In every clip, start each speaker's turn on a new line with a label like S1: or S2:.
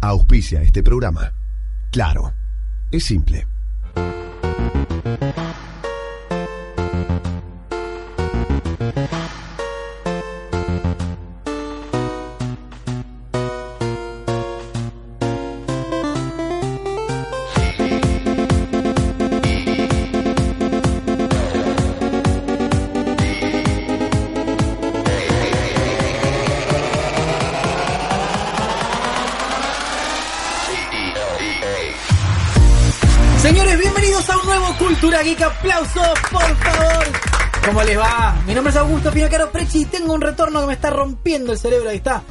S1: Auspicia este programa. Claro, es simple.
S2: Señores, bienvenidos a un nuevo Cultura Geek. Aplausos, por favor. ¿Cómo les va? Mi nombre es Augusto Pinocaro Prechi y tengo un retorno que me está rompiendo el cerebro. Ahí está.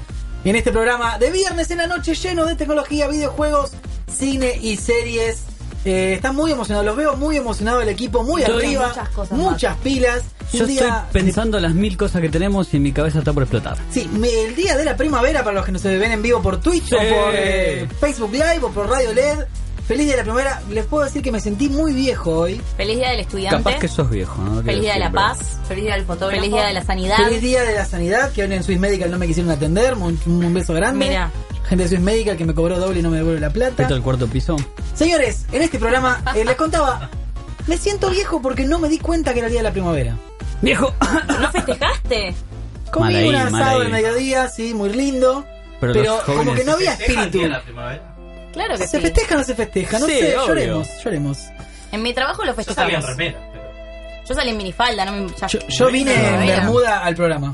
S2: Y en este programa de viernes en la noche lleno de tecnología, videojuegos, cine y series. Eh, están muy emocionados, los veo muy emocionado el equipo, muy
S3: Yo-
S2: arriba,
S3: muchas cosas más.
S2: muchas pilas.
S4: Yo
S2: Un
S4: estoy
S2: día-
S4: pensando las mil cosas que tenemos y mi cabeza está por explotar.
S2: Sí, me- el día de la primavera para los que nos ven en vivo por Twitch o
S4: Sí.
S2: por eh, Facebook Live o por Radio LED. Feliz día de la primavera. Les puedo decir que me sentí muy viejo hoy.
S3: Feliz Día del Estudiante.
S4: Capaz que sos viejo, ¿no?
S3: Feliz Día de la
S4: Quiero decir,
S3: Paz. Feliz Día del Fotógrafo. Feliz Día de la Sanidad.
S2: Feliz día de la sanidad, que hoy en Swiss Medical no me quisieron atender. Un, un beso grande.
S3: Mirá.
S2: Gente de Swiss Medical que me cobró doble y no me devuelve la
S4: pero-
S2: plata.
S4: ¿Vete al cuarto piso?
S2: Señores, en este programa eh, les contaba, me siento viejo porque no me di cuenta que era el día de la primavera.
S4: ¡Viejo!
S3: ¿No festejaste?
S2: Comí
S4: Mal ahí,
S2: un
S4: mal
S2: asado
S4: ahí.
S2: al mediodía, sí, muy lindo. Pero,
S4: Pero los jóvenes-
S2: como que no había espíritu.
S3: Claro que
S2: ¿Se
S3: sí.
S2: festeja o no se festeja? No
S4: Sí,
S2: sé,
S4: obvio.
S2: lloremos, lloremos.
S3: En mi trabajo lo
S5: Yo salía en
S3: festejamos.
S5: remera, pero
S3: Yo salí en minifalda, no me... ya-
S2: Yo, yo vine
S3: No,
S2: en
S3: mira.
S2: Bermuda al programa.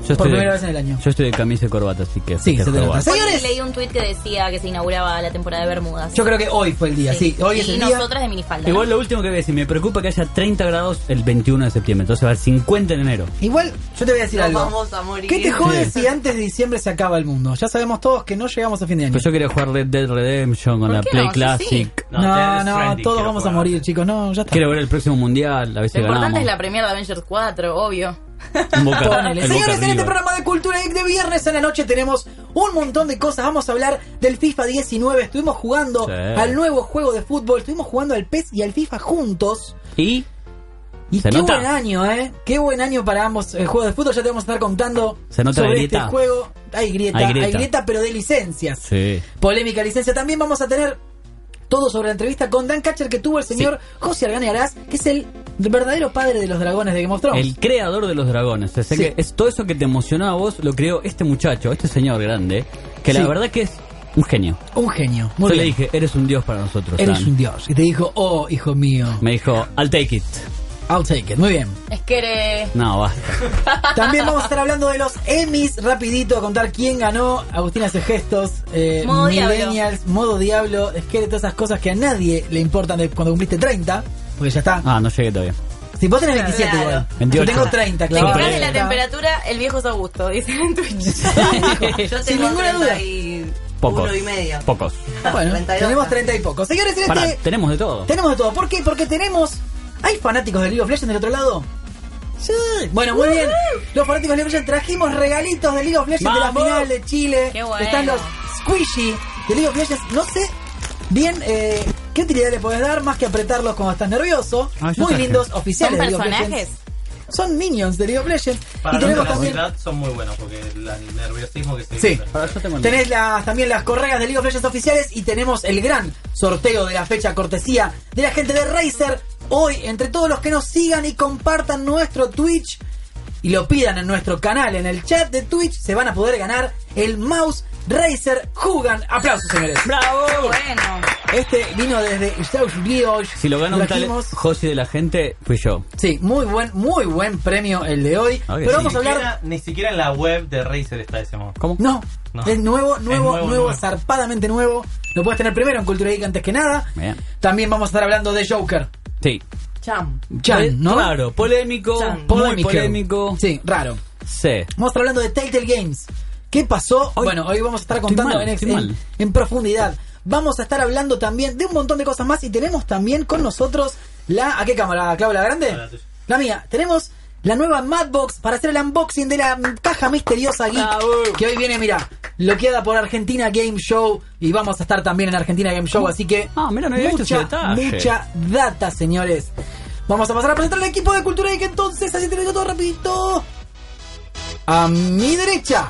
S4: Yo
S2: Por
S4: estoy,
S2: primera vez en el año.
S4: Yo estoy de camisa y corbata, así que.
S2: Sí, se
S4: festejo
S2: te nota.
S4: igual.
S3: Hoy
S2: Señores.
S3: leí un tuit que decía que se inauguraba la temporada de Bermudas.
S2: Yo creo que hoy fue el día, sí. Hoy
S3: y
S2: es el día.
S3: nosotras de minifalda.
S4: Igual lo último que voy a decir, me preocupa que haya 30 grados el 21 de septiembre, entonces va a haber 50 en enero.
S2: Igual, yo te voy a decir
S6: Nos
S2: algo.
S6: vamos a morir.
S2: ¿Qué te jode
S4: Sí.
S2: si antes de diciembre se acaba el mundo? Ya sabemos todos que no llegamos a fin de año.
S4: Pero Pues yo quería jugar Red Dead Redemption con
S3: ¿Por
S4: la
S3: qué
S4: Play
S3: no? Sí,
S4: Classic.
S2: No, no,
S5: Death Stranding
S2: todos
S5: quiero
S2: vamos a
S5: jugar.
S2: morir, chicos. No, ya está.
S4: Quiero ver el próximo mundial, a ver si
S3: Lo
S4: ganamos.
S3: importante es la premier de Avengers 4, obvio.
S4: Un Boca-
S2: Ponele.
S4: el Boca
S2: Señores, en este
S4: River.
S2: programa de Cultura Geek de viernes a la noche tenemos un montón de cosas. Vamos a hablar del FIFA 19. Estuvimos jugando
S4: Sí.
S2: al nuevo juego de fútbol. Estuvimos jugando al PES y al FIFA juntos.
S4: Y.
S2: Y
S4: Se
S2: qué
S4: nota.
S2: buen año, ¿eh? Qué buen año para ambos eh, juegos de fútbol. Ya te vamos a estar contando
S4: Se nota
S2: sobre
S4: la grieta.
S2: este juego. Hay grieta, hay
S4: Hay
S2: grieta,
S4: grieta.
S2: pero de licencias.
S4: Sí.
S2: Polémica licencia. También vamos a tener todo sobre la entrevista con Dan Catcher que tuvo el señor José Argani Arás, que es el verdadero padre de los dragones de Game of Thrones.
S4: El creador de los dragones. O sea
S2: Sí.
S4: que es todo eso que te emocionaba a vos lo creó este muchacho, este señor grande, que
S2: Sí.
S4: la verdad que es un genio.
S2: Un genio. Muy
S4: Yo
S2: bien.
S4: le dije, eres un dios para nosotros.
S2: Eres
S4: Dan".
S2: un dios. Y te dijo, oh, hijo mío,
S4: Me dijo, I'll take it.
S2: I'll take it. Muy bien.
S3: Es que eres...
S4: No, basta.
S2: También vamos a estar hablando de los Emmys. Rapidito, a contar quién ganó. Agustina hace gestos. eh,
S3: Modo Diablo.
S2: millennials, modo diablo. Es que de todas esas cosas que a nadie le importan de cuando cumpliste 30. Porque ya está.
S4: Ah, no llegué todavía.
S2: Si vos tenés 27
S6: Claro.
S2: igual.
S4: 28.
S2: Yo tengo 30,
S3: Te
S2: claro.
S3: quejas de
S2: Está.
S3: la temperatura, el viejo es Augusto, dicen en Twitch.
S6: Yo
S2: Sin
S6: tengo
S2: ninguna duda.
S6: 30 y
S4: Pocos.
S6: uno y media.
S4: Pocos.
S3: Ah,
S2: Bueno,
S6: 32.
S2: tenemos 30 y poco. Señores, en
S4: Pará,
S2: este
S4: tenemos de todo.
S2: tenemos de todo. ¿Por qué? Porque tenemos. ¿Hay fanáticos de League of Legends del otro lado? Sí. Bueno, muy bien. Los fanáticos de League of Legends trajimos regalitos de League of Legends de
S4: ¡Vamos!
S2: la final de Chile.
S3: Qué bueno.
S2: Están los squishy de League of Legends. No sé bien eh, qué utilidad le podés dar más que apretarlos cuando estás nervioso.
S4: Ah, yo
S2: muy
S4: traje.
S2: lindos, oficiales
S3: ¿Son
S2: de League of
S3: personajes?
S2: Legends. Son minions de League of Legends.
S5: Para los de
S2: y tenemos
S5: la
S2: también.
S5: ciudad son muy buenos porque la- el nerviosismo que se
S2: Sí.
S5: vive.
S4: Pará, yo tengo el-
S2: Tenés las, también las correas de League of Legends oficiales y tenemos el gran sorteo de la fecha cortesía de la gente de Razer. Hoy, entre todos los que nos sigan y compartan nuestro Twitch y lo pidan en nuestro canal, en el chat de Twitch, se van a poder ganar el mouse Razer Jugan. Aplausos, señores.
S4: ¡Bravo!
S3: Bueno,
S2: Este vino desde Estados Unidos.
S4: Si lo gana un tal
S2: trajimos-
S4: Josi de la gente, fui yo.
S2: Sí, muy buen, muy buen premio el de hoy.
S4: Ah, que
S2: Pero
S4: sí.
S2: vamos a
S5: Ni
S2: hablar...
S5: siquiera- Ni siquiera en la web de Razer está ese modo.
S4: ¿Cómo?
S2: No,
S5: No.
S2: es nuevo, nuevo, nuevo,
S5: nuevo, nuevo.
S2: zarpadamente nuevo. Lo puedes tener primero en Cultura Geek antes que nada.
S4: Bien.
S2: También vamos a estar hablando de Joker.
S4: Sí.
S6: Cham.
S2: Chan, ¿no?
S4: Claro, polémico,
S6: Chan.
S4: muy polémico.
S2: Sí, raro.
S4: Sí.
S2: Vamos a estar hablando de Telltale Games. ¿Qué pasó?
S4: Hoy-
S2: bueno, hoy vamos a estar
S4: Estoy
S2: contando
S4: mal,
S2: en,
S4: estoy mal.
S2: en- en profundidad. Vamos a estar hablando también de un montón de cosas más y tenemos también con nosotros la... ¿A qué cámara, Clau, la grande?
S5: A la tuya.
S2: La mía. Tenemos la nueva Madbox para hacer el unboxing de la mm, caja misteriosa geek que hoy viene, mira, bloqueada por Argentina Game Show y vamos a estar también en Argentina Game Show, así que
S4: Ah, mira, no había visto ese
S2: mucha,
S4: detalle.
S2: mucha data, señores. Vamos a pasar a presentar al equipo de Cultura Geek entonces, así te lo digo todo rapidito. A mi derecha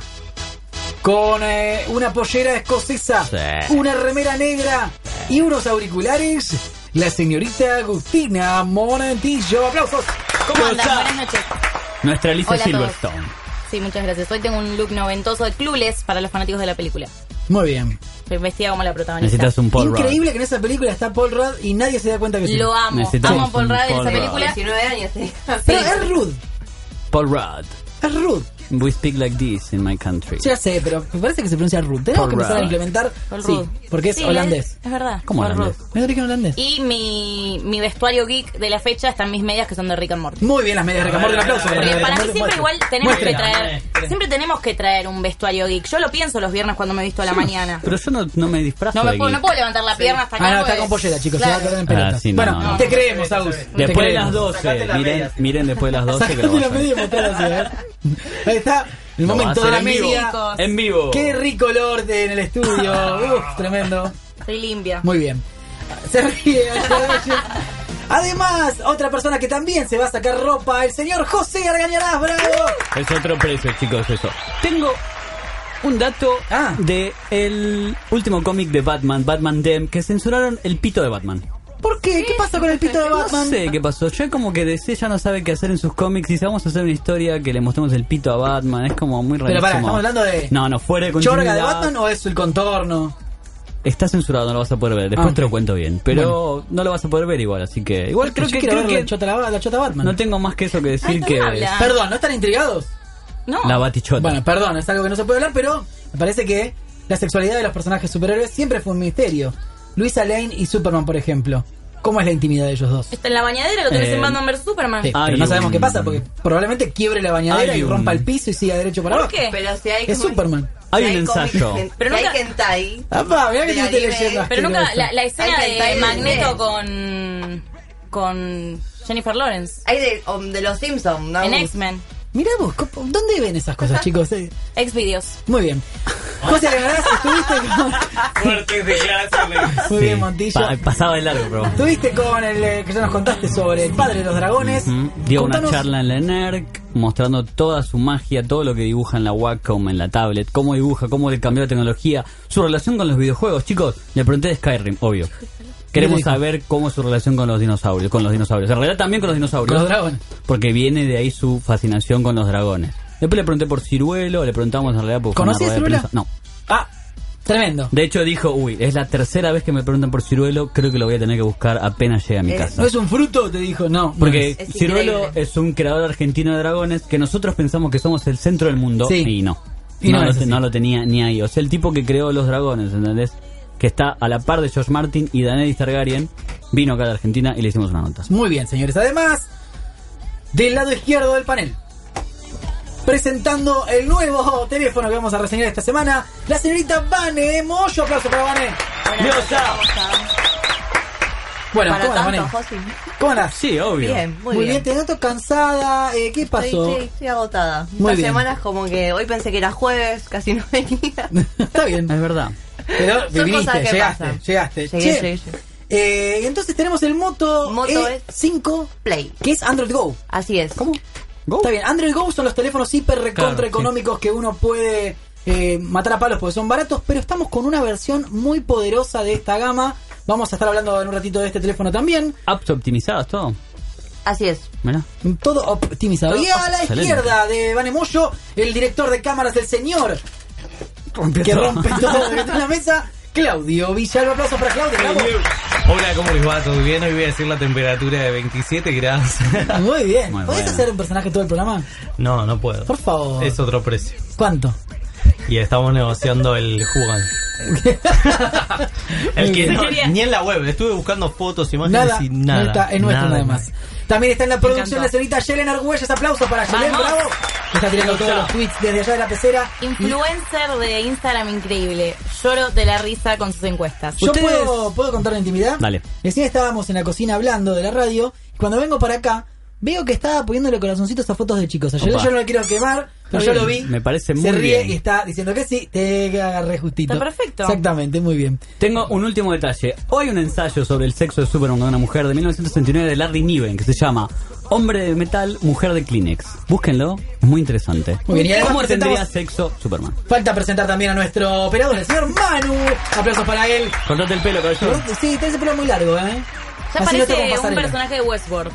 S2: con eh, una pollera escocesa,
S4: Sí.
S2: una remera negra y unos auriculares, la señorita Agustina Monantillo. ¡Aplausos!
S3: ¿Cómo andas?
S4: está?
S3: Buenas noches.
S4: Nuestra Lisa
S3: Hola a todos.
S4: Silverstone.
S3: Sí, muchas gracias. Hoy tengo un look noventoso de clules para los fanáticos de la película.
S2: Muy bien.
S3: Estoy vestida como la protagonista.
S4: Necesitas un Paul Rudd.
S2: Increíble que en esa película está Paul Rudd y nadie se da cuenta que sí.
S3: Lo amo.
S4: Necesitas
S3: amo a Paul
S4: un
S3: Rudd en
S4: Paul
S3: esa
S4: Rudd.
S3: película.
S6: 19 años, sí.
S2: Pero es rude,
S4: Paul Rudd.
S2: es rude.
S4: We speak like this in my country.
S2: Ya sé, pero me parece que se pronuncia rude. Tenemos
S4: Paul
S2: que empezar a
S4: Rudd.
S2: implementar.
S3: Paul
S2: Sí,
S3: Rudd.
S2: porque es
S3: Sí,
S2: holandés.
S3: Es, es verdad.
S4: ¿Cómo
S3: Paul
S4: holandés?
S3: Rudd.
S2: ¿Es de origen holandés?
S3: Y mi, mi vestuario geek de la fecha están mis medias que son de Rick and Morty.
S2: Muy bien, las medias de Ricamor, un aplauso.
S5: Porque
S2: las
S3: Porque
S2: medias de
S3: para mí
S2: Ricamor,
S3: siempre igual
S2: muestra.
S3: tenemos que
S2: Muestra.
S3: traer,
S5: Muestra.
S3: siempre tenemos que traer un vestuario geek. Yo lo pienso los viernes cuando me visto a la mañana.
S4: Pero yo no, no me disfrazo
S3: No me
S4: de
S3: puedo,
S4: geek.
S3: no puedo levantar la pierna hasta acá.
S2: Ah, no, está
S3: porque-
S2: con pollera, chicos. Se va a
S3: Claro.
S2: quedar en pelota.
S4: Ah, sí, no,
S2: bueno,
S4: no.
S2: te creemos, Agus. te
S4: Después de las
S2: creemos.
S4: 12,
S5: Sacate la
S4: miren,
S5: media, sí.
S4: miren después de las 12 que lo
S2: Sacate
S4: vas
S2: la
S4: a ver.
S2: media, mostrala así, ¿eh? Ahí está. El
S4: Lo
S2: momento
S4: va
S2: de la
S4: a hacer en vivo.
S2: media.
S4: En vivo.
S2: Qué rico olor de- en el estudio. Uf, tremendo.
S3: Estoy limpia.
S2: Muy bien. Se ríe. Altagracia. Además, otra persona que también se va a sacar ropa, el señor José Argañarás, bravo.
S4: Es otro precio, chicos, eso. Tengo un dato
S2: Ah.
S4: de el último cómic de Batman, Batman Dem, que censuraron el pito de Batman.
S2: ¿Por qué? ¿Qué pasa con el pito de Batman?
S4: No sé qué pasó. Yo como que DC ya no sabe qué hacer en sus cómics. Y si vamos a hacer una historia que le mostremos el pito a Batman, es como muy
S2: Pero
S4: rarísimo.
S2: pará, estamos hablando de-
S4: No, no, fuera de continuidad.
S2: ¿Chorga de Batman o es el contorno?
S4: Está censurado, no lo vas a poder ver. Después
S2: Ah,
S4: te lo
S2: ok.
S4: cuento bien. Pero no lo vas a poder ver igual, así que... Igual creo
S2: Yo
S4: que...
S2: quiero
S4: creo
S2: ver la
S4: que
S2: chota, la, la chota Batman.
S4: no tengo más que eso que decir
S3: Ay,
S4: que...
S3: habla.
S2: Perdón, ¿no están intrigados?
S3: No.
S4: La batichota.
S2: Bueno, perdón, es algo que no se puede hablar, pero me parece que la sexualidad de los personajes superhéroes siempre fue un misterio. Luisa Lane y Superman, por ejemplo. ¿Cómo es la intimidad de ellos dos?
S3: Está en la bañadera, lo tenés
S4: Eh,
S3: en Batman vs Superman.
S2: Sí,
S4: Hay
S2: pero no sabemos
S4: un-
S2: qué pasa, porque probablemente quiebre la bañadera
S4: Hay
S2: y
S4: un-
S2: rompa el piso y siga derecho para
S3: ¿Por
S2: abajo.
S3: qué?
S6: Pero si hay
S2: Es
S6: como-
S2: Superman.
S4: Hay un
S6: si cómics
S4: ensayo.
S6: de-
S3: Pero
S6: si
S3: nunca-
S6: hay hentai.
S2: Apá, mirá que
S6: Del
S2: yo estoy
S6: anime.
S2: leyendo.
S3: Pero nunca,
S2: asqueroso.
S3: la, la escena
S6: Hay
S3: de
S6: hentai
S3: Magneto
S6: de-
S3: con, con Jennifer Lawrence
S6: Hay de, o de los Simpsons,
S2: Ah,
S6: ¿no?
S3: en X-Men,
S2: Mirá vos, ¿cómo- ¿dónde ven esas cosas, chicos? Eh,
S3: X-Videos.
S2: Muy bien. José Algaraz, estuviste con...
S5: Fuertes declaraciones.
S2: Muy
S4: Sí.
S2: bien, Montillo.
S4: Pa- pasaba de largo, bro.
S2: Estuviste con el eh, que ya nos contaste sobre el padre de los dragones.
S4: Mm, Dio
S2: Contanos-
S4: una charla en la ENERC mostrando toda su magia, todo lo que dibuja en la Wacom, en la tablet, cómo dibuja, cómo le cambió la tecnología, su relación con los videojuegos. Chicos, le pregunté de Skyrim, obvio. Queremos
S2: dijo?
S4: saber cómo es su relación con los dinosaurios, con los dinosaurios. En realidad también con los dinosaurios.
S2: Con los dragones.
S4: Porque viene de ahí su fascinación con los dragones. Después le pregunté por Ciruelo, le preguntamos en realidad por...
S2: ¿Conocías Ciruelo?
S4: No.
S2: Ah, tremendo.
S4: De hecho dijo, uy, es la tercera vez que me preguntan por Ciruelo, creo que lo voy a tener que buscar apenas llegue a mi
S6: Eh,
S4: casa.
S2: ¿No es un fruto? Te dijo, no. no
S4: Porque
S2: pues, es.
S6: Es
S4: Ciruelo
S6: increíble.
S4: es un creador argentino de dragones que nosotros pensamos que somos el centro del mundo
S2: Sí.
S4: y no.
S2: Y
S4: no,
S2: no
S4: lo
S2: es
S4: te-
S2: así.
S4: no lo tenía ni ahí. O sea, el tipo que creó los dragones, ¿entendés? Que está a la par de George Martin y Daenerys Targaryen, vino acá de Argentina y le hicimos una nota.
S2: Muy bien, señores. Además, del lado izquierdo del panel, presentando el nuevo teléfono que vamos a reseñar esta semana, la señorita Vane Moyo. Aplauso para Vane.
S4: ¡Diosa!
S2: Bueno,
S6: Para
S2: ¿cómo andas,
S6: tanto,
S2: Vane?
S6: José.
S2: ¿Cómo andas?
S4: Sí, obvio.
S6: Bien, muy,
S2: Muy bien,
S6: bien.
S2: te noto cansada. Eh, ¿Qué pasó?
S6: Estoy, sí, estoy agotada.
S2: Muy
S6: Estas
S2: bien.
S6: semanas como que hoy pensé que era jueves, casi no venía.
S2: Está bien.
S4: Es verdad.
S2: Pero
S6: Son cosas
S2: viniste,
S6: que
S2: llegaste,
S6: pasan.
S2: llegaste.
S6: Llegué,
S2: Che,
S6: llegué, llegué.
S2: eh, entonces tenemos el Moto,
S6: Moto
S2: E5,
S6: Play.
S2: que es Android Go.
S6: Así es.
S2: ¿Cómo? Está bien, Android Go son los teléfonos hiper recontra
S4: Claro,
S2: económicos que uno puede eh, matar a palos porque son baratos, pero estamos con una versión muy poderosa de esta gama. Vamos a estar hablando en un ratito de este teléfono también.
S4: Apps optimizadas, todo.
S6: Así es.
S4: Mirá.
S2: Todo optimizado. Y a la
S4: Excelente.
S2: izquierda de Vanemoyo, el director de cámaras, el señor que rompe todo que está en la mesa, Claudio Villalba. Aplausos para Claudio. bravo.
S5: Hola, ¿cómo les va? ¿Todo bien? Hoy voy a decir la temperatura de 27 grados.
S2: Muy bien.
S4: Muy
S2: ¿Podés
S4: bueno.
S2: hacer un personaje todo el programa?
S5: No, no puedo.
S2: Por favor.
S5: Es otro precio.
S2: ¿Cuánto?
S5: Y estamos negociando el jugan. el que no- ni en la web, estuve buscando fotos, imágenes
S2: Nada,
S5: y nada.
S2: no está, es nuestro
S5: Nada,
S2: nada más. También está en la producción
S3: encantó.
S2: la señorita Yelen Argüelles. Aplausos para Yelen,
S3: Vamos.
S2: bravo. que Está tirando todos los tweets desde allá de la pecera.
S3: Influencer de Instagram increíble. Lloro de la risa con sus encuestas.
S2: Yo
S4: Ustedes-
S2: puedo, puedo contar una intimidad.
S4: Dale.
S2: Recién estábamos en la cocina hablando de la radio. Y cuando vengo para acá, veo que estaba poniéndole corazoncitos a fotos de chicos. Ayer
S4: Opa.
S2: yo no lo quiero quemar, pero yo
S4: bien,
S2: lo vi.
S4: me
S2: se
S4: parece muy
S2: ríe
S4: bien.
S2: y está diciendo que sí. Te agarré justito.
S3: Está perfecto.
S2: Exactamente, muy bien.
S4: Tengo un último detalle. Hoy un ensayo sobre el sexo de Superman con una mujer de 1969 de Larry Niven que se llama Hombre de metal, mujer de Kleenex. Búsquenlo, es muy interesante.
S2: Muy bien, y además
S4: ¿Cómo tendría
S2: presentamos-
S4: sexo Superman?
S2: Falta presentar también a nuestro operador, el señor Manu. Aplausos para él.
S4: Cortate el pelo, caballero.
S2: Sí, tenés el pelo muy largo, ¿eh?
S3: Ya
S2: Así no te
S3: parece
S2: como
S3: un
S2: pasarela.
S3: personaje de Westworld.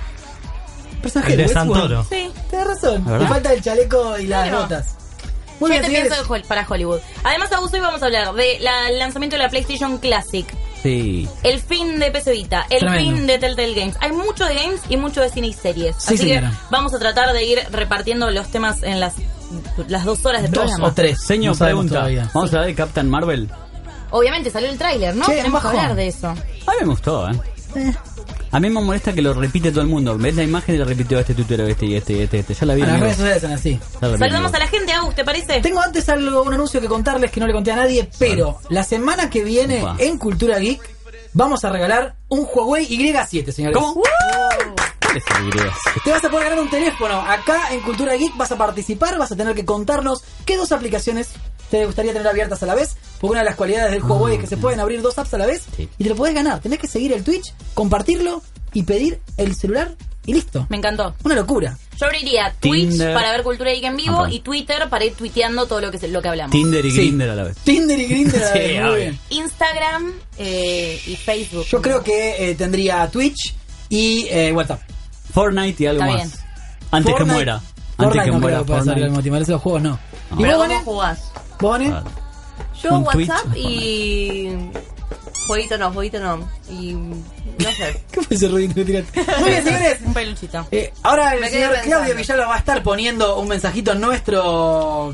S2: Personaje
S5: De
S2: Westworld.
S5: Santoro.
S3: Sí.
S2: Tenés razón.
S4: ¿La
S2: Te
S4: verdad?
S2: falta el chaleco y las
S3: Claro.
S2: botas.
S3: Yo
S2: Muy bien,
S3: te
S2: señores.
S3: pienso de Hol- para Hollywood. Además, Augusto, hoy vamos a hablar del lanzamiento de la PlayStation Classic,
S4: Sí.
S3: el fin de PS Vita, el
S2: Tremendo.
S3: fin de Telltale Games. Hay mucho de games y mucho de cine y series.
S2: Sí,
S3: Así
S2: señora.
S3: que vamos a tratar de ir repartiendo los temas en las, las dos horas de
S2: Dos
S3: programa.
S2: o tres.
S4: Señor,
S2: No sabemos
S4: pregunta.
S2: todavía.
S4: Vamos a hablar de Captain Marvel.
S3: Obviamente salió el tráiler, ¿no?
S2: Che,
S3: Tenemos que
S2: bajón.
S3: hablar de eso.
S4: A mí me gustó, ¿eh? A mí me molesta que lo repite todo el mundo. ¿Ves la imagen y la repitió este tuitero, este y este y este, este? Ya la vi.
S2: Bueno, las
S4: amigo.
S2: redes sociales son así.
S4: Ya la vi,
S3: Saludamos
S4: amigo.
S3: a la gente, Agus, ¿te parece?
S2: Tengo antes algo, un anuncio que contarles que no le conté a nadie, pero la semana que viene
S4: Upa.
S2: en Cultura Geek vamos a regalar un Huawei Y7, señores.
S4: ¿Cómo? ¿Cuál es el video?
S2: Te vas a poder ganar un teléfono. Acá en Cultura Geek vas a participar, vas a tener que contarnos qué dos aplicaciones te gustaría tener abiertas a la vez. Porque una de las cualidades del Huawei es que se pueden abrir dos apps a la vez
S4: Mm, Sí.
S2: y te lo podés ganar. Tenés que seguir el Twitch, compartirlo y pedir el celular y listo.
S3: Me encantó.
S2: Una locura.
S3: Yo abriría Twitch
S4: Tinder.
S3: para ver Cultura Geek en vivo
S4: Ah,
S3: y Twitter para ir tuiteando todo lo que, se- lo que hablamos.
S4: Tinder y
S2: Sí.
S4: Grindr a la vez.
S2: Tinder y Grindr.
S4: Sí,
S2: muy
S4: obvio.
S2: bien.
S3: Instagram eh, y Facebook.
S2: Yo creo que eh, tendría Twitch y eh, WhatsApp.
S4: Fortnite y algo
S3: Está
S4: más.
S3: bien.
S4: Antes
S2: Fortnite-
S4: que muera. Antes
S2: Fortnite
S4: que
S2: no
S4: muera
S2: creo que pueda ser
S4: Fortnite.
S2: algo emotivo, parece los juegos no. ¿Y vos,
S6: Pero ¿cómo
S2: Vane?
S6: jugás?
S2: ¿Vos, Vane?
S4: Ah,
S6: Yo
S4: Un Twitch,
S6: WhatsApp
S4: no,
S6: y... Jueguito no, jueguito no. Y... No sé.
S2: ¿Qué fue ese ruidito que tiraste? Muy bien, señores.
S3: Un peluchito.
S2: Eh, ahora el
S6: Me quedé
S2: señor
S6: pensando.
S2: Claudio Villalba va a estar poniendo un mensajito en nuestro.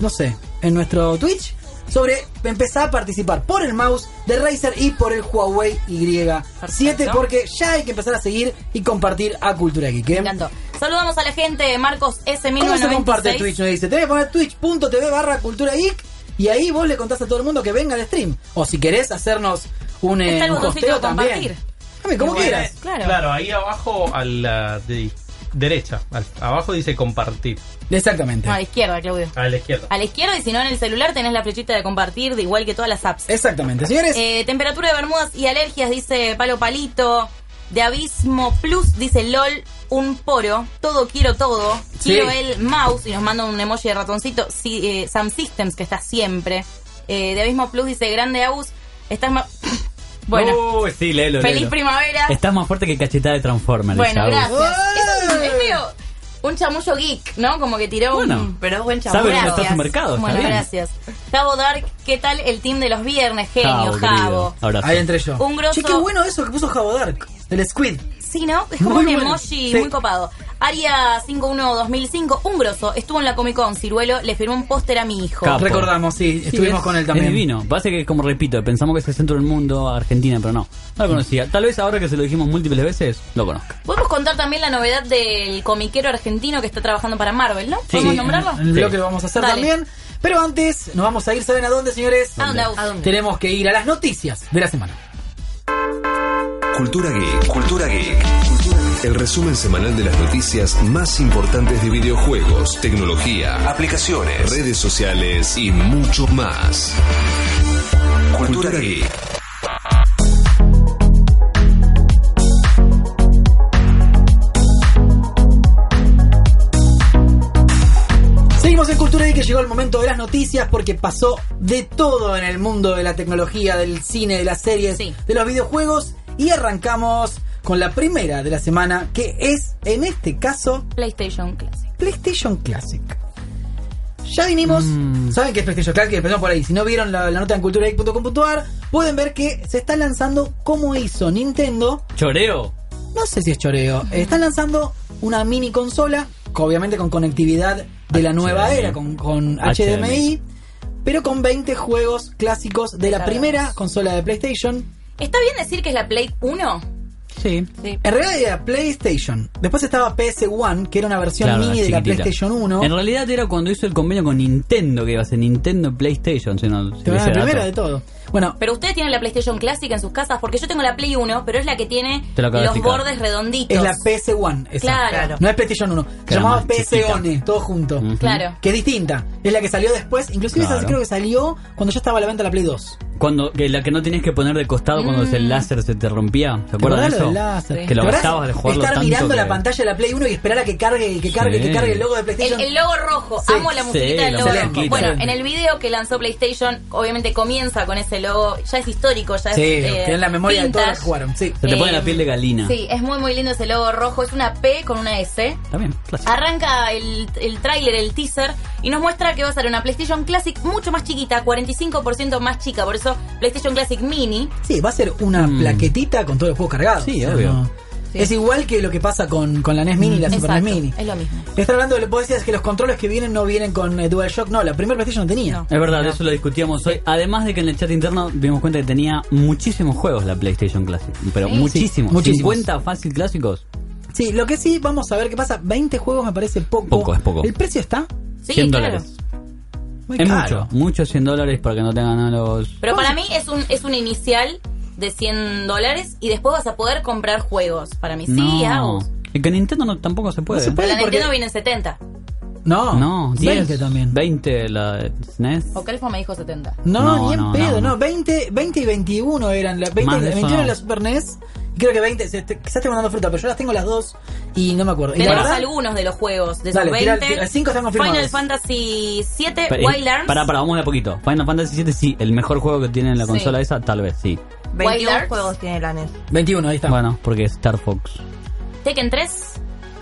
S2: No sé, en nuestro Twitch sobre empezar a participar por el mouse de Razer y por el Huawei Y7,
S3: Perfecto.
S2: porque ya hay que empezar a seguir y compartir a Cultura Geek. ¿eh?
S3: Me encantó. Saludamos a la gente, Marcos S1996.
S2: ¿Cómo se comparte Twitch? Nos dice, tenés que poner twitch.tv barra cultura geek y ahí vos le contás a todo el mundo que venga al stream. O si querés hacernos un, eh,
S3: Está el
S2: un
S3: botoncito
S2: hosteo
S3: de
S2: también.
S3: compartir.
S2: Dame, como
S3: Bueno,
S2: quieras.
S3: Claro.
S5: ahí abajo a la de- derecha. al- abajo dice compartir.
S2: Exactamente.
S3: No, a la izquierda, Claudio.
S5: A la izquierda.
S3: A la izquierda y si no en el celular tenés la flechita de compartir, de igual que todas las apps.
S2: Exactamente. Señores,
S3: Eh, temperatura de Bermudas y alergias, dice Palo Palito. De Abismo Plus, dice LOL, un poro. Todo quiero todo.
S2: Sí.
S3: Quiero el mouse y nos manda un emoji de ratoncito. Sí, eh, Sam Systems, que está siempre. Eh, de Abismo Plus dice Grande Agus. Estás más. Bueno,
S4: Uy, sí, léelo,
S3: feliz
S4: léelo.
S3: primavera.
S4: Estás más fuerte que cachetada de Transformers.
S3: bueno,
S4: Agus.
S3: gracias.
S2: ¡Uy!
S3: Eso es, es medio un chamullo geek, ¿no? Como que tiró
S4: Bueno.
S3: un.
S6: Pero es buen chabón.
S4: Sabe dónde
S3: Gracias.
S4: está su mercado, está
S3: Bueno,
S4: bien.
S3: gracias. Javo Dark, ¿qué tal el team de los viernes? Genio,
S4: Javo, querido.
S3: Javo.
S4: Abrazo.
S2: ahí entré yo.
S3: Un grosso-
S2: Che, qué bueno eso que puso Jabo Dark, el Squid.
S3: Sí, ¿no? Es como
S2: Muy
S3: un
S2: bueno.
S3: emoji
S2: Sí.
S3: muy copado. Aria 51-2005, un grosso, estuvo en la Comic Con, Ciruelo, le firmó un póster a mi hijo.
S4: Capo.
S2: Recordamos, sí,
S4: Sí,
S2: estuvimos
S4: es-
S2: con él también.
S4: Es divino. Pasa que, como repito, pensamos que es el centro del mundo, Argentina, pero no. No
S2: Mm.
S4: lo conocía. Tal vez ahora que se lo dijimos múltiples veces, lo conozca.
S3: Podemos contar también la novedad del comiquero argentino que está trabajando para Marvel, ¿no?
S2: Sí,
S3: ¿Podemos nombrarlo?
S2: En el
S4: Sí.
S2: bloque lo vamos a hacer
S3: Dale.
S2: también. Pero antes, nos vamos a ir, ¿saben a dónde, señores?
S3: ¿A dónde? ¿A dónde?
S2: Tenemos que ir a las noticias de la semana.
S7: Cultura Geek. Cultura Geek. El resumen semanal de las noticias más importantes de videojuegos, tecnología, aplicaciones, redes sociales y mucho más. Cultura Geek.
S2: Seguimos en Cultura y que llegó el momento de las noticias porque pasó de todo en el mundo de la tecnología, del cine, de las series,
S3: Sí.
S2: de los videojuegos y arrancamos con la primera de la semana que es en este caso
S3: PlayStation Classic.
S2: PlayStation Classic. Ya vinimos,
S4: Mm.
S2: saben que es PlayStation Classic, empezamos por ahí. Si no vieron la, la nota en culturageek.com.ar, pueden ver que se está lanzando como hizo Nintendo
S4: Choreo.
S2: no sé si es choreo. Están lanzando una mini consola, obviamente con conectividad de la nueva
S4: HDMI.
S2: era, con, con HDMI,
S4: HDMI.
S2: pero con 20 juegos clásicos de la
S3: Cargados.
S2: primera consola de PlayStation.
S3: ¿Está bien decir que es la Play 1?
S4: Sí.
S2: En realidad era PlayStation. Después estaba PS1, que era una versión mini de la
S4: chiquitita.
S2: PlayStation 1.
S4: En realidad era cuando hizo el convenio con Nintendo, que iba a ser Nintendo PlayStation. Si no, si
S2: Te van a
S4: ese
S2: la primera
S4: dato.
S2: de todo. Bueno,
S3: Pero ustedes tienen la PlayStation Clásica en sus casas, porque yo tengo la Play 1, pero es la que tiene
S4: Te lo acabo de
S3: los
S4: explicar.
S3: bordes redonditos.
S2: es la PS1. esa.
S3: Claro.
S2: No es PlayStation 1. Se
S4: Claro,
S2: llamaba
S4: más chiquita.
S2: PS1, todo junto.
S4: Ujú.
S3: Claro.
S2: Que es distinta. Es la que salió después. Inclusive esa
S4: Claro.
S2: creo que salió cuando ya estaba a la venta la Play 2.
S4: Cuando, que la que no tenías que poner de costado cuando el láser se te rompía. ¿Se
S2: ¿Te
S4: acuerdan de
S2: acordás
S4: eso?
S2: lo Mm. del láser?
S4: Que lo
S2: ¿Te acordás
S4: gastabas de jugarlo
S2: Estar
S4: tanto
S2: mirando
S4: que-
S2: la pantalla de la Play 1 y esperar a que cargue, que cargue,
S4: Sí.
S2: que cargue el logo de
S3: El,
S2: PlayStation.
S3: el logo rojo,
S2: Sí,
S3: amo la musiquita
S4: sí,
S3: del
S4: la
S3: logo rojo.
S4: musiquita.
S3: Bueno, en el video que lanzó PlayStation, obviamente comienza con ese logo, ya es histórico, ya
S2: Sí,
S3: es. eh,
S2: tienen la memoria de todos los
S3: vintage.
S2: que jugaron. Sí.
S4: Se te pone
S3: Eh,
S4: la piel de galina.
S3: Sí, es muy muy lindo ese logo rojo, es una P con una S.
S4: También, clásico.
S3: Arranca el, el tráiler, el teaser, y nos muestra que va a ser una PlayStation Classic mucho más chiquita, 45% más chica, por eso PlayStation Classic Mini.
S2: Sí, va a ser una
S4: Mm.
S2: plaquetita con todos los juegos cargados.
S4: Sí, obvio.
S6: Sí.
S2: Es igual que lo que pasa con, con la NES Mini y la Super
S3: Mm, Exacto,
S2: NES Mini.
S3: es lo mismo.
S2: Está hablando de lo que vos decías que los controles que vienen no vienen con eh, DualShock. No, la primera PlayStation no tenía.
S3: No.
S4: Es verdad, eso lo discutíamos hoy. Además de que en el chat interno dimos cuenta que tenía muchísimos juegos la PlayStation Classic. Pero
S3: Sí.
S4: muchísimos.
S2: Sí, muchísimos.
S4: 50 fácil clásicos.
S2: Sí, lo que sí, vamos a ver qué pasa. 20 juegos me parece poco.
S4: Poco, es poco.
S2: ¿El precio está?
S3: Sí,
S4: 100
S3: claro.
S4: dólares.
S2: Muy
S4: Es
S2: caro.
S4: mucho. Muchos 100 dólares para que no tengan a los...
S3: Pero para mí es un, es un inicial de 100 dólares y después vas a poder comprar juegos. Para mí sí,
S4: no.
S3: Agus.
S4: Y que Nintendo no, tampoco se puede. ¿eh?
S2: No se puede.
S3: Pero la
S2: porque-
S3: Nintendo viene en 70.
S2: No,
S4: No, 10,
S2: 20 también.
S4: 20 la E SNES.
S3: O Kelfo me dijo 70.
S2: No,
S4: No,
S2: ni en
S4: no,
S2: pedo, no.
S4: no.
S2: 20, 20 y 21 eran. La, 20,
S4: Más de eso
S2: 21 era
S4: no.
S2: la Super NES. Y creo que 20. se- te- Quizás estoy mandando fruta, pero yo las tengo las dos y no me acuerdo. Y la
S3: Tenemos
S2: verdad,
S3: algunos de los juegos de
S2: Dale,
S3: esos
S2: tira el-
S3: 20.
S2: tira- cinco están confirmados.
S3: Final Fantasy 7,
S4: Pa- eh,
S3: Wild Arms.
S4: Pará, pará, vamos de a poquito. Final Fantasy VII, sí. El mejor juego que tiene en la
S3: Sí.
S4: consola esa, tal vez, sí.
S6: 21
S3: Arts.
S6: juegos tiene la E NES.
S2: 21, ahí está.
S4: Bueno, porque es Star Fox.
S3: Tekken 3,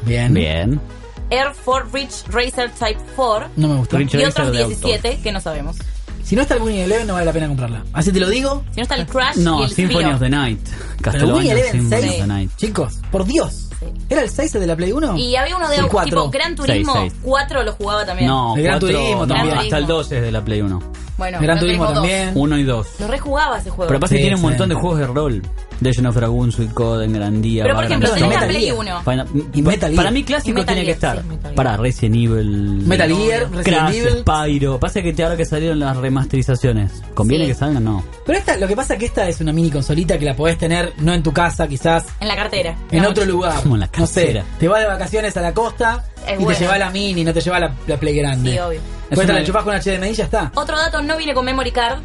S2: Bien.
S4: Bien.
S3: Air Force Rich Racer Type 4
S2: No me gustó.
S4: Rich-
S3: y
S4: Mm, Racer
S3: otros
S4: de auto.
S3: 17 que no sabemos.
S2: Si no está el Winnie Eleven, no vale la pena comprarla. Así te lo digo.
S3: Si no está el Crash y
S4: Ah, No,
S3: Ah, el
S4: Symphony
S3: Spiro.
S4: of the Night.
S2: Pero Winnie
S4: Castlevania
S2: Eleven
S4: Symphony of
S2: 6.
S4: the Night.
S2: Chicos, por Dios.
S3: Sí.
S2: ¿Era el 6 el de la Play 1?
S3: Y había uno de
S2: El
S3: autos,
S2: cuatro.
S3: tipo Gran Turismo
S4: Seis, seis.
S3: 4 lo jugaba también.
S4: No,
S2: El Gran
S4: cuatro,
S2: Turismo
S4: no,
S3: también.
S4: hasta el 2 es de la Play 1.
S3: Bueno,
S2: Gran Turismo también.
S4: 1 y 2.
S3: Lo rejugaba ese juego.
S4: Pero pasa que
S2: Sí,
S4: tiene un
S2: sí.
S4: montón de juegos de rol. Legend of Dragoon, Suicoden, Grandía.
S3: Pero por
S4: Vagrant
S3: ejemplo,
S2: no,
S4: Story.
S3: tenés la
S2: Metal
S3: Play
S2: Gear.
S3: 1.
S4: Final-
S2: Y Metal Gear.
S4: para mí clásico
S3: Y Metal
S4: tiene que
S3: Gear,
S4: estar.
S3: sí, Metal Gear.
S4: para Resident Evil.
S2: Metal Gear, Resident
S4: Crash,
S2: Evil.
S4: Spyro. Pasa que te- ahora que salieron las remasterizaciones, ¿conviene
S3: Sí.
S4: que salgan o no?
S2: Pero esta, lo que pasa es que esta es una mini consolita que la podés tener no en tu casa, quizás
S3: En la cartera.
S2: en
S3: La
S2: otro
S3: mochila.
S2: lugar.
S4: Como en la
S2: no sé,
S4: cartera.
S2: te vas de vacaciones a la costa
S3: Es
S2: y
S3: buena.
S2: te lleva la mini, no te lleva la, la Play grande.
S3: Sí, obvio.
S2: Pues
S4: Es
S2: esta
S4: una-
S2: la chupás con HDMI y ya está.
S3: Otro dato no viene con memory card,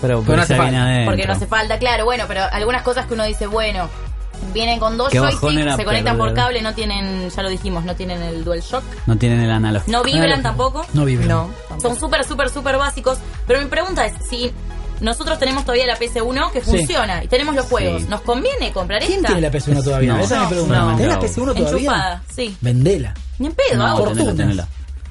S4: Pero,
S2: Pero no hace
S4: esa viene
S2: falta,
S4: adentro.
S3: porque no hace falta, claro, bueno, pero algunas cosas que uno dice, bueno, vienen con dos
S4: Qué bajón
S3: joysticks,
S4: era
S3: se conectan por
S4: perder.
S3: cable, no tienen, ya lo dijimos, no tienen el DualShock,
S4: No tienen el analógico.
S3: no vibran tampoco.
S2: No vive.
S6: No.
S3: Son súper, súper, súper básicos. Pero mi pregunta es, si nosotros tenemos todavía la PS1 que
S2: Sí.
S3: funciona y tenemos los juegos,
S4: Sí.
S3: ¿nos conviene comprar
S2: ¿Quién
S3: esta?
S2: tiene la PS1 todavía?
S4: No,
S2: Esa es mi
S4: no,
S2: pregunta.
S4: no.
S2: ¿Tenés la PS1 todavía?
S3: Enchupada, sí.
S2: Vendela.
S3: Ni en pedo,
S4: No,
S3: hago.
S4: tenela,
S2: Fortunas.
S4: tenela.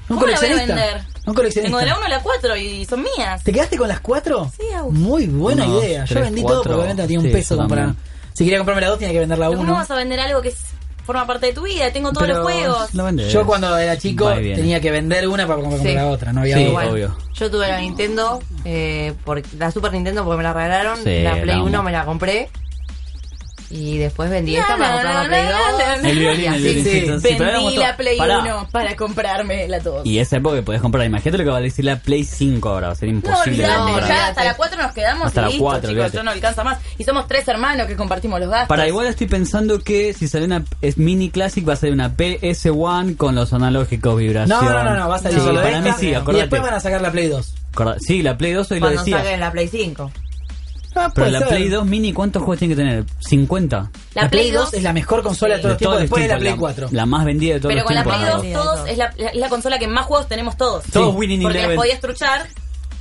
S2: Un
S3: ¿Cómo la voy a
S2: coleccionista.
S3: vender?
S2: Un coleccionista.
S3: Tengo de la 1 a la 4 y son mías.
S2: ¿Te quedaste con las cuatro?
S3: Sí, Agus.
S2: Muy buena
S4: Uno, dos,
S2: idea. Yo
S4: tres,
S2: vendí todo
S4: cuatro.
S2: porque obviamente no tenía un
S4: Sí,
S2: peso
S4: yo
S2: como para.
S4: también.
S2: Si quería comprarme la dos, tenía que vender la
S3: Pero ¿Cómo
S2: uno.
S3: vas a vender algo que es- forma parte de tu vida? Tengo todos
S2: Pero
S3: los juegos.
S4: Lo vendés.
S2: Yo cuando era chico
S4: Va y viene.
S2: tenía que vender una para comprar
S6: Sí.
S2: la otra, no había
S4: Sí,
S2: otra.
S4: obvio.
S6: Yo tuve la Nintendo, eh, por- la Super Nintendo porque me la regalaron,
S4: Sí,
S6: la Play
S4: la
S6: 1
S4: amo.
S6: me la compré y después vendí esta
S3: Na, na,
S6: para comprar la
S3: na,
S6: Play
S3: na,
S6: 2.
S3: na, na.
S4: El
S6: Y
S4: violín, el
S6: así,
S4: violín.
S2: sí.
S4: sí, sí, pero ahora
S3: Vendí
S4: vamos
S3: la
S4: to-
S3: Play
S4: pará.
S3: 1 para comprarme la 2.
S4: Y esa época que podés comprar. Imagínate lo que va a decir la Play 5 ahora. Va a ser
S3: No,
S4: imposible
S3: olvidate,
S4: comprar.
S3: ya hasta la 4 nos quedamos
S4: Hasta
S3: y
S4: la
S3: listo,
S4: cuatro,
S3: chicos,
S4: olvídate.
S3: yo no alcanza más. Y somos tres hermanos que compartimos los gastos.
S4: Para igual estoy pensando que si sale una es mini classic va a salir una PS1 con los analógicos vibración.
S2: No, no, no, no, va a salir
S4: Sí,
S2: solo
S4: para
S2: esta,
S4: mí sí,
S2: Y
S4: acordate. Ah,
S2: después van a sacar la Play 2.
S4: Acorda- Sí, la Play 2 hoy lo
S6: Cuando
S4: decía.
S6: saquen la Play 5.
S2: Ah,
S4: Pero
S2: puede
S4: la
S2: ser.
S4: Play 2 mini, ¿cuántos juegos tiene que tener? 50.
S2: La, Play 2 es la mejor consola de todos los tiempos
S4: todos los
S2: después de la
S4: tiempos,
S2: Play 4.
S4: La más vendida de todos
S3: Pero
S4: los
S3: con la
S4: tiempos.
S3: Play 2
S6: Sí,
S3: todos
S6: no.
S3: es la, es la consola que más juegos tenemos todos.
S4: Todos winning
S3: Porque las
S4: eleven.
S3: podías truchar.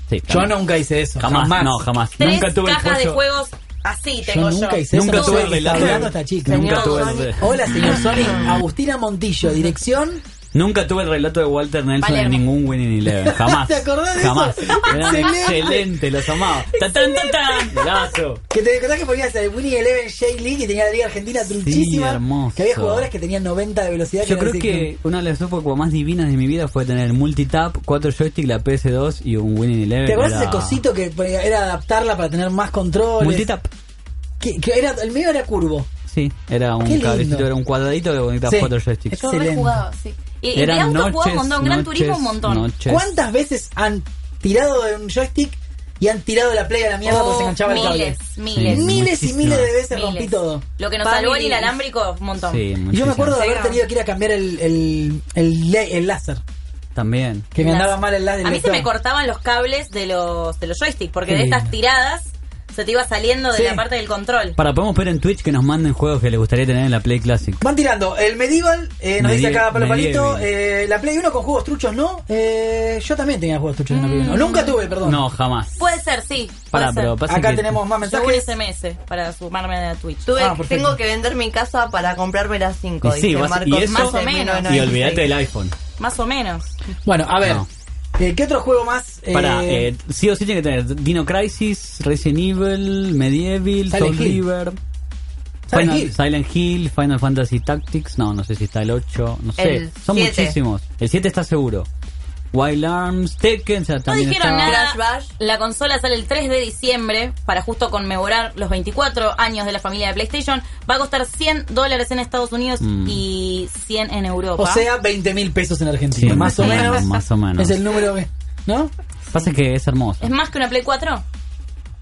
S4: Sí,
S2: Yo
S4: jamás.
S2: nunca hice eso.
S4: Jamás,
S2: Jamás.
S4: no, jamás.
S3: Tres
S4: nunca tuve el
S3: cajas de
S4: pollo-
S3: juegos así
S2: Yo
S3: tengo yo.
S2: nunca hice
S4: Nunca
S2: eso.
S4: tuve
S2: No sé,
S4: el
S2: está
S4: reloj.
S2: hablando esta chica.
S4: Nunca
S6: Señor
S4: tuve
S6: Sony.
S4: el,
S2: Hola, señor Sony. Agustina Montillo, dirección.
S4: nunca tuve el relato de Walter Nelson
S3: Palermo.
S4: en ningún Winning Eleven. Jamás.
S2: ¿Te acordás de
S4: jamás.
S2: eso?
S4: Eran
S2: Excelente.
S4: excelente, los amaba. ¡Tan, tan, tan, tan! Golazo.
S2: Que te acordás que ponías el Winnie Eleven J League y tenía la Liga Argentina truchísima.
S4: hermoso.
S2: Que había jugadores que tenían 90 de velocidad.
S4: Yo
S2: no
S4: creo
S2: sé
S4: que una de las épocas más divinas de mi vida fue tener multitap, cuatro joysticks, la PS2 y un Winning Eleven.
S2: ¿Te acuerdas
S4: Era-
S2: ese cosito que ponía- era adaptarla para tener más control?
S4: Multitap.
S2: Que, que era, el medio era curvo.
S4: Sí, era
S2: Qué
S4: un
S2: lindo.
S4: cablecito, era un cuadradito que conectaba
S2: Sí.
S4: cuatro joysticks.
S2: Yo Excelente. rejugaba,
S3: sí. Y, y de
S4: Eran
S3: auto jugaba
S4: noches,
S3: un montón, Gran
S4: noches,
S3: Turismo un montón.
S4: noches.
S2: ¿Cuántas veces han tirado de un joystick y han tirado la play a la mierda porque se enganchaba el cable.
S3: Oh, miles, miles.
S2: Miles y
S4: Sí. Muchísimas.
S2: miles de veces
S3: Miles.
S2: rompí todo.
S3: Lo que nos
S6: Familia.
S3: salvó el inalámbrico, un montón.
S4: Sí,
S2: Y yo me
S4: muchísimas.
S2: acuerdo de
S6: Sí,
S2: haber
S6: no.
S2: tenido que ir a cambiar el, el, el, le- el láser.
S4: También.
S2: Que me
S3: Las-
S2: andaba mal el láser.
S3: A mí se me cortaban los cables de los, de los joysticks, porque
S2: Qué
S3: de estas
S2: lindo.
S3: tiradas se te iba saliendo de
S2: Sí.
S3: la parte del control.
S4: Para, podemos ver en Twitch que nos manden juegos que les gustaría tener en la Play Classic.
S2: Van tirando. El Medieval, eh, nos
S4: Medie-
S2: dice acá Palo Palito.
S4: Medieval.
S2: eh, la Play 1 con juegos truchos, ¿no? Eh, yo también tenía juegos truchos en la
S3: Mm.
S2: Play 1. Nunca tuve, perdón.
S4: No, jamás.
S3: Puede ser, sí. Puede
S4: Para,
S3: ser.
S4: pero pasa
S2: Acá
S4: que-
S2: tenemos más
S3: Yo voy
S2: mensajes.
S3: SMS para sumarme a Twitch.
S6: Tuve,
S2: Ah, perfecto.
S6: tengo que vender mi casa para comprarme las 5.
S4: Y sí, vas- y eso-
S3: Más o menos.
S4: Y olvídate del iPhone.
S3: Más o menos.
S2: Bueno, a ver.
S4: No.
S2: eh, ¿Qué otro juego más? Eh,
S4: Para, eh, sí o sí tiene que tener Dino Crisis, Resident Evil, Medieval,
S2: Silent
S4: Soul
S2: Hill.
S4: River,
S2: Silent
S4: Final-
S2: Hill.
S4: Silent Hill, Final Fantasy Tactics. No, no sé si está el 8, no sé.
S6: El
S4: Son
S6: siete.
S4: muchísimos. El 7 está seguro. Wild Arms, Tekken, o sea,
S3: No
S4: también
S3: dijeron
S4: está-
S3: nada.
S6: Crash Bash.
S3: La consola sale el 3 de diciembre para justo conmemorar los 24 años de la familia de PlayStation. Va a costar 100 dólares en Estados Unidos y 100 en Europa.
S2: o sea, 20 mil pesos en Argentina.
S4: Sí,
S2: más o menos.
S4: Más o menos.
S2: Es el número que. ¿No?
S4: Pasa que es hermoso.
S3: ¿es más que una Play 4?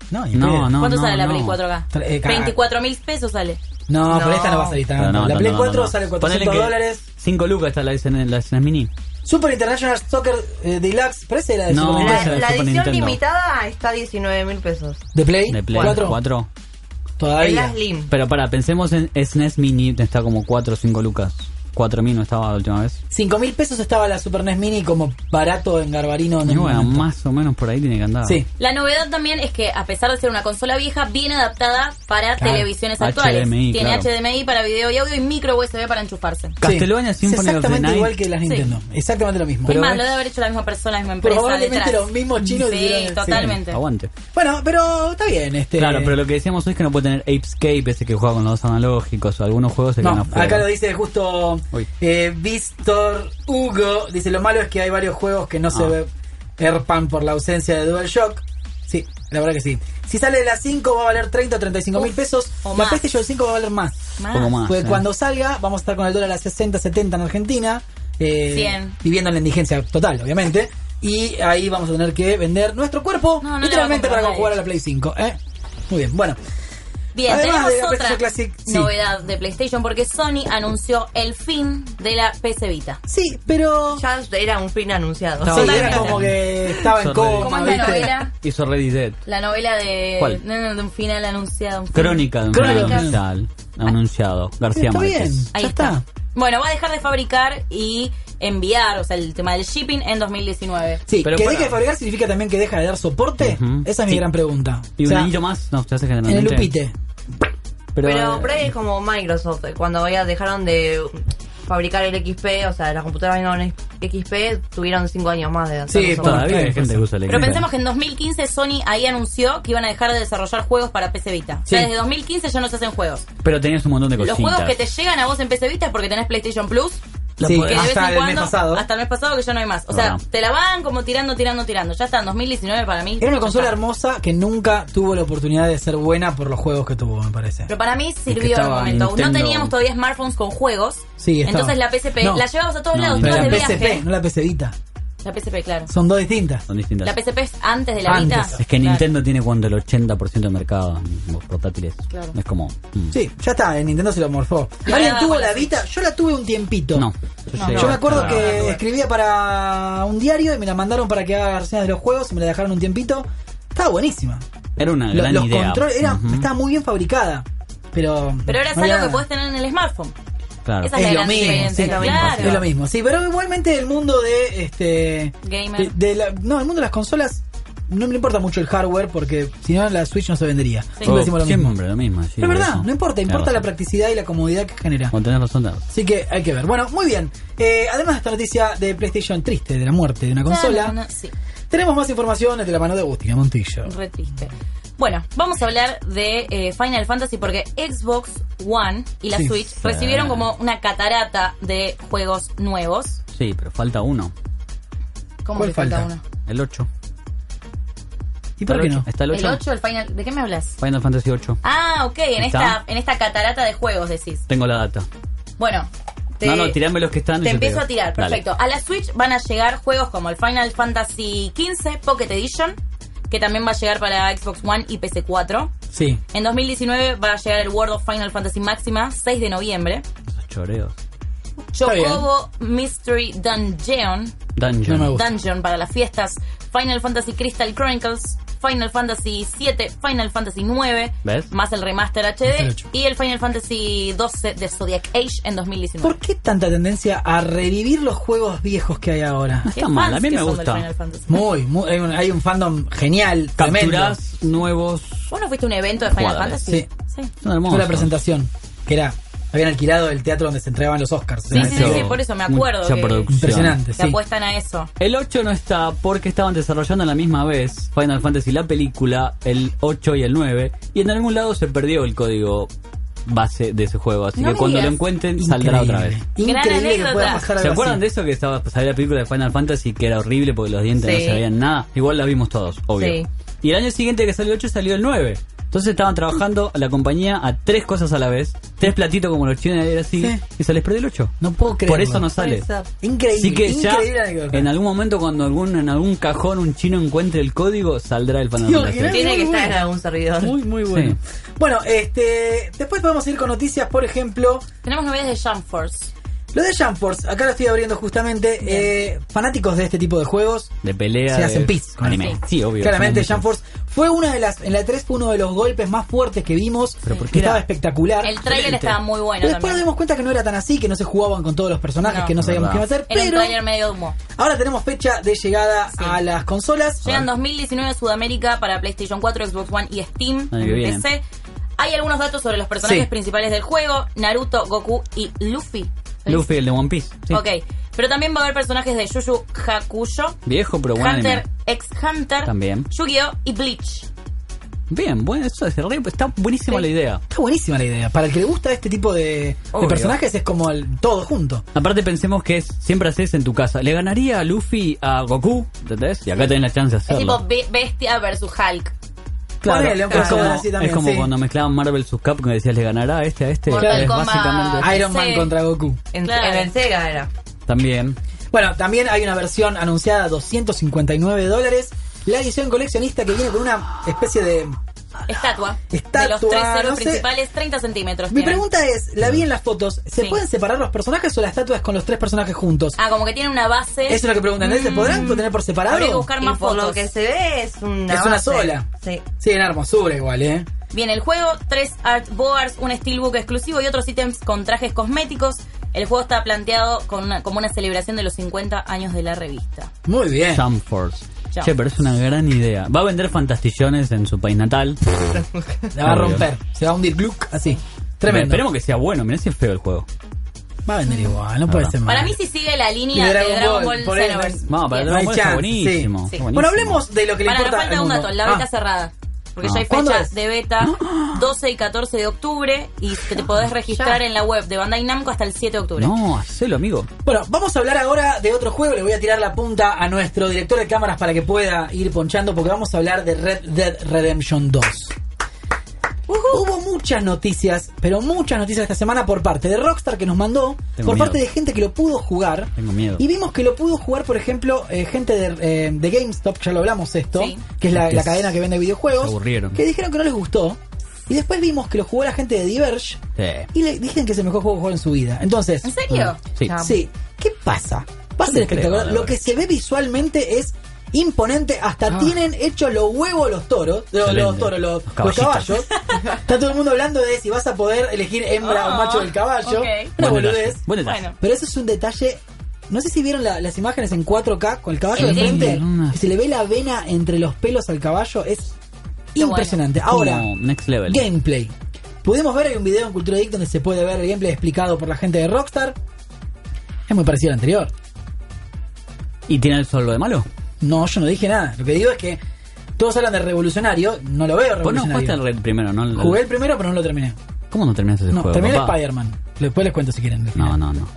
S2: No, ni
S4: No,
S2: pedo.
S4: no,
S3: ¿Cuánto
S4: no,
S3: sale la
S4: no.
S3: Play 4 acá?
S2: Tre- eh, ca-
S3: 24 mil pesos sale.
S2: No, pero
S6: No.
S2: esta no va a salir
S4: Pero
S2: tanto.
S4: no,
S2: la
S4: no,
S2: Play
S4: no,
S2: 4
S4: no, no.
S2: sale
S4: Ponele
S2: 400
S4: que
S2: dólares.
S4: 5 lucas está la SNES, la SNES Mini.
S2: Super International Soccer eh, Deluxe. Parece la de
S4: No,
S2: Super
S6: La,
S4: Esa
S2: Nintendo.
S4: es
S6: la
S4: Super
S6: edición
S4: Nintendo.
S6: limitada está a 19 mil pesos.
S2: ¿De Play?
S4: De Play
S2: ¿Cuatro?
S4: 4.
S6: Es la
S2: Todavía.
S6: Slim.
S4: Pero para, pensemos en SNES Mini, está como 4 o 5 lucas. 4.000 no estaba la última vez.
S2: 5 mil pesos estaba la Super NES Mini como barato en Garbarino. En
S4: Y
S2: el
S4: bueno,
S2: momento.
S4: más o menos por ahí tiene que andar.
S2: Sí.
S3: La novedad también es que, a pesar de ser una consola vieja, viene adaptada para
S2: Claro.
S3: televisiones actuales.
S4: HDMI,
S3: Tiene
S4: claro.
S3: HDMI para video y audio y micro USB para enchufarse.
S4: Castlevania
S2: Sí. Es
S4: Symphony
S2: exactamente
S4: of the
S2: igual
S4: Night.
S2: que las Nintendo. Exactamente lo mismo.
S4: Pero
S3: es más,
S4: es-
S3: lo debe haber hecho la misma persona, la misma empresa.
S2: Probablemente
S3: detrás.
S2: los mismos chinos hicieron-
S3: Sí,
S2: sí.
S3: totalmente.
S4: Aguante.
S2: Bueno, pero está bien. Este,
S4: Claro, pero lo que decíamos hoy es que no puede tener Apescape, ese que juega con los dos analógicos, o algunos juegos se quedan
S2: No,
S4: afuera.
S2: acá lo dice justo
S4: Uy.
S2: eh, Víctor Hugo. Dice, lo malo es que hay varios juegos que no se
S4: Ah.
S2: ve erpan por la ausencia de DualShock. Sí, la verdad que sí. Si sale la 5 va a valer 30 o 35 mil
S3: Uf,
S2: pesos.
S3: o
S2: La
S3: más.
S2: PlayStation 5 va a valer más.
S3: Más.
S4: Como más.
S2: Porque
S4: eh.
S2: cuando salga vamos a estar con el dólar a 60, 70 en Argentina. eh,
S3: 100.
S2: Viviendo en la indigencia total, obviamente. Y ahí vamos a tener que vender nuestro cuerpo
S3: No, no le va a
S2: literalmente para
S3: comprar nadie.
S2: jugar a la Play 5. ¿eh? Muy bien, bueno.
S3: Bien,
S2: Además de la
S3: tenemos otra
S2: PlayStation Classic, sí.
S3: novedad de PlayStation porque Sony anunció el fin de la PC Vita.
S2: Sí, pero...
S6: Ya era un fin anunciado.
S2: Sí,
S3: Totalmente.
S2: era como que estaba en
S4: Sorry.
S2: coma.
S3: ¿Cómo es la
S2: Ah, ¿viste?
S3: novela?
S4: Hizo Ready Dead.
S3: La novela de,
S4: ¿Cuál?
S3: no, no, de un final anunciado. un fin.
S4: Crónica de un
S2: Crónica. Ah.
S4: final anunciado. García
S2: Está
S4: Márquez.
S2: bien.
S3: Ahí
S2: Ya
S3: está.
S2: está.
S3: Bueno, va a dejar de fabricar y enviar, o sea, el tema del shipping en 2019.
S2: Sí,
S4: Pero
S2: que
S4: para-
S2: deje de fabricar significa también que deja de dar soporte.
S4: Ujú.
S2: Esa es mi
S4: Sí.
S2: gran pregunta.
S4: Y
S2: O
S4: un
S2: sea,
S4: anillo más, no, se hace
S2: En el
S4: generalmente.
S2: Lupite.
S4: Pero, eh,
S6: Pero por ahí es como Microsoft, eh, cuando ya dejaron de fabricar el XP, o sea, las computadoras no XP, tuvieron 5 años más de hacer
S2: Sí,
S6: eso.
S4: todavía
S2: Claro,
S4: hay gente que usa el
S3: Pero
S4: equipo.
S3: pensemos que en 2015 Sony ahí anunció que iban a dejar de desarrollar juegos para PC Vita. O sea,
S2: Sí.
S3: desde 2015 ya no se hacen juegos.
S4: Pero tenías un montón de
S3: Los
S4: cositas.
S3: juegos que te llegan a vos en PC Vita es porque tenés PlayStation Plus.
S4: La
S2: Sí,
S4: podés-
S3: Que de vez
S2: hasta
S3: en
S2: el
S3: cuando,
S2: mes pasado.
S3: Hasta el mes pasado que ya no hay más. O sea,
S4: Verdad.
S3: te la van como tirando, tirando, tirando. Ya está, en 2019 para mí.
S2: Era una
S3: ya
S2: consola
S3: está.
S2: hermosa que nunca tuvo la oportunidad de ser buena por los juegos que tuvo, me parece.
S3: Pero para mí
S4: que
S3: sirvió en un
S4: estaba
S3: momento. No
S4: Nintendo-
S3: teníamos todavía smartphones con juegos.
S2: Sí, estaba.
S3: entonces la PSP
S2: No.
S3: la llevamos a todos
S4: No,
S3: lados,
S4: no,
S2: Pero
S3: todos
S4: no.
S3: de
S2: la
S3: viaje.
S2: PSP, no la PCita.
S3: La PSP, claro.
S2: Son dos distintas.
S4: Son distintas.
S3: La PSP es antes de la
S2: Antes.
S3: Vita.
S4: Es que
S3: Claro.
S4: Nintendo tiene cuando el 80% del mercado en los portátiles.
S3: Claro.
S4: Es como. mm.
S2: Sí, ya está, en Nintendo se lo morfó.
S3: Y
S2: ¿Alguien
S3: ahora
S2: tuvo
S3: con
S2: la
S3: la
S2: Vita? Yo la tuve un tiempito.
S4: No.
S3: no.
S4: llegué
S2: Yo me
S4: a-
S2: acuerdo
S4: a-
S2: que escribía para un diario y me la mandaron para que haga reseñas de los juegos y me la dejaron un tiempito. Estaba buenísima.
S4: Era una
S2: Lo-
S4: gran
S2: los
S4: idea.
S2: controles era,
S4: Ujú.
S2: estaba muy bien fabricada. Pero.
S3: Pero ahora es
S2: no había
S3: algo
S2: nada.
S3: que podés tener en el smartphone.
S4: Claro.
S3: Esa es la
S2: Es lo
S3: gran
S2: mismo, sí,
S3: diferencia.
S2: es lo mismo,
S3: claro.
S2: es lo mismo. Sí, pero igualmente el mundo de este.
S3: Gamer.
S2: de- de la- no, el mundo de las consolas. No me importa mucho el hardware porque si no la Switch no se vendería. Siempre
S4: Oh,
S2: decimos lo mismo.
S4: siempre lo mismo. sí,
S2: Pero es verdad,
S4: eso.
S2: no importa, importa
S4: Tenés
S2: la
S4: razón.
S2: practicidad y la comodidad que genera.
S4: Cuando tenés razón, tenés razón.
S2: Así que hay que ver. Bueno, muy bien. Eh, además de esta noticia de PlayStation triste, de la muerte de una consola,
S3: No, no, sí,
S2: tenemos más informaciones de la mano de Agustina Montillo.
S3: re triste. Bueno, vamos a hablar de eh, Final Fantasy porque Xbox One y la
S2: Sí.
S3: Switch recibieron como una catarata de juegos nuevos.
S4: Sí, pero falta uno.
S3: ¿Cómo
S2: ¿Cuál
S3: que falta,
S2: falta?
S3: uno?
S4: El 8.
S2: ¿Y por qué no?
S4: Está el
S3: El
S4: 8.
S3: 8, el Final. ¿De qué me hablas?
S4: Final Fantasy 8.
S3: Ah, ok,
S4: ¿Está?
S3: en esta, en esta catarata de juegos decís.
S4: Tengo la data.
S3: Bueno, te,
S4: no, no, tirame los que están. y
S3: te
S4: yo
S3: empiezo
S4: digo.
S3: a tirar,
S4: Dale.
S3: perfecto. A la Switch van a llegar juegos como el Final Fantasy XV Pocket Edition, que también va a llegar para Xbox One y PC4.
S4: Sí.
S3: En 2019 va a llegar el World of Final Fantasy Máxima, 6 de noviembre.
S4: Esos choreos.
S3: Chocobo Mystery Dungeon,
S4: Dungeon.
S2: No me gusta.
S3: Dungeon para las fiestas. Final Fantasy Crystal Chronicles. Final Fantasy 7, Final Fantasy 9,
S4: ¿Ves?
S3: más el remaster HD
S2: 18.
S3: y el Final Fantasy 12 de Zodiac Age en 2019.
S2: ¿Por qué tanta tendencia a revivir los juegos viejos que hay ahora?
S3: Qué
S4: Está mal,
S3: fans
S4: a mí
S3: que
S4: me
S3: son del
S4: gusta.
S3: Final Fantasy.
S2: Muy, muy hay, un, hay un fandom genial, tremendo.
S4: Capturás nuevos.
S3: ¿Vos no fuiste a un evento de Final
S4: Jugadores.
S3: Fantasy? Sí.
S4: Son hermosos.
S2: Fue la presentación, que era, habían alquilado el teatro donde se entregaban los Oscars.
S3: Sí, sí, sí,
S4: Mucho-
S3: sí, por eso me acuerdo
S4: mucha
S3: que-
S4: producción.
S2: Impresionante,
S3: Se
S2: sí.
S3: apuestan a eso.
S4: El 8 no está porque estaban desarrollando a la misma vez Final Fantasy la película, el 8 y el 9, y en algún lado se perdió el código base de ese juego, así
S3: No
S4: que
S3: me
S4: cuando
S3: digas.
S4: lo encuentren saldrá otra vez.
S3: Gran
S2: Increíble que
S3: anécdota.
S2: pueda pasar algo
S4: ¿Se acuerdan
S2: así.
S4: de eso que estaba salía la película de Final Fantasy que era horrible porque los dientes
S6: Sí.
S4: no se veían nada? Igual la vimos todos, obvio.
S6: Sí.
S4: Y el año siguiente que salió el 8 salió el 9. Entonces estaban trabajando la compañía a tres cosas a la vez, tres platitos como los chinos era así,
S2: Sí.
S4: y se les perdió el 8.
S2: No puedo creerlo.
S4: Por eso no sale.
S2: Increíble,
S4: Así que ya
S2: increíble anécdota.
S4: en algún momento cuando algún en algún cajón un chino encuentre el código saldrá el Final
S2: Tío,
S4: Fantasy.
S2: ¿qué?
S6: Tiene
S2: muy
S6: que estar en
S2: bueno.
S6: algún servidor.
S2: Muy, muy bueno. Bueno, este, después podemos ir con noticias, por ejemplo,
S3: Tenemos novedades de Jump Force.
S2: lo de Jump Force. Acá lo estoy abriendo justamente. eh, fanáticos de este tipo de juegos,
S4: De pelea.
S2: Se
S4: de
S2: hacen pis con
S4: anime.
S2: eso.
S4: Sí, obvio.
S2: Claramente,
S4: son
S2: Jump Force fue una de las, en la 3 fue uno de los golpes más fuertes que vimos.
S4: Pero ¿por qué
S2: que
S4: era?
S2: estaba espectacular.
S3: El tráiler estaba muy bueno
S2: Pero después
S3: también.
S2: nos dimos cuenta que no era tan así, que no se jugaban con todos los personajes,
S3: No,
S2: que no sabíamos qué iba a
S4: verdad.
S2: hacer.
S3: Era un
S2: Pero
S3: trailer medio humo.
S2: ahora tenemos fecha de llegada a las consolas.
S3: Llegan 2019 a Sudamérica para PlayStation 4, Xbox One y Steam.
S4: Ahí vienen.
S3: PC. Hay algunos datos sobre los personajes
S2: Sí.
S3: principales del juego: Naruto, Goku y Luffy.
S4: Luffy el de One Piece. sí.
S3: Ok. Pero también va a haber personajes de Yuyu Hakuyo,
S4: Viejo pero bueno.
S3: Hunter x Hunter,
S4: También.
S3: Yu-Gi-Oh! y Bleach.
S4: Bien, bueno, eso es re- está buenísima
S3: Sí.
S4: la idea.
S2: Está buenísima la idea. Para el que le gusta este tipo de, de
S4: Obvio.
S2: personajes es como el todo junto.
S4: Aparte pensemos que es, siempre haces en tu casa. ¿Le ganaría a Luffy a Goku? ¿Entendés? Y acá tenés la chance de
S3: Es tipo
S4: hacerlo.
S3: be- Bestia versus Hulk.
S2: Ponele, un
S4: es como,
S2: personaje así también,
S4: es como
S2: sí.
S4: cuando mezclaban Marvel sus Capcom que decías, ¿le ganará a este a este?
S3: Mortal
S4: Es
S3: Kombat.
S4: básicamente...
S3: Ah,
S2: Iron
S3: sí.
S2: Man contra Goku.
S6: En,
S3: Claro.
S6: en el Sega era.
S4: También.
S2: Bueno, también hay una versión anunciada a 259 dólares. La edición coleccionista que viene con una especie de
S3: Estatua.
S2: Estatua,
S3: de los tres ceros
S2: no sé.
S3: principales, 30 centímetros.
S2: Mi
S3: tiene.
S2: pregunta es, la vi en las fotos, ¿se
S3: Sí.
S2: pueden separar los personajes o la estatua es con los tres personajes juntos?
S3: Ah, como que tiene una base. Mm.
S2: Eso es lo que preguntan, ¿eh? ¿se podrán tener por
S3: Habría que
S2: separado?
S3: buscar
S6: Y
S3: más
S6: por
S3: fotos.
S6: lo que se ve es una
S2: Es una
S6: base.
S2: sola.
S6: Sí.
S2: Sí, en hermosura igual, ¿eh?
S3: Viene el juego, tres art boards, un steelbook exclusivo y otros ítems con trajes cosméticos. El juego está planteado con una- como una celebración de los 50 años de la revista.
S2: Muy bien.
S4: Jump Force.
S3: Jump
S4: Che, pero es una gran idea. Va a vender fantastillones en su país natal.
S2: La va a
S4: Muy
S2: romper, se va a hundir gluck, así.
S4: Pero
S2: Tremendo.
S4: Esperemos que sea bueno. Mirá si es feo el juego.
S2: Va a vender igual, no puede
S4: Ahora.
S2: ser mal.
S3: Para mí sí sigue la
S2: Y
S3: línea
S2: de
S3: de
S2: Dragon
S3: Dragon,
S2: Ball,
S3: Ball
S2: por eso.
S3: Xenoverse.
S4: Vamos, para
S2: No
S4: Dragon
S2: hay
S4: Ball está
S2: chance, sí.
S4: buenísimo.
S3: Sí.
S4: está buenísimo.
S2: Bueno, hablemos de lo que le
S3: Para, nos
S2: importa
S3: falta
S2: al
S3: un
S2: mundo.
S3: dato, la beta
S2: Ah,
S3: cerrada. Porque
S4: Ah.
S3: ya hay
S2: ¿Cuándo
S3: fechas
S2: es?
S3: de beta 12 y 14 de octubre y te te podés registrar
S6: Ya.
S3: en la web de Bandai Namco hasta el 7 de octubre.
S4: No, hacelo, amigo.
S2: Bueno, vamos a hablar ahora de otro juego. Le voy a tirar la punta a nuestro director de cámaras para que pueda ir ponchando, porque vamos a hablar de Red Dead Redemption 2. Hubo muchas noticias, pero muchas noticias esta semana por parte de Rockstar que nos mandó,
S4: Tengo
S2: por
S4: miedo.
S2: parte de gente que lo pudo jugar.
S4: Tengo miedo.
S2: Y vimos que lo pudo jugar, por ejemplo, eh, gente de, eh, de GameStop, ya lo hablamos esto,
S3: Sí.
S2: que es la,
S4: Que
S2: la
S4: es-
S2: cadena que vende videojuegos,
S4: se aburrieron.
S2: que dijeron que no les gustó. Y después vimos que lo jugó la gente de Diverge
S4: Sí.
S2: y le dijeron que es el mejor juego que jugó en su vida. Entonces,
S3: ¿En serio?
S4: Sí.
S6: Ya.
S2: Sí. ¿Qué pasa? Va a ser
S4: no creo,
S2: espectacular.
S4: la
S2: Lo
S4: verdad.
S2: que se ve visualmente es imponente. Hasta
S3: Ah.
S2: tienen hechos los huevos los toros. Los,
S4: Excelente.
S2: los toros, los,
S4: Los
S2: los caballos.
S4: caballitos.
S2: Está todo el mundo hablando de si vas a poder elegir hembra o
S3: Ah,
S2: macho del caballo.
S3: ok.
S2: Una
S4: Buen
S2: boludez.
S4: detalle, buen detalle.
S3: Bueno.
S2: Pero eso es un detalle. No sé si vieron la- las imágenes en 4K con el caballo
S3: Sí,
S2: de frente.
S4: sí. Mm.
S2: que Se le ve la vena entre los pelos al caballo. Es
S3: Qué bueno.
S2: impresionante.
S4: Como
S2: Ahora,
S4: next level.
S2: Gameplay. Pudimos ver, hay un video en Cultura Geek donde se puede ver el gameplay explicado por la gente de Rockstar. Es muy parecido al anterior.
S4: ¿Y tiene el solo de malo?
S2: No, yo no dije nada. Lo que digo es que todos hablan de revolucionario, no lo veo
S4: Vos Pues no jugaste
S2: revolucionario.
S4: al Red primero, ¿no? Al-
S2: Jugué el primero, pero no lo terminé.
S4: ¿Cómo no terminaste ese
S2: No,
S4: juego?
S2: terminé el
S4: papá?
S2: Spider-Man. Después les cuento si quieren. al
S4: No,
S2: final.
S4: no, no.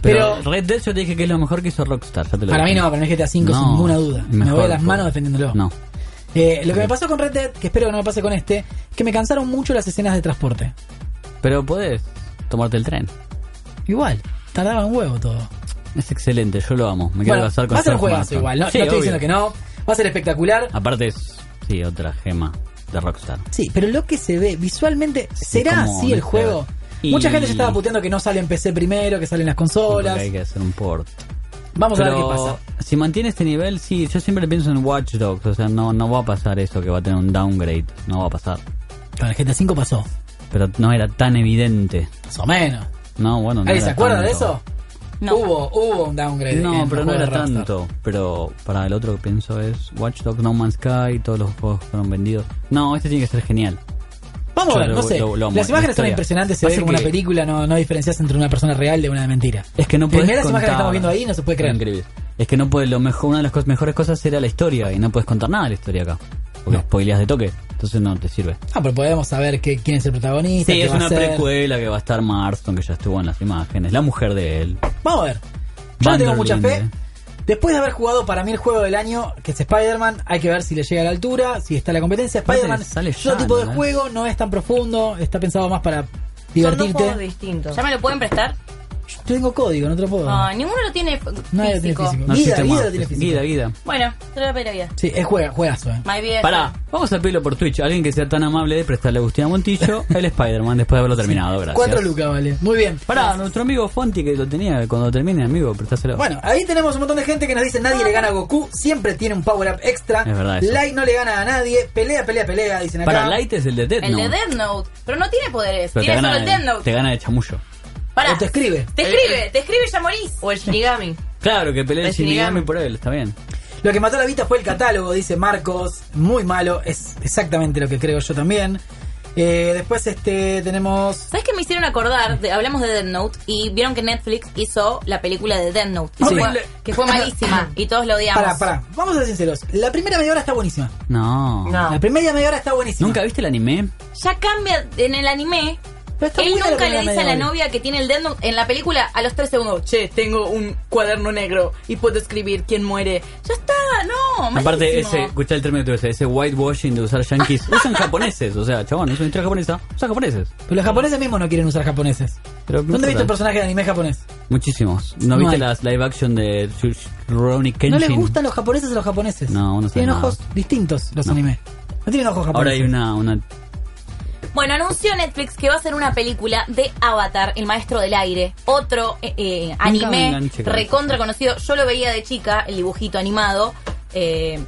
S2: Pero,
S4: Pero, Red Dead yo te dije que es lo mejor que hizo Rockstar. ya te lo
S2: para mí
S4: dije.
S2: no, para mí GTA V sin
S4: No,
S2: ninguna duda. Me
S4: mejor
S2: voy a las
S4: juego.
S2: manos defendiéndolo.
S4: No.
S2: Eh, lo que me pasó con Red Dead, que espero que no me pase con este, es que me cansaron mucho las escenas de transporte.
S4: Pero podés tomarte el tren.
S2: Igual, tardaba un huevo todo.
S4: Es excelente, yo lo amo. Me quiero
S2: Bueno,
S4: casar con
S2: va a ser un
S4: Sergio
S2: juegazo
S4: Martin.
S2: igual, no,
S4: Sí,
S2: no estoy
S4: obvio.
S2: diciendo que no. Va a ser espectacular.
S4: Aparte es, sí, otra gema de Rockstar.
S2: Sí, pero lo que se ve visualmente, ¿será
S4: como
S2: así el
S4: mezclado.
S2: juego?
S4: Y-
S2: Mucha gente se estaba puteando que no sale en PC primero, que salen las
S4: Porque
S2: consolas.
S4: Hay que hacer un port.
S2: Vamos a ver qué
S4: Pero
S2: pasa.
S4: Si mantiene este nivel, sí, yo siempre pienso en Watch Dogs, o sea, no, no va a pasar eso que va a tener un downgrade, no va a pasar.
S2: Con el GTA 5 pasó,
S4: Pero no era tan evidente.
S2: más o menos.
S4: No, bueno, no
S2: ¿Alguien
S4: era
S2: se acuerda
S4: tanto.
S2: de eso?
S3: No.
S2: Hubo, hubo un downgrade.
S4: No,
S2: en
S4: pero
S2: los
S4: no era
S2: juegos de Rockstar.
S4: tanto. Pero para el otro que pienso es Watch Dogs, No Man's Sky, todos los juegos que fueron vendidos. No, este tiene que ser genial.
S2: Vamos a
S4: Yo
S2: ver,
S4: lo-
S2: no sé.
S4: lo- lo amo,
S2: las
S4: la
S2: imágenes son
S4: historia.
S2: impresionantes, se
S4: Pasa
S2: ve como una
S4: que-
S2: película, no, no diferencias entre una persona real de una de mentira.
S4: Es que no
S2: Las
S4: puedes
S2: primeras
S4: contar.
S2: imágenes que estamos viendo ahí no se puede creer.
S4: Increíble. Es que no puede, lo mejor, una de las cos- mejores cosas era la historia y no puedes contar nada de la historia acá. Porque spoileas de toque, entonces no te sirve.
S2: Ah, pero podemos saber qué- quién es el protagonista.
S4: Sí,
S2: qué
S4: es
S2: va a
S4: una
S2: ser.
S4: precuela que va a estar Marston, que ya estuvo en las imágenes. La mujer de él.
S2: Vamos a ver. Yo no tengo mucha fe.
S4: Vanderlinde.
S2: Después de haber jugado para mí el juego del año, que es Spider-Man, hay que ver si le llega a la altura, si está la competencia.
S4: Aparte,
S2: Spider-Man
S4: sale
S2: es
S4: ya,
S2: otro tipo de
S4: ¿no?
S2: juego, no es tan profundo, está pensado más para
S6: Son dos juegos
S2: divertirte.
S6: distintos.
S3: ¿Ya me lo pueden prestar?
S2: Yo tengo código, no te lo puedo.
S3: Ah,
S2: dar.
S3: ninguno lo tiene f-
S2: Nadie lo tiene
S3: físico.
S2: físico.
S4: No
S2: Guida,
S4: existe
S2: Guida
S4: más.
S2: lo tiene físico.
S4: Guida, Guida.
S3: Bueno, te lo voy a pedir a vida.
S2: Sí, es juega, juegazo, eh.
S3: My vieja.
S4: Pará, vamos a pedirlo por Twitch. Alguien que sea tan amable de prestarle a Agustina Montillo el Spider-Man después de haberlo terminado. Gracias.
S2: Cuatro lucas, vale. Muy bien.
S4: Pará, nuestro amigo Fonti que lo tenía cuando termine, amigo, prestáselo.
S2: Bueno, ahí tenemos un montón de gente que nos dice nadie le gana a Goku, siempre tiene un power up extra.
S4: Es verdad eso.
S2: Light no le gana a nadie, pelea, pelea, pelea, dicen acá.
S4: Para Light es el de Death
S3: El de
S4: Note,
S3: Death Note. Pero no tiene poderes.
S4: pero te
S3: tiene solo
S4: gana,
S3: el Death Note.
S4: te gana de chamullo.
S3: Pará.
S2: O te escribe.
S3: Te escribe, te escribe y ya morís.
S6: O el Shinigami.
S4: Claro, que pelea el
S6: Es Shinigami.
S4: Shinigami por él, está bien.
S2: Lo que mató a la vista fue el catálogo, dice Marcos. Muy malo, es exactamente lo que creo yo también. Eh, después este tenemos...
S3: ¿Sabes qué me hicieron acordar? De- hablamos de Death Note y vieron que Netflix hizo la película de Death Note. Que,
S2: Sí.
S3: fue, que fue malísima y todos lo odiamos.
S2: Ah. Pará, pará, vamos a ser sinceros. La primera media hora está buenísima.
S4: No.
S3: Ah.
S6: No.
S2: La primera media hora está buenísima.
S4: ¿Nunca viste el anime?
S3: Ya cambia en el anime.
S2: Pero está
S3: Él
S2: buena la
S3: nunca le
S2: primera
S3: dice a la
S2: media hora.
S3: novia que tiene el Death Note en la película a los tres segundos.
S4: Eh,
S3: Che, tengo un cuaderno negro y puedo escribir quién muere. Ya está, no.
S4: Aparte,
S3: malísimo.
S4: ese, escuchá el término que tú ese, ese whitewashing de usar yankees. Usan japoneses, o sea, chabón, es una historia japonesa, usan japoneses.
S2: Pero los japoneses mismos no quieren usar japoneses.
S4: Pero-
S2: ¿Dónde viste
S4: total.
S2: el personaje de anime japonés?
S4: Muchísimos. ¿No, viste
S2: hay.
S4: las live action de Ronnie Kenshin?
S2: No les gustan los japoneses a los japoneses.
S4: No, no sé
S2: Tienen
S4: nada.
S2: ojos distintos los anime. No tienen ojos japoneses.
S4: Ahora hay una, una
S3: Bueno, anunció Netflix que va a hacer una película de Avatar, el maestro del aire. Otro eh, eh,
S4: me
S3: anime
S4: enganché con
S3: recontra conocido. Yo lo veía de chica, el dibujito animado. Eh,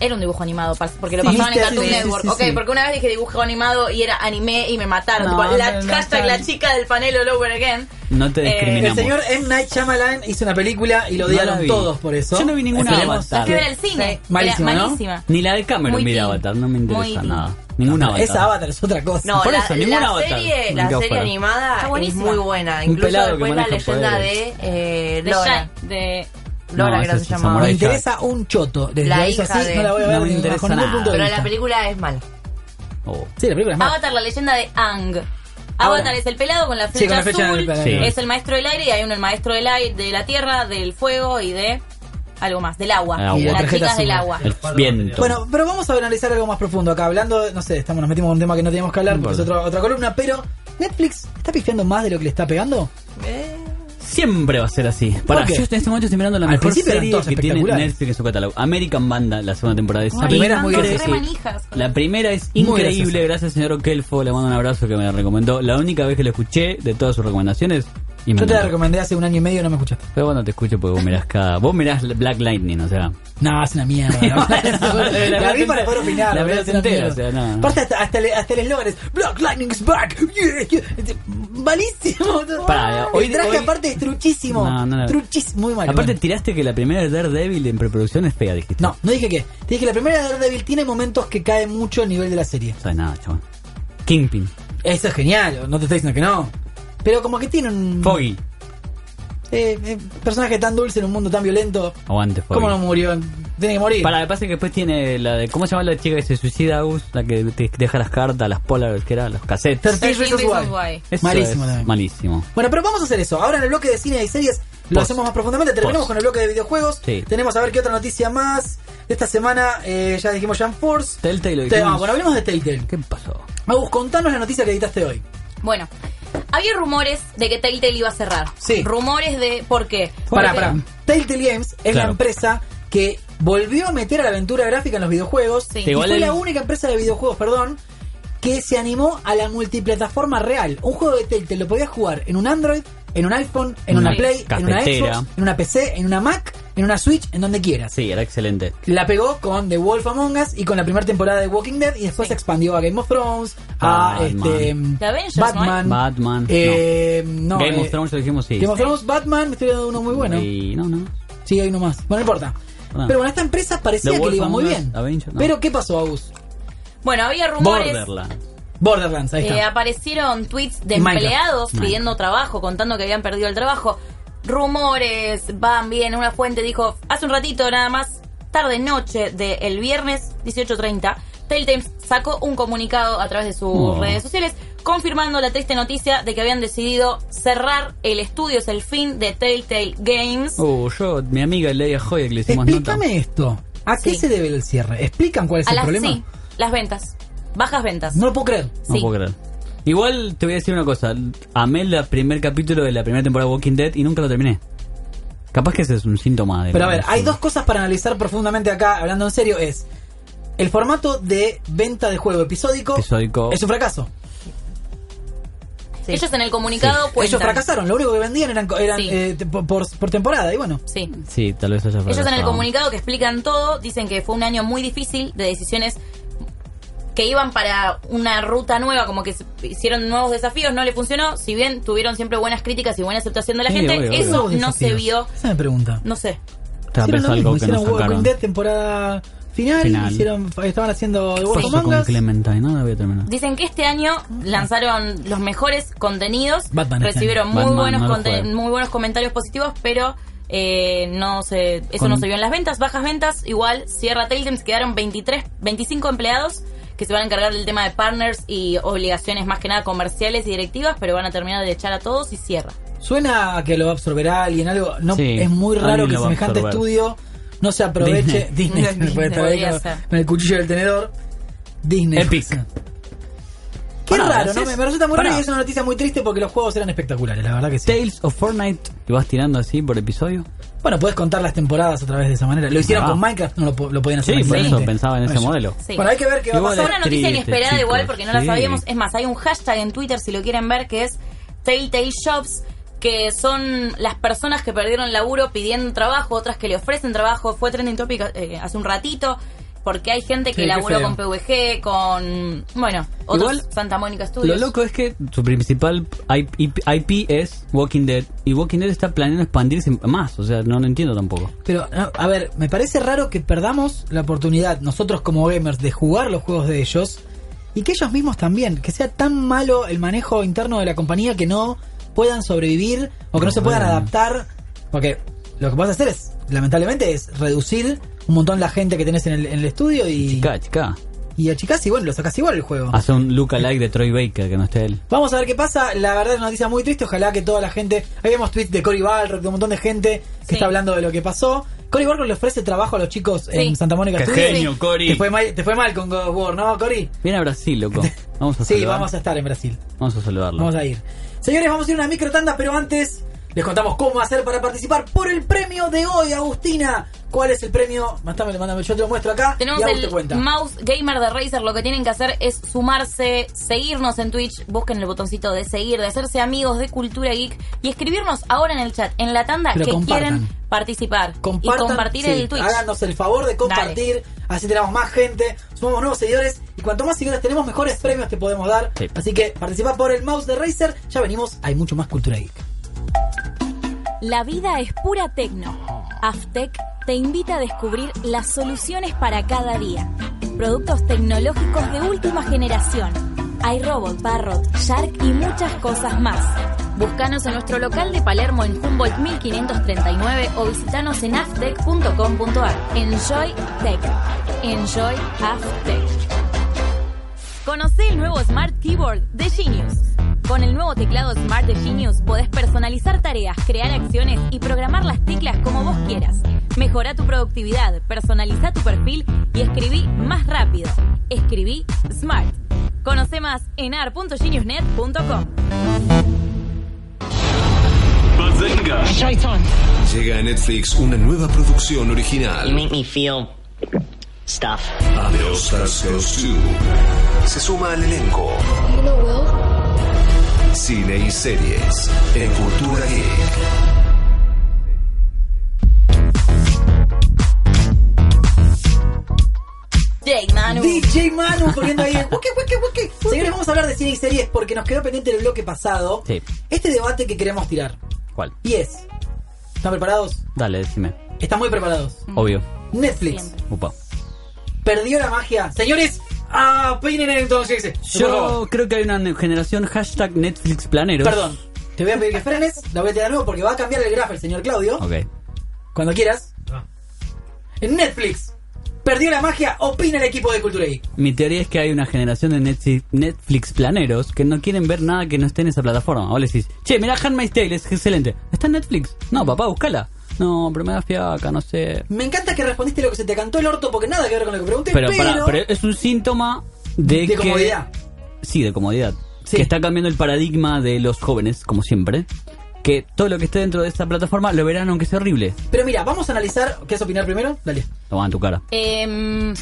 S3: era un dibujo animado, pas- porque lo
S2: Sí,
S3: pasaban en
S2: viste,
S3: Cartoon
S2: sí, sí,
S3: Network.
S2: sí,
S3: ok,
S2: sí.
S3: porque una vez dije dibujo animado y era anime y me mataron.
S4: No,
S3: Tipo, la,
S4: no, no,
S3: hashtag
S4: no.
S3: la chica del panel all over again.
S4: No te
S3: Eh,
S2: El
S4: discriminamos.
S2: señor M. Night Shyamalan hizo una película y lo odiaron
S4: No la vi.
S2: todos por eso.
S4: Yo no vi ninguna
S2: Esperemos-
S4: Avatar.
S3: La fui a ver al cine.
S2: Sí. Malísima,
S3: Era
S2: ¿no?
S3: malísima.
S4: Ni la de Cameron
S3: Muy
S4: mira
S3: teen.
S4: Avatar, no me
S3: Muy
S4: interesa
S3: teen.
S4: nada. Ninguna Avatar.
S2: Esa Avatar es otra cosa.
S6: No,
S4: Ah, Por
S6: la,
S4: eso, ningún
S6: la
S4: Avatar. Mm.
S6: serie,
S4: Nunca
S6: la serie
S4: fuera.
S3: Está
S6: animada es
S3: buenísima.
S6: muy buena.
S4: Un
S6: Incluso
S4: pelado que
S6: después la
S4: maneja
S6: leyenda
S4: poderes.
S6: de eh,
S3: De
S6: Lora.
S3: Shine, de-
S4: No,
S6: Lora, creo que
S4: ese
S6: se
S4: es
S6: llamaba.
S4: Samurai
S2: Me
S4: Ay,
S2: interesa un choto. Desde
S6: La
S2: que es
S6: hija
S2: así,
S6: de-
S2: no la voy a
S4: No
S2: ver
S4: me
S2: ni-
S4: interesa
S2: bajo ningún
S4: nada.
S2: punto de
S6: Pero
S2: vista.
S6: la película es mala.
S4: Oh.
S2: Sí, la película es mala.
S3: Avatar, la leyenda de Ang.
S2: Ahora.
S3: Avatar es el pelado con la flecha,
S2: Sí, con la flecha
S3: azul.
S2: del-
S4: Sí.
S3: Es el maestro del aire y hay uno el maestro del aire, de la tierra, del fuego y de algo más, del agua.
S4: El agua.
S3: Y de
S4: Y la
S3: Las
S2: tarjeta
S3: chicas del
S2: azul.
S3: agua.
S4: El viento.
S2: Bueno, pero vamos a analizar algo más profundo acá. Hablando, de- no sé, estamos, nos metimos en un tema que no teníamos que hablar,
S4: No
S2: porque es
S4: importa.
S2: otra, otra columna, pero Netflix está pifiando más de lo que le está pegando.
S4: siempre va a ser así. Para,
S2: qué?
S4: yo en este momento estoy mirando la
S2: Al
S4: mejor
S2: principio eran
S4: serie
S2: todas
S4: que tiene
S2: espectaculares.
S4: Netflix en su catálogo. American Banda, la segunda temporada. Es
S2: La primera es muy
S4: increíble.
S2: graciosa.
S3: Re manijas.
S4: La primera es
S2: Muy
S4: increíble,
S2: graciosa.
S4: gracias señor Okelfo, le mando un abrazo que me la recomendó. La única vez que lo escuché de todas sus recomendaciones y me
S2: Yo te la
S4: encantó.
S2: recomendé hace un año y medio y no me escuchaste.
S4: Pero bueno, te escucho porque vos mirás cada... Vos mirás Black Lightning, o sea...
S2: No, es una mierda. ¿no?
S4: La
S2: la vi
S4: verdad
S2: para poder opinar.
S4: la
S2: boludo,
S4: verdad
S2: es una
S4: entera,
S2: mierda.
S4: o sea, no.
S2: Aparte, hasta, hasta, el, hasta el eslogan es Black Lightning is back. Yeah, yeah. Es Malísimo.
S4: Pará,
S2: hoy,
S4: hoy-
S2: el traje,
S4: hoy-
S2: aparte, es truchísimo.
S4: No, no, no.
S2: Truchísimo, muy malo.
S4: Aparte
S2: Bueno.
S4: tiraste que la primera de Daredevil en preproducción es fea, dijiste.
S2: No, no dije que. Te dije que la primera de Daredevil tiene momentos que cae mucho el nivel de la serie.
S4: No sabes nada, chaval. Kingpin.
S2: Eso es genial, no te estoy diciendo que no. Pero como que tiene un.
S4: Foggy.
S2: Eh, eh, personaje tan dulce en un mundo tan violento.
S4: Aguante, Foggy.
S2: ¿Cómo no murió? Tiene que morir.
S4: Para, pasa que después tiene la de. ¿Cómo se llama la chica que se suicida, Agus? La que te deja las cartas, las polar, que era, los cassettes.
S2: 13 Reasons
S3: Reasons
S2: Why.
S3: Why.
S4: Eso
S2: Malísimo
S4: es
S2: también.
S4: Malísimo.
S2: Bueno, pero vamos a hacer eso. Ahora en el bloque de cine y series lo
S4: Post.
S2: hacemos más profundamente. Terminamos
S4: Post.
S2: con el bloque de videojuegos.
S4: Sí.
S2: Tenemos a ver qué otra noticia más. De esta semana eh, ya dijimos Jump Force.
S4: Telltale lo
S2: Te-
S4: dijimos.
S2: ah, bueno, hablemos de Telltale.
S4: ¿Qué pasó?
S2: Agus, contanos la noticia que editaste hoy.
S3: Bueno, había rumores de que Telltale iba a cerrar.
S2: Sí.
S3: Rumores de. ¿Por qué?
S2: Pará,
S3: Porque-
S2: pará. Telltale Games es la
S4: Claro.
S2: empresa que volvió a meter a la aventura gráfica en los videojuegos.
S3: Sí.
S2: Y
S4: Igual
S2: fue
S4: el-
S2: la única empresa de videojuegos, perdón, que se animó a la multiplataforma real. Un juego de Telltale lo podías jugar en un Android, en un iPhone, en
S4: Una
S2: una Play, en una
S4: cafetera.
S2: Xbox, en una PC, en una Mac, en una Switch, en donde quieras.
S4: Sí, era excelente.
S2: La pegó con The Wolf Among Us y con la primera temporada de Walking Dead y después se expandió a Game of Thrones, a
S4: Batman.
S2: este,
S3: The Avengers, ¿no?
S2: Batman.
S4: Batman,
S2: Eh, no,
S4: Game
S2: eh,
S4: of Thrones, lo dijimos, sí.
S2: Game of Thrones, Batman, me estoy dando uno muy bueno.
S4: Y no, no.
S2: Sí, hay uno más. Bueno, no importa.
S4: Ah.
S2: Pero bueno, esta empresa parecía
S4: The
S2: que
S4: Wolf
S2: le iba muy
S4: Among Us,
S2: bien.
S4: Avengers, no.
S2: Pero ¿qué pasó, Agus?
S3: Bueno, había rumores.
S4: Borderland.
S2: Borderlands, ahí está.
S3: Eh, aparecieron tweets de
S2: Y Minecraft.
S3: empleados pidiendo trabajo, contando que habían perdido el trabajo. Rumores van bien. Una fuente dijo hace un ratito nada más, tarde noche del viernes 18.30, Telltale sacó un comunicado a través de sus
S4: Oh.
S3: redes sociales confirmando la triste noticia de que habían decidido cerrar el estudio, es el fin de Telltale Games.
S2: Oh,
S4: Uh, yo, mi amiga Leia Joya que le hicimos
S2: Explícame
S4: nota.
S2: esto. ¿A qué
S3: Sí.
S2: se debe el cierre? ¿Explican cuál es
S3: a
S2: el
S3: las,
S2: problema?
S3: sí, las ventas, bajas ventas.
S2: No lo puedo creer.
S4: No
S3: Sí.
S4: puedo creer. Igual te voy a decir una cosa. Amé el primer capítulo de la primera temporada de Walking Dead y nunca lo terminé. Capaz que ese es un síntoma de.
S2: Pero a ver, hay dos cosas para analizar profundamente acá, hablando en serio, es el formato de venta de juego episódico,
S4: Episódico.
S2: es un fracaso.
S6: Sí.
S3: Ellos en el comunicado
S2: Ellos
S3: cuentan.
S2: fracasaron, lo único que vendían eran, eran,
S3: Sí.
S2: eh, te- por, por- por temporada, y bueno.
S3: Sí.
S4: Sí, tal vez haya
S3: Ellos en el
S4: fracasado.
S3: comunicado que explican todo dicen que fue un año muy difícil de decisiones que iban para una ruta nueva, como que se- hicieron nuevos desafíos, no le funcionó, si bien tuvieron siempre buenas críticas y buena aceptación de la
S4: Sí,
S3: gente,
S4: obvio, obvio.
S3: eso
S2: Nuevos
S3: no se
S2: desafíos.
S3: vio,
S2: Esa es mi pregunta.
S3: no sé.
S4: Tal
S2: hicieron
S4: vez
S2: lo
S4: algo
S2: mismo,
S4: que no
S2: hicieron Walking
S4: sacaron.
S2: Dead temporada final,
S4: Final.
S2: hicieron, estaban haciendo The
S4: ¿Qué
S2: Wolf
S4: pasó
S2: Among
S4: con
S2: Us.
S4: Clementine? No la voy a terminar.
S3: Dicen que este año lanzaron los mejores contenidos,
S2: Batman este
S3: recibieron
S4: año.
S3: muy
S4: Batman,
S3: buenos
S4: no lo
S3: conte-
S4: juego.
S3: muy buenos comentarios positivos, pero eh, no se, eso
S4: Con-
S3: no se vio en las ventas, bajas ventas, igual Sierra Telltales quedaron 23, 25 empleados que se van a encargar del tema de partners y obligaciones más que nada comerciales y directivas, pero van a terminar de echar a todos y cierra.
S2: Suena a que lo va a absorber alguien, algo. No,
S4: Sí,
S2: es muy raro
S4: alguien
S2: que
S4: lo va a
S2: semejante
S4: absorber.
S2: estudio no se aproveche. Disney,
S6: Disney.
S2: puede estar ahí
S3: Podría
S2: con,
S3: ser.
S2: con el cuchillo del tenedor. Disney.
S4: Epic.
S2: Qué
S4: Pará,
S2: raro, ¿no?
S4: ¿haces?
S2: Me, me resulta muy
S4: Pará.
S2: raro y es una noticia muy triste porque los juegos eran espectaculares, la verdad que sí.
S4: Tales of Fortnite. Y vas tirando así por episodio.
S2: Bueno, puedes contar las temporadas a través de esa manera. Lo hicieron
S4: Ah.
S2: con Minecraft, no lo, po- lo podían hacer.
S4: Sí, por
S2: fácilmente.
S4: eso pensaba en ese
S2: Bueno,
S4: modelo.
S3: Sí.
S2: Bueno, hay que ver qué va a
S4: Igual
S2: pasar.
S3: Una noticia
S4: triste,
S3: inesperada
S4: chicos,
S3: igual porque no la
S4: sí.
S3: sabíamos. Es más, hay un hashtag en Twitter si lo quieren ver que es Telltale Shops, que son las personas que perdieron laburo pidiendo trabajo, otras que le ofrecen trabajo. Fue trending topic eh, hace un ratito. Porque hay gente que
S2: Sí, qué
S3: laburó
S2: feo.
S3: con PVG, con. Bueno, otros
S4: Igual,
S3: Santa Mónica
S4: Lo
S3: Studios.
S4: loco es que su principal IP, es Walking Dead y Walking Dead está planeando expandirse más, o sea, no lo entiendo tampoco.
S2: Pero, no, a ver, me parece raro que perdamos la oportunidad, nosotros como gamers, de jugar los juegos de ellos y que ellos mismos también, que sea tan malo el manejo interno de la compañía que no puedan sobrevivir o que no se puedan
S4: Bueno.
S2: adaptar. Porque lo que vas a hacer es, lamentablemente, es reducir un montón la gente que tenés en el, en el estudio y,
S4: Chica, chica,
S2: y achicás y bueno, lo sacás igual el juego.
S4: hace un lookalike de Troy Baker que no esté él.
S2: Vamos a ver qué pasa. La verdad es una noticia muy triste. Ojalá que toda la gente. Ahí vemos tweets de Cory Balrock, de un montón de gente que
S3: Sí.
S2: está hablando de lo que pasó. Cory Balrock le ofrece trabajo a los chicos en
S3: Sí.
S2: Santa Mónica
S4: Qué
S2: Studios.
S4: genio,
S2: Sí.
S4: Cory.
S2: Te fue, mal, te fue mal con God of War, ¿no, Cory?
S4: Viene a Brasil, loco. Vamos a
S2: Sí,
S4: saludar-
S2: vamos a estar en Brasil.
S4: vamos a saludarlo.
S2: Vamos a ir. Señores, vamos a ir a una micro tanda, pero antes les contamos cómo hacer para participar por el premio de hoy, Agustina. ¿Cuál es el premio? Mándame, mándame, yo te lo muestro acá.
S3: Tenemos
S2: y Agus te
S3: el
S2: cuenta.
S3: mouse gamer de Razer. Lo que tienen que hacer es sumarse, seguirnos en Twitch, busquen el botoncito de seguir, de hacerse amigos de Cultura Geek y escribirnos ahora en el chat, en la tanda
S2: Pero
S3: que
S2: compartan.
S3: quieren participar
S2: Compartan,
S3: y compartir
S2: sí,
S3: el Twitch.
S2: Háganos el favor de compartir, así tenemos más gente, sumamos nuevos seguidores y cuanto más seguidores tenemos, mejores premios te podemos dar.
S4: Sí.
S2: Así que participa por el mouse de Razer, ya venimos, hay mucho más cultura geek.
S8: La vida es pura tecno. Aftec te invita a descubrir las soluciones para cada día. Productos tecnológicos de última generación. Hay robot, parrot, shark y muchas cosas más.
S3: Búscanos en nuestro local de Palermo en Humboldt 1539 o visitanos en aftec.com.ar.
S8: Enjoy Tech. Enjoy Aftec.
S3: Conoce el nuevo Smart Keyboard de Genius. Con el nuevo teclado Smart de Genius podés personalizar tareas, crear acciones y programar las teclas como vos quieras. Mejora tu productividad, personaliza tu perfil y escribí más rápido. Escribí Smart. Conoce más en ar.geniusnet.com.
S7: Llega a Netflix una nueva producción
S9: You
S7: original.
S9: make me feel stuff.
S7: After Stars Goes 2. Se suma al elenco. Cine y series en Cultura Geek.
S3: Jake Manu.
S2: DJ Manu poniendo ahí. el Wiki, wiki, wiki. Señores, vamos a hablar de cine y series porque nos quedó pendiente el bloque pasado.
S4: Sí.
S2: Este debate que queremos tirar.
S4: ¿Cuál?
S2: Y es. ¿Están preparados?
S4: Dale, decime.
S2: Están muy preparados.
S4: Obvio.
S2: Netflix
S3: Siempre.
S4: Upa.
S2: perdió la magia. Señores, opinen entonces. Por
S4: Yo
S2: favor.
S4: creo que hay una ne- generación hashtag Netflix planeros.
S2: Perdón. Te voy a pedir que frenes. La voy a tirar de nuevo porque va a cambiar el grafo el señor Claudio.
S4: Ok.
S2: Cuando quieras.
S10: Ah.
S2: En Netflix. Perdió la magia. Opina el equipo de Cultura Geek.
S4: Mi teoría es que hay una generación de Netflix, Netflix planeros que no quieren ver nada que no esté en esa plataforma. Ahora les decís, che, mirá Handmaid's Tale, es excelente. ¿Está en Netflix? No, papá, búscala. No, pero me da fiaca, no sé.
S2: Me encanta que respondiste lo que se te cantó el orto porque nada que ver con lo que pregunté. Pero,
S4: Pero, pará, pero es un síntoma de,
S2: de
S4: que...
S2: comodidad.
S4: Sí, de comodidad.
S2: Sí.
S4: Que está cambiando el paradigma de los jóvenes, como siempre. Que todo lo que esté dentro de esta plataforma lo verán aunque sea horrible.
S2: Pero mira, vamos a analizar. ¿Quieres opinar primero? Dale.
S4: Toma en tu cara.
S3: Em,
S4: Bueno.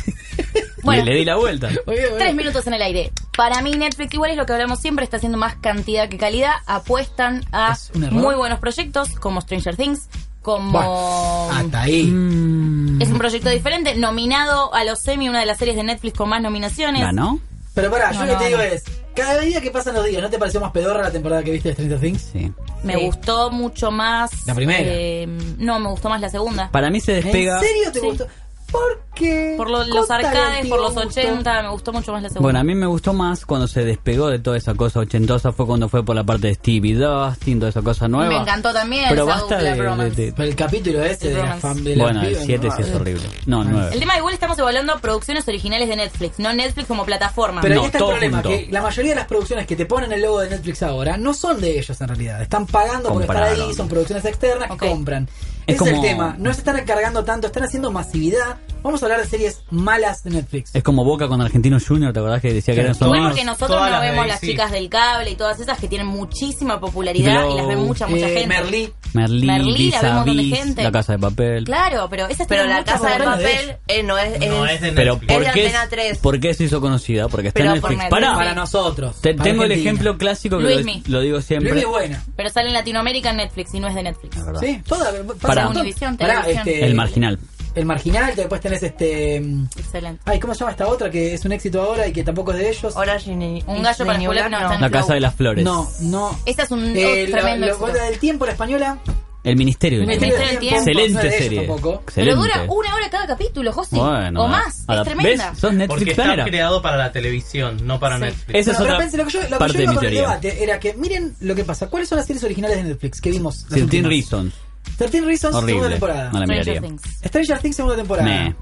S3: bueno,
S4: Le, le di la vuelta.
S3: tres minutos en el aire. Para mí Netflix igual es lo que hablamos siempre, está haciendo más cantidad que calidad. Apuestan a
S2: Es un error.
S3: muy buenos proyectos como Stranger Things, como...
S2: Bueno, hasta ahí.
S4: Mm.
S3: Es
S2: mm.
S3: un proyecto diferente, nominado a los Emmy, una de las series de Netflix con más nominaciones.
S4: ¿Ganó?
S2: Pero pará, yo
S3: No,
S2: lo que
S3: no,
S2: te digo
S3: no.
S2: es: cada día que pasan los días, ¿no te pareció más pedorra la temporada que viste de Stranger Things?
S4: Sí.
S3: Me
S2: Sí.
S3: gustó mucho más.
S2: La primera.
S3: eh, no, me gustó más la segunda.
S4: Para mí se despega...
S2: ¿En serio te
S3: Sí.
S2: gustó? ¿Por qué?
S3: Por lo- los
S2: Contale al
S3: arcades,
S2: tío
S3: por los
S2: Augusto.
S3: 80, me gustó mucho más la segunda.
S4: Bueno, a mí me gustó más cuando se despegó de toda esa cosa ochentosa, fue cuando fue por la parte de Stevie Dustin, toda esa cosa nueva.
S3: Me encantó también
S4: Pero
S3: esa
S4: basta
S3: dupla
S4: de-
S3: bromance.
S4: de- de-
S2: Pero el capítulo ese
S3: El
S2: de la
S3: romance.
S2: fan de la
S4: Bueno, el
S2: piba,
S4: 7
S2: ¿no? Eh,
S4: sí es horrible. No, 9.
S3: El tema igual estamos evaluando producciones originales de Netflix, no Netflix como plataforma.
S2: Pero
S4: Ah, No,
S2: ahí está el
S4: todo
S2: problema,
S4: junto.
S2: que la mayoría de las producciones que te ponen el logo de Netflix ahora no son de ellos en realidad. Están pagando por estar ahí,
S4: Compraron.
S2: son producciones externas
S3: Ok.
S2: que compran.
S4: Es
S2: Ese es el
S4: como-
S2: tema, no se están encargando tanto, están haciendo masividad. Vamos a hablar de series malas de Netflix.
S4: Es como Boca con Argentino Junior, ¿te acordás que decía que eran
S10: Claro.
S3: Igual
S4: sobrinos?
S3: porque nosotros no
S10: todas las de
S3: vemos
S10: ahí,
S3: las
S10: sí.
S3: chicas del cable y todas esas que tienen muchísima popularidad
S4: Glow,
S3: y las ve mucha, mucha
S2: Eh,
S3: gente.
S2: Merlí.
S4: Merlí,
S3: Merlí,
S4: Vis
S3: la vemos
S4: a
S3: un montón de
S4: Vis,
S3: gente.
S4: La Casa de Papel.
S3: Claro, pero esas
S6: Pero
S3: tienen
S6: la
S3: mucha
S6: casa del
S3: popularidad.
S6: papel eh, no es.
S10: No,
S6: es-
S10: es de
S4: Pero
S10: Netflix.
S6: Es
S4: ¿por
S6: de
S4: qué,
S6: Antena 3.
S4: ¿por qué se hizo conocida? Porque está
S6: Pero
S4: en
S6: por
S4: Netflix.
S6: Netflix.
S4: Pará.
S2: Para nosotros.
S4: Te-
S2: para
S4: tengo el
S2: Argentina.
S4: ejemplo clásico que lo,
S3: Luismi.
S4: lo digo siempre.
S2: Luis es buena.
S3: Pero sale en Latinoamérica en Netflix y no es de Netflix.
S4: La verdad.
S2: Sí, toda,
S4: Pará.
S2: un montón.
S3: Univisión,
S2: Pará,
S3: televisión.
S2: este,
S4: El marginal.
S2: El marginal, después tenés este. mm,
S3: Excelente.
S2: Ay, ¿cómo se llama esta otra que es un éxito ahora y que tampoco es de ellos?
S6: Orange is-
S3: Un gallo
S6: is
S3: para
S6: the
S3: escuela
S6: New
S3: que no
S6: Black,
S3: está
S4: La Casa de las Flores.
S2: No, no.
S3: Esta es un
S2: Eh,
S3: oh,
S2: la-
S3: tremendo
S2: la
S3: éxito.
S2: Guardia del tiempo, la española.
S4: El Ministerio. del
S3: El
S4: Tiempo.
S3: Ministerio del Tiempo.
S2: no es de
S4: Excelente
S2: ellos
S4: serie.
S2: tampoco.
S3: Pero
S4: Excelente.
S3: dura una hora cada capítulo, José.
S4: Bueno,
S3: o más.
S4: a la-
S3: Es tremenda.
S4: ¿Ves? Sos
S10: Porque
S4: Netflix
S10: está
S4: planera.
S10: creado para la televisión, no para
S3: Sí.
S10: Netflix.
S4: Esa es
S2: Bueno, pero
S4: otra
S2: pensé, lo que yo, lo que
S4: parte
S2: yo
S4: de
S2: iba
S4: mi
S2: con el
S4: teoría.
S2: debate era que miren lo que pasa. ¿Cuáles son las series originales de Netflix que vimos? las
S4: Certain
S2: últimas?
S4: Reason.
S2: 13 Reasons, segunda
S4: Horrible.
S2: temporada.
S4: No la miraría.
S3: Stranger Things.
S2: Stranger Things, segunda temporada.
S4: Meh.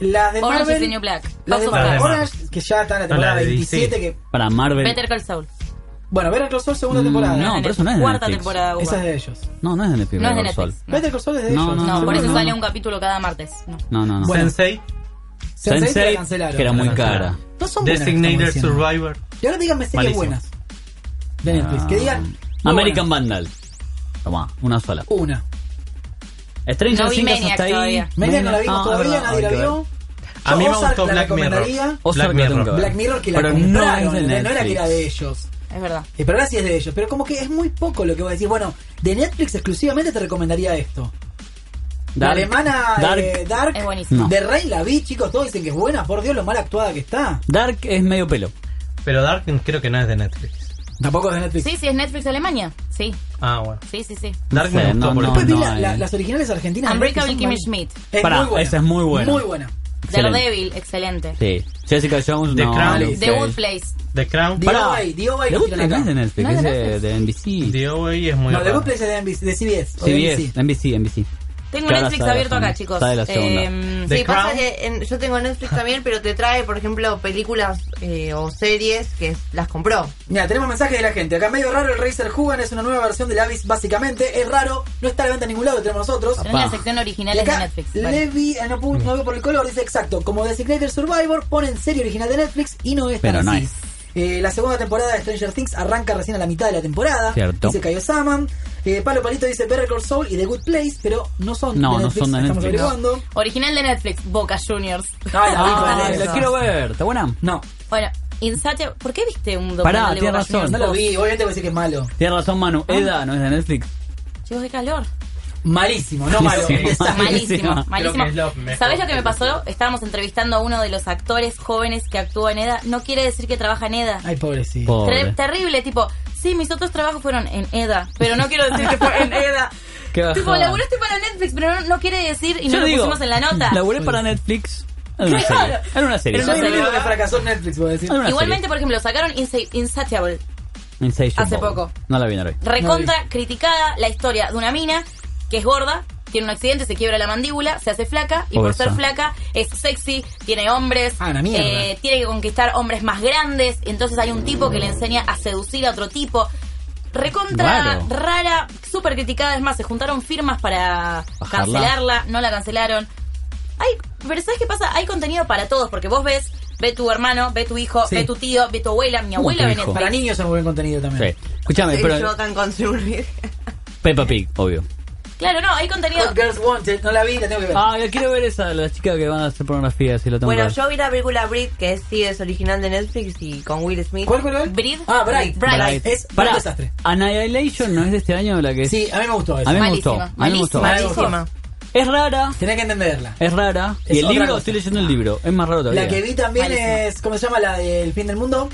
S2: Las de
S3: Orange is the
S2: Marvel.
S3: New Black.
S2: Las de
S3: House of
S2: Marvel.
S10: Cards.
S2: Orange, que ya está en la temporada
S10: de
S2: 27.
S10: DC.
S2: Que,
S4: Para Marvel.
S3: Better Call Saul.
S2: bueno, Better Call Saul, segunda
S4: Mm,
S2: temporada.
S4: no, pero eso no es de
S3: Cuarta
S4: Netflix.
S3: temporada. Hugo.
S2: Esa es de ellos.
S4: No, no es de Netflix.
S3: Ah, No es de
S4: Better Call
S3: Netflix.
S4: Saul.
S2: Better Call Saul es de
S4: No,
S2: ellos.
S4: no,
S3: No, por
S2: Seguro
S3: eso
S2: no.
S3: sale un capítulo cada martes. No.
S4: No, no, no.
S2: Bueno.
S10: Sensei,
S2: Sensei,
S4: Sensei,
S2: la cancelaron.
S4: que era muy
S10: La
S4: cara.
S10: cancelaron.
S2: No son buenas,
S10: Designated
S2: estamos diciendo.
S10: Survivor.
S2: Y ahora díganme series
S10: Malísimo.
S2: buenas. De Netflix. Que digan. muy
S4: Ah. American
S2: buenas.
S4: Vandal. Toma, una sola.
S2: Una.
S4: Stranger
S3: Uh, No vi
S4: Things
S3: Maniac
S4: hasta ahí.
S3: todavía.
S2: Media no la
S4: Maniac-
S2: vimos
S4: ah,
S2: todavía,
S4: verdad,
S2: nadie la
S4: hay que ver.
S2: vio.
S10: A mí me
S2: Ozark
S10: gustó
S2: la
S10: Black Mirror.
S2: recomendaría.
S4: Ozark
S10: Black
S4: la tengo
S10: Mirror.
S4: que ver.
S2: Black Mirror que la
S4: Pero
S2: compraron,
S4: no es de
S2: ¿entendés? no, era que era de
S4: Netflix.
S2: ellos.
S3: Es verdad.
S2: Eh, pero ahora sí es de ellos. Pero como que es muy poco lo que voy a decir. Bueno, de Netflix exclusivamente te recomendaría esto. La
S4: Dark.
S2: alemana eh, Dark,
S4: Dark.
S3: Es buenísimo.
S4: No.
S2: de Rey la vi, chicos. Todos dicen que es buena. Por Dios, lo mal actuada que está.
S4: Dark es medio pelo.
S10: Pero Dark creo que no es de Netflix.
S2: Tampoco es de Netflix.
S3: Sí, sí, es Netflix Alemania. Sí,
S10: Ah, bueno.
S3: sí, sí, sí.
S10: Dark me
S4: sé,
S10: gustó
S4: no, no.
S10: por
S4: eh.
S2: Después vi la-
S4: hay.
S2: la- las originales argentinas. de Netflix
S3: Unbreakable
S2: son
S3: Kimmy
S2: buenas.
S3: Schmidt.
S2: Es
S4: Pará,
S2: muy buena.
S4: esa es muy buena.
S2: Muy buena.
S4: Excelente.
S3: Daredevil, excelente.
S4: Sí. Jessica Jones,
S10: The
S4: no.
S10: Crown.
S4: Luke
S3: The Good
S4: Cage.
S3: Place.
S10: The Crown.
S2: Dio
S4: Pará.
S2: Bay, Dio Bay
S4: The
S2: lo
S4: Good
S2: tiran
S4: Place no
S2: acá.
S4: es de Netflix,
S3: No,
S4: es
S3: de
S4: de,
S3: Netflix.
S4: de NBC.
S10: The OA es muy
S2: No, The
S10: raro.
S2: Good Place es de NBC, de CBS. o de NBC.
S4: CBS, NBC, NBC.
S3: Tengo
S4: Claro,
S3: Netflix
S4: está de
S3: abierto
S4: la
S3: acá,
S4: segunda.
S3: chicos.
S4: Está de la segunda.
S3: Em,
S10: The
S6: Sí, pasa
S10: Crown.
S6: que en- yo tengo Netflix también, pero te trae, por ejemplo, películas eh, o series que las compró.
S2: Mira, tenemos mensajes de la gente. Acá medio raro el Razer Jugan es una nueva versión del Avis, básicamente. Es raro, no está a la venta en ningún lado, lo tenemos nosotros.
S3: Tenés
S4: Papá.
S3: la sección
S2: Y
S3: original de
S2: acá,
S3: Netflix. Vale.
S2: Levi, ah, no, pu- no veo por el color, dice exacto. Como Designated Survivor, ponen serie original de Netflix y no es tan
S4: Pero no
S2: así.
S4: es.
S2: Eh, la segunda temporada de Stranger Things arranca recién a la mitad de la temporada.
S4: Cierto.
S2: Dice Cayo Saman. Eh, Palo Palito dice Better Call Saul y The Good Place, pero no son
S4: No,
S2: de
S4: no
S2: Netflix,
S4: son de
S2: estamos
S4: Netflix.
S2: averiguando.
S3: Original de Netflix, Boca Juniors.
S2: Ay, la vi
S4: Ah,
S2: con eso.
S4: la quiero ver. ¿Está buena?
S2: No,
S3: Bueno, Insatiable. ¿Por qué viste un documental
S4: Pará,
S3: de
S4: tiene
S3: Boca
S4: razón.
S3: Juniors?
S2: no lo vi, obviamente voy a decir que es malo.
S4: Tienes razón, Manu.
S2: Ah.
S4: Eda no es de Netflix.
S3: Chicos, qué calor.
S2: Malísimo, no malo.
S4: Sí.
S2: Un desastre.
S4: Malísimo.
S3: Malísimo,
S5: Creo
S3: malísimo.
S5: que es lo mejor.
S3: ¿Sabés lo que me pasó? Estábamos entrevistando a uno de los actores jóvenes que actúa en EDA. No quiere decir que trabaja en EDA.
S2: Ay, pobrecito.
S4: Pobre.
S3: Ter- terrible, tipo, sí, mis otros trabajos fueron en EDA, pero no quiero decir que fue en EDA.
S4: Qué bajón.
S3: tipo, laburaste para Netflix, pero no, no quiere decir y no lo pusimos en la nota.
S4: Laburé para Netflix. Era una
S3: Claro.
S4: serie. Era una serie.
S2: Pero no es
S3: Yo
S2: el
S3: sé.
S2: único que fracasó en Netflix, voy a decir.
S4: Era una
S3: Igualmente,
S4: serie.
S3: por ejemplo, sacaron Insa- Insatiable.
S4: Insatiable.
S3: hace poco.
S4: No la vi, no la vi.
S3: Recontra criticada la historia de una mina que es gorda, tiene un accidente, se quiebra la mandíbula, se hace flaca y por
S4: Pobreza.
S3: ser flaca es sexy, tiene hombres,
S2: Ah, una mierda.
S3: eh, tiene que conquistar hombres más grandes, entonces hay un tipo que le enseña a seducir a otro tipo. Recontra
S4: Raro.
S3: rara, súper criticada, es más, se juntaron firmas para
S4: Bajarla.
S3: cancelarla, no la cancelaron. Hay, pero ¿sabes qué pasa? Hay contenido para todos, porque vos ves, ve tu hermano, ve tu hijo,
S2: Sí. Uh,
S3: ve tu tío, ve tu abuela, mi
S4: ¿Cómo
S3: abuela
S4: tu
S3: ve
S4: hijo?
S3: Netflix.
S2: Para niños es muy buen contenido también.
S4: Sí. Escuchame,
S6: Sí, yo
S4: pero
S6: acá en consumir.
S4: Peppa Pig, obvio.
S3: Claro, no, hay contenido.
S2: Hot Girls Wanted, no la vi, la tengo que ver.
S4: Ah, ya quiero ver esa, la chica que van a hacer pornografía, si lo tengo
S6: Bueno,
S4: que ver.
S6: yo vi la película Brit, que es- sí es original de Netflix y con Will Smith.
S2: ¿Cuál, cuál, cuál?
S3: Breed.
S2: Ah, Bright.
S3: Bright.
S4: Bright.
S2: Es
S4: Pará,
S2: un desastre.
S4: Annihilation no es de este año la que es.
S2: Sí, a mí me gustó eso.
S4: A mí me
S3: Malísima,
S4: gustó, a mí me gustó.
S6: Malísima.
S4: Es rara,
S2: Tenés que entenderla.
S4: es rara.
S2: Es
S4: y el
S2: otra
S4: libro,
S2: cosa.
S4: estoy leyendo el libro, es más raro todavía.
S2: La que vi también
S3: Malísima.
S2: es, ¿cómo se llama? La del fin del mundo.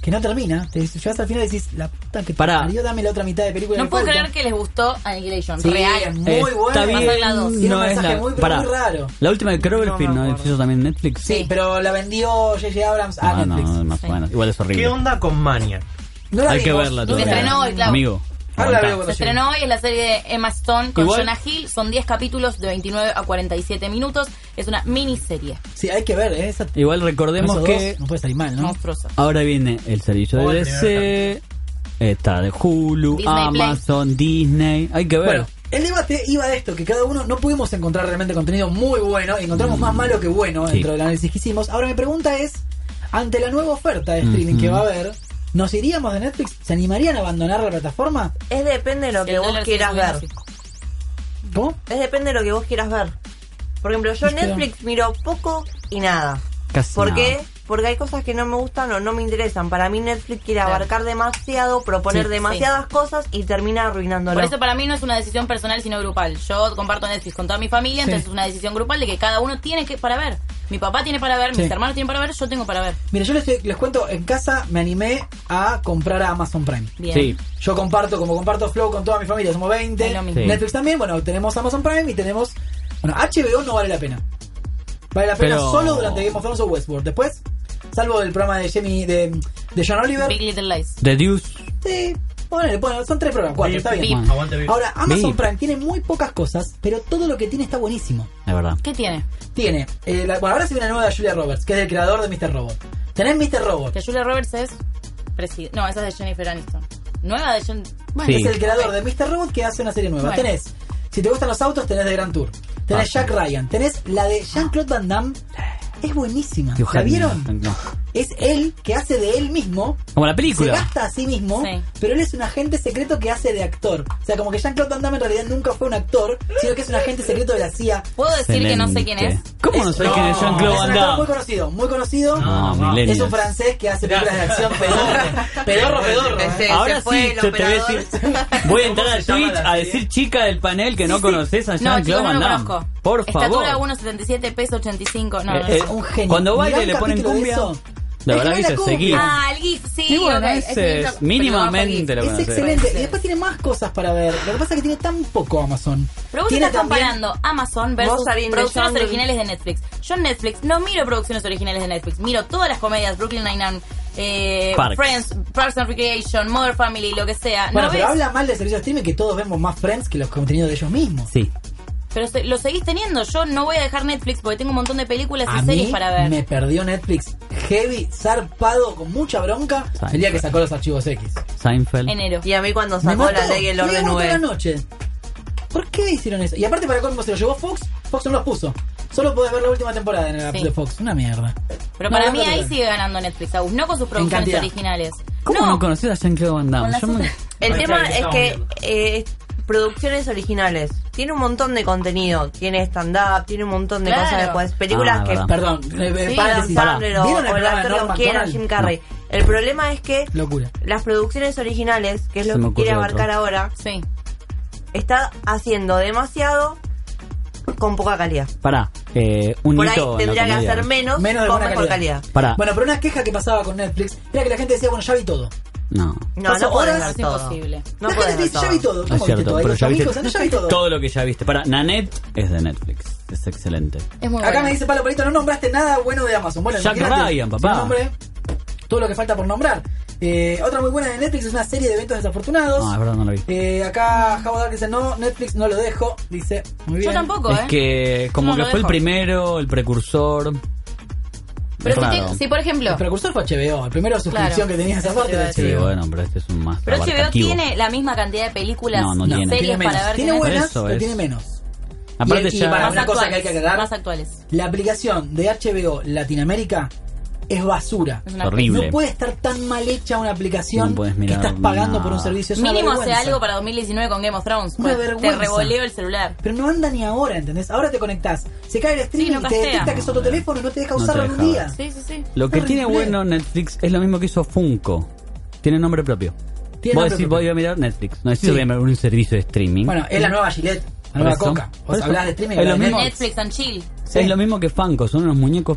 S2: Que no termina. Te llevas al final y decís, la puta que te
S4: Pará.
S2: parió, dame la otra mitad de película.
S3: No
S2: que
S3: puedo
S2: falta.
S3: creer que les gustó Annihilation.
S2: Sí, es
S3: Real.
S2: muy
S4: Está
S2: buena.
S4: bien,
S3: Pasan las dos.
S2: Tiene un
S4: no es
S2: mensaje
S4: la,
S2: muy, pero
S4: pará.
S2: muy raro.
S4: La última de Cloverfield
S6: No me
S4: no,
S6: acuerdo.
S4: es eso también Netflix.
S2: Sí, pero la vendió J.J. Abrams a
S4: Ah, no,
S2: Netflix.
S4: no, más
S3: Sí.
S4: o menos. Igual es horrible.
S5: ¿Qué onda con Mania?
S2: No la
S4: Hay que
S2: vimos.
S4: verla
S3: Y
S4: todavía.
S3: se estrenó hoy, claro.
S4: Amigo.
S2: Ahora la
S4: aguantá.
S2: veo
S3: Se
S2: cuando llegue.
S3: estrenó hoy, es la serie de Emma Stone con
S4: Igual-
S3: Jonah Hill. Son 10 capítulos de 29 a 47 minutos. Es una miniserie
S2: Sí, hay que ver, ¿eh? Esa,
S4: Igual
S2: con esos
S4: recordemos
S2: dos
S4: que
S2: no puede salir mal, ¿no?
S3: monstruosa.
S4: ahora viene el servicio
S5: Oh,
S4: de
S5: el primer
S4: DC, está de Hulu,
S3: Disney Plus.
S4: Amazon, Disney. Hay que ver.
S2: Bueno, el debate iba de esto, que cada uno no pudimos encontrar realmente contenido muy bueno, encontramos más malo que bueno
S4: Mm. Sí.
S2: dentro del análisis que hicimos. Ahora mi pregunta es, ante la nueva oferta de streaming que va a haber, ¿nos iríamos de Netflix? ¿Se animarían a abandonar la plataforma?
S6: Es depende de lo que
S3: El
S6: vos
S3: dólar se
S6: quieras
S3: subió,
S6: ver.
S3: sí.
S2: ¿Cómo?
S6: Es depende de lo que vos quieras ver. Por ejemplo, yo
S2: Es que-
S6: Netflix miro poco y nada.
S4: Casi
S6: ¿Por
S4: nada.
S6: qué? Porque hay cosas que no me gustan o no me interesan. Para mí Netflix quiere
S3: Claro.
S6: abarcar demasiado, proponer
S3: Sí,
S6: demasiadas cosas y termina arruinándolo.
S3: Por eso para mí no es una decisión personal, sino grupal. Yo comparto Netflix con toda mi familia,
S2: Sí.
S3: entonces es una decisión grupal de que cada uno tiene que para ver. Mi papá tiene para ver,
S2: Sí.
S3: mis hermanos tienen para ver, yo tengo para ver.
S2: Mira, yo les, les cuento, en casa me animé a comprar a Amazon Prime.
S3: Bien.
S4: Sí.
S2: Yo comparto, como comparto Flow con toda mi familia, somos 20.
S3: Es lo mismo.
S4: Sí.
S2: Netflix también, bueno, tenemos Amazon Prime y tenemos... Bueno, HBO no vale la pena. Vale la pena
S4: Pero-
S2: solo durante Game of Thrones o Westworld. Después, salvo del programa de Jamie, de, de John Oliver,
S3: Big Little Lies.
S4: The Deuce.
S2: sí, ponele, bueno, son tres programas, cuatro,
S5: Bip,
S2: está bien.
S3: bip.
S5: Aguante bien.
S2: Ahora, Amazon
S4: Bip.
S2: Prime tiene muy pocas cosas, pero todo lo que tiene está buenísimo.
S4: La verdad.
S3: ¿Qué tiene?
S2: Tiene, eh, la- bueno, ahora se viene la nueva de Julia Roberts, que es el creador de Mr. Robot. Tenés Mr. Robot,
S3: Que Julia Roberts es preside- No, esa es de Jennifer Aniston. Nueva de Jen... Bueno,
S4: Sí.
S2: es el creador de Mr. Robot que hace una serie nueva.
S3: Bueno.
S2: Tenés, si te gustan los autos, tenés de Grand Tour. Tenés
S4: Ah,
S2: Jack Ryan. Tenés la de Jean-Claude Van Damme. Es buenísima. ¿La
S4: Dibujando.
S2: vieron?
S4: No.
S2: Es él que hace de él mismo.
S4: Como la
S2: Se
S4: película.
S2: gasta a sí mismo,
S3: Sí.
S2: pero él es un agente secreto que hace de actor. O sea, como que Jean-Claude Van Damme en realidad nunca fue un actor, sino que es un agente secreto de la CIA.
S3: Puedo decir que no sé quién es.
S4: Excelente. ¿Cómo no sabés quién es Jean-Claude
S2: Es un
S4: Van
S2: actor muy
S4: Damme?
S2: conocido, muy conocido.
S4: No, millennials.
S2: es un francés que hace películas de acción pedorro. pedorro, pedorro. ¿eh?
S6: Ese-
S4: Ahora
S6: se fue
S4: sí,
S6: el
S4: yo te voy a
S6: operador.
S4: decir. Voy a entrar
S5: ¿Cómo
S4: a
S5: se llama
S4: Twitch
S5: la
S4: a
S5: serie?
S4: decir, chica del panel, que no conoces a
S3: No, chicos,
S4: Jean-Claude
S3: no
S4: Van
S3: lo
S4: Damme.
S3: conozco.
S4: Por favor.
S3: Estatura 1,77, peso 85. No,
S4: Eh,
S3: no,
S4: eh,
S3: no.
S2: un genio.
S4: Cuando
S2: Mirá
S4: baile
S2: un
S4: le ponen
S2: capítulo de
S4: cumbia.
S2: eso.
S4: La
S2: Es
S4: verdad
S2: que
S4: que
S2: baila
S4: se
S2: cumbia.
S4: seguía.
S3: Ah, el GIF, sí.
S4: Sí, bueno,
S3: ok,
S4: ese
S3: lindo,
S4: es
S3: pero
S4: mínimamente
S3: no
S4: lo-
S3: bajo GIF.
S2: Es
S4: Bueno, sí.
S2: excelente. Y después tiene más cosas para ver. Lo que pasa es que tiene tan poco Amazon.
S3: Pero vos
S2: tiene
S3: estás comparando Amazon versus
S6: Vos, Arin, de
S3: producciones
S6: Jungle.
S3: originales de Netflix. Yo en Netflix no miro producciones originales de Netflix. Miro todas las comedias, Brooklyn Nine-Nine, eh,
S4: Parks.
S3: Friends, Parks and Recreation, Mother Family, lo que sea.
S2: Bueno,
S3: ¿No
S2: pero
S3: ves?
S2: habla mal del servicio de streaming que todos vemos más Friends que los contenidos de ellos mismos.
S4: Sí.
S3: Pero se- lo seguís teniendo. Yo no voy a dejar Netflix porque tengo un montón de películas y
S2: A
S3: series
S2: mí
S3: para ver.
S2: me perdió Netflix heavy, zarpado, con mucha bronca el día que sacó los archivos X.
S4: Seinfeld.
S3: Enero.
S6: Y a mí cuando
S2: Me
S6: sacó la ley el
S2: me
S6: orden
S3: E.
S2: mató la
S6: nube.
S2: noche. ¿Por qué hicieron eso? Y aparte para colmo se lo llevó Fox, Fox no los puso. Solo podés ver la última temporada en el app
S3: Sí.
S2: de Fox. Una mierda.
S3: Pero
S2: No,
S3: para
S2: no
S3: mí
S2: te
S3: ahí
S2: creo.
S3: sigue ganando Netflix aún, no con sus producciones
S2: cantidad.
S3: originales.
S4: ¿Cómo no, conoces a Jean-Claude Van
S3: Con
S4: Damme?
S3: las
S4: Yo me-
S3: otras-
S6: El
S5: Ay,
S6: tema
S5: claro,
S6: es
S5: estamos
S6: que
S5: viendo.
S6: eh, es producciones originales. Tiene un montón de contenido. Tiene stand-up, tiene un montón de
S3: Claro.
S6: cosas después. Películas
S4: Ah,
S6: que
S4: verdad.
S2: Perdón, eh, eh,
S6: Adam
S2: paréntesis.
S6: Sandler o,
S2: ¿Vieron el
S6: o el
S2: programa de
S6: actor
S2: Norm
S6: lo quiera,
S2: MacDonald?
S6: Jim Carrey. El problema es que
S2: Locura.
S6: las producciones originales, que es
S4: Se
S6: lo
S4: me
S6: que quiere
S4: ocurrió
S6: abarcar
S4: otro.
S6: ahora,
S3: Sí.
S6: está haciendo demasiado con poca calidad.
S4: Pará, eh, un
S6: Por ahí
S4: hito en la
S6: tendría que
S4: comedia.
S6: hacer menos,
S2: Menos de
S6: con
S2: buena
S6: mejor
S2: calidad.
S6: calidad.
S4: Pará.
S2: Bueno, pero una queja que pasaba con Netflix era que la gente decía, bueno, ya vi todo.
S4: No.
S6: No,
S2: Pasó
S6: no podés
S2: horas,
S6: ver
S3: es
S6: todo.
S3: imposible.
S6: No
S2: la
S6: podés
S2: gente te
S6: ver
S2: dice,
S6: todo.
S2: ya vi todo.
S4: Es
S2: ¿Cómo viste
S4: cierto,
S2: todo? Y
S4: pero
S2: los
S4: ya viste
S2: amigos, ya vi todo.
S4: todo lo que ya viste. Pará, Nanette es de Netflix. Es excelente.
S3: Es muy
S2: Acá
S3: bueno.
S2: me dice Palo Palito, no nombraste nada bueno de Amazon. Bueno,
S4: Jack
S2: imagínate,
S4: Ryan,
S2: sin
S4: papá.
S2: nombre, todo lo que falta por nombrar. Eh, otra muy buena de Netflix es una serie de eventos desafortunados.
S4: Ah, es verdad, no la vi.
S2: Eh, acá Jabo Dark dice, no, Netflix no lo dejo. Dice, muy bien.
S3: Yo tampoco,
S4: Es
S3: ¿eh?
S4: que como
S3: No,
S4: que
S3: lo
S4: fue el
S3: dejo.
S4: primero, el precursor.
S3: Pero este si,
S4: Raro.
S3: te- si, por ejemplo,
S2: El precursor fue HBO, el primero suscripción
S3: Claro.
S2: que tenías aparte de
S4: Sí,
S2: HBO.
S4: bueno, pero este es un más
S3: pero HBO
S4: abarcativo.
S3: tiene la misma cantidad de películas
S4: No, no
S3: y
S4: tiene.
S3: series
S2: Tiene menos.
S3: para ver
S2: tiene
S3: que
S2: buenas,
S4: Eso
S2: pero
S4: es.
S2: tiene menos.
S4: Aparte
S2: y- y
S4: ya...
S2: para-
S3: más
S2: Una cosa que hay
S3: actuales.
S2: que aclarar.
S3: Más actuales.
S2: La aplicación de HBO Latinoamérica es basura.
S3: Es
S4: Horrible.
S2: No puede estar tan mal hecha una aplicación
S4: No puedes
S2: que
S4: mirar
S2: estás pagando
S4: nada.
S2: por un servicio. Es una
S3: Mínimo hace
S2: vergüenza.
S3: algo para 2019 con Game of Thrones.
S2: Una
S3: pues, te
S2: vergüenza.
S3: revoleo el celular.
S2: Pero no anda ni ahora, ¿entendés? Ahora te conectás. Se cae el streaming
S3: no
S2: y te
S3: castea.
S2: detecta que es otro teléfono y no te deja
S4: No te
S2: usarlo en
S4: deja
S2: un
S4: ver.
S2: día.
S3: Sí, sí, sí.
S4: Lo que tiene
S2: Horrible.
S4: bueno Netflix es lo mismo que hizo Funko. Tiene nombre propio.
S2: Tiene
S4: vos
S2: nombre
S4: decís,
S2: propio.
S4: voy a mirar Netflix. No decís,
S2: Sí.
S4: voy a mirar un servicio de streaming.
S2: Bueno, eh, es la nueva Gillette, la nueva
S4: eso.
S2: Coca.
S4: Por
S2: Vos
S4: eso.
S2: hablás de streaming y
S4: Es lo
S2: hablás de
S4: mismo.
S2: Netflix.
S3: Netflix and chill.
S2: Sí.
S4: Es lo mismo que Funko. Son unos muñecos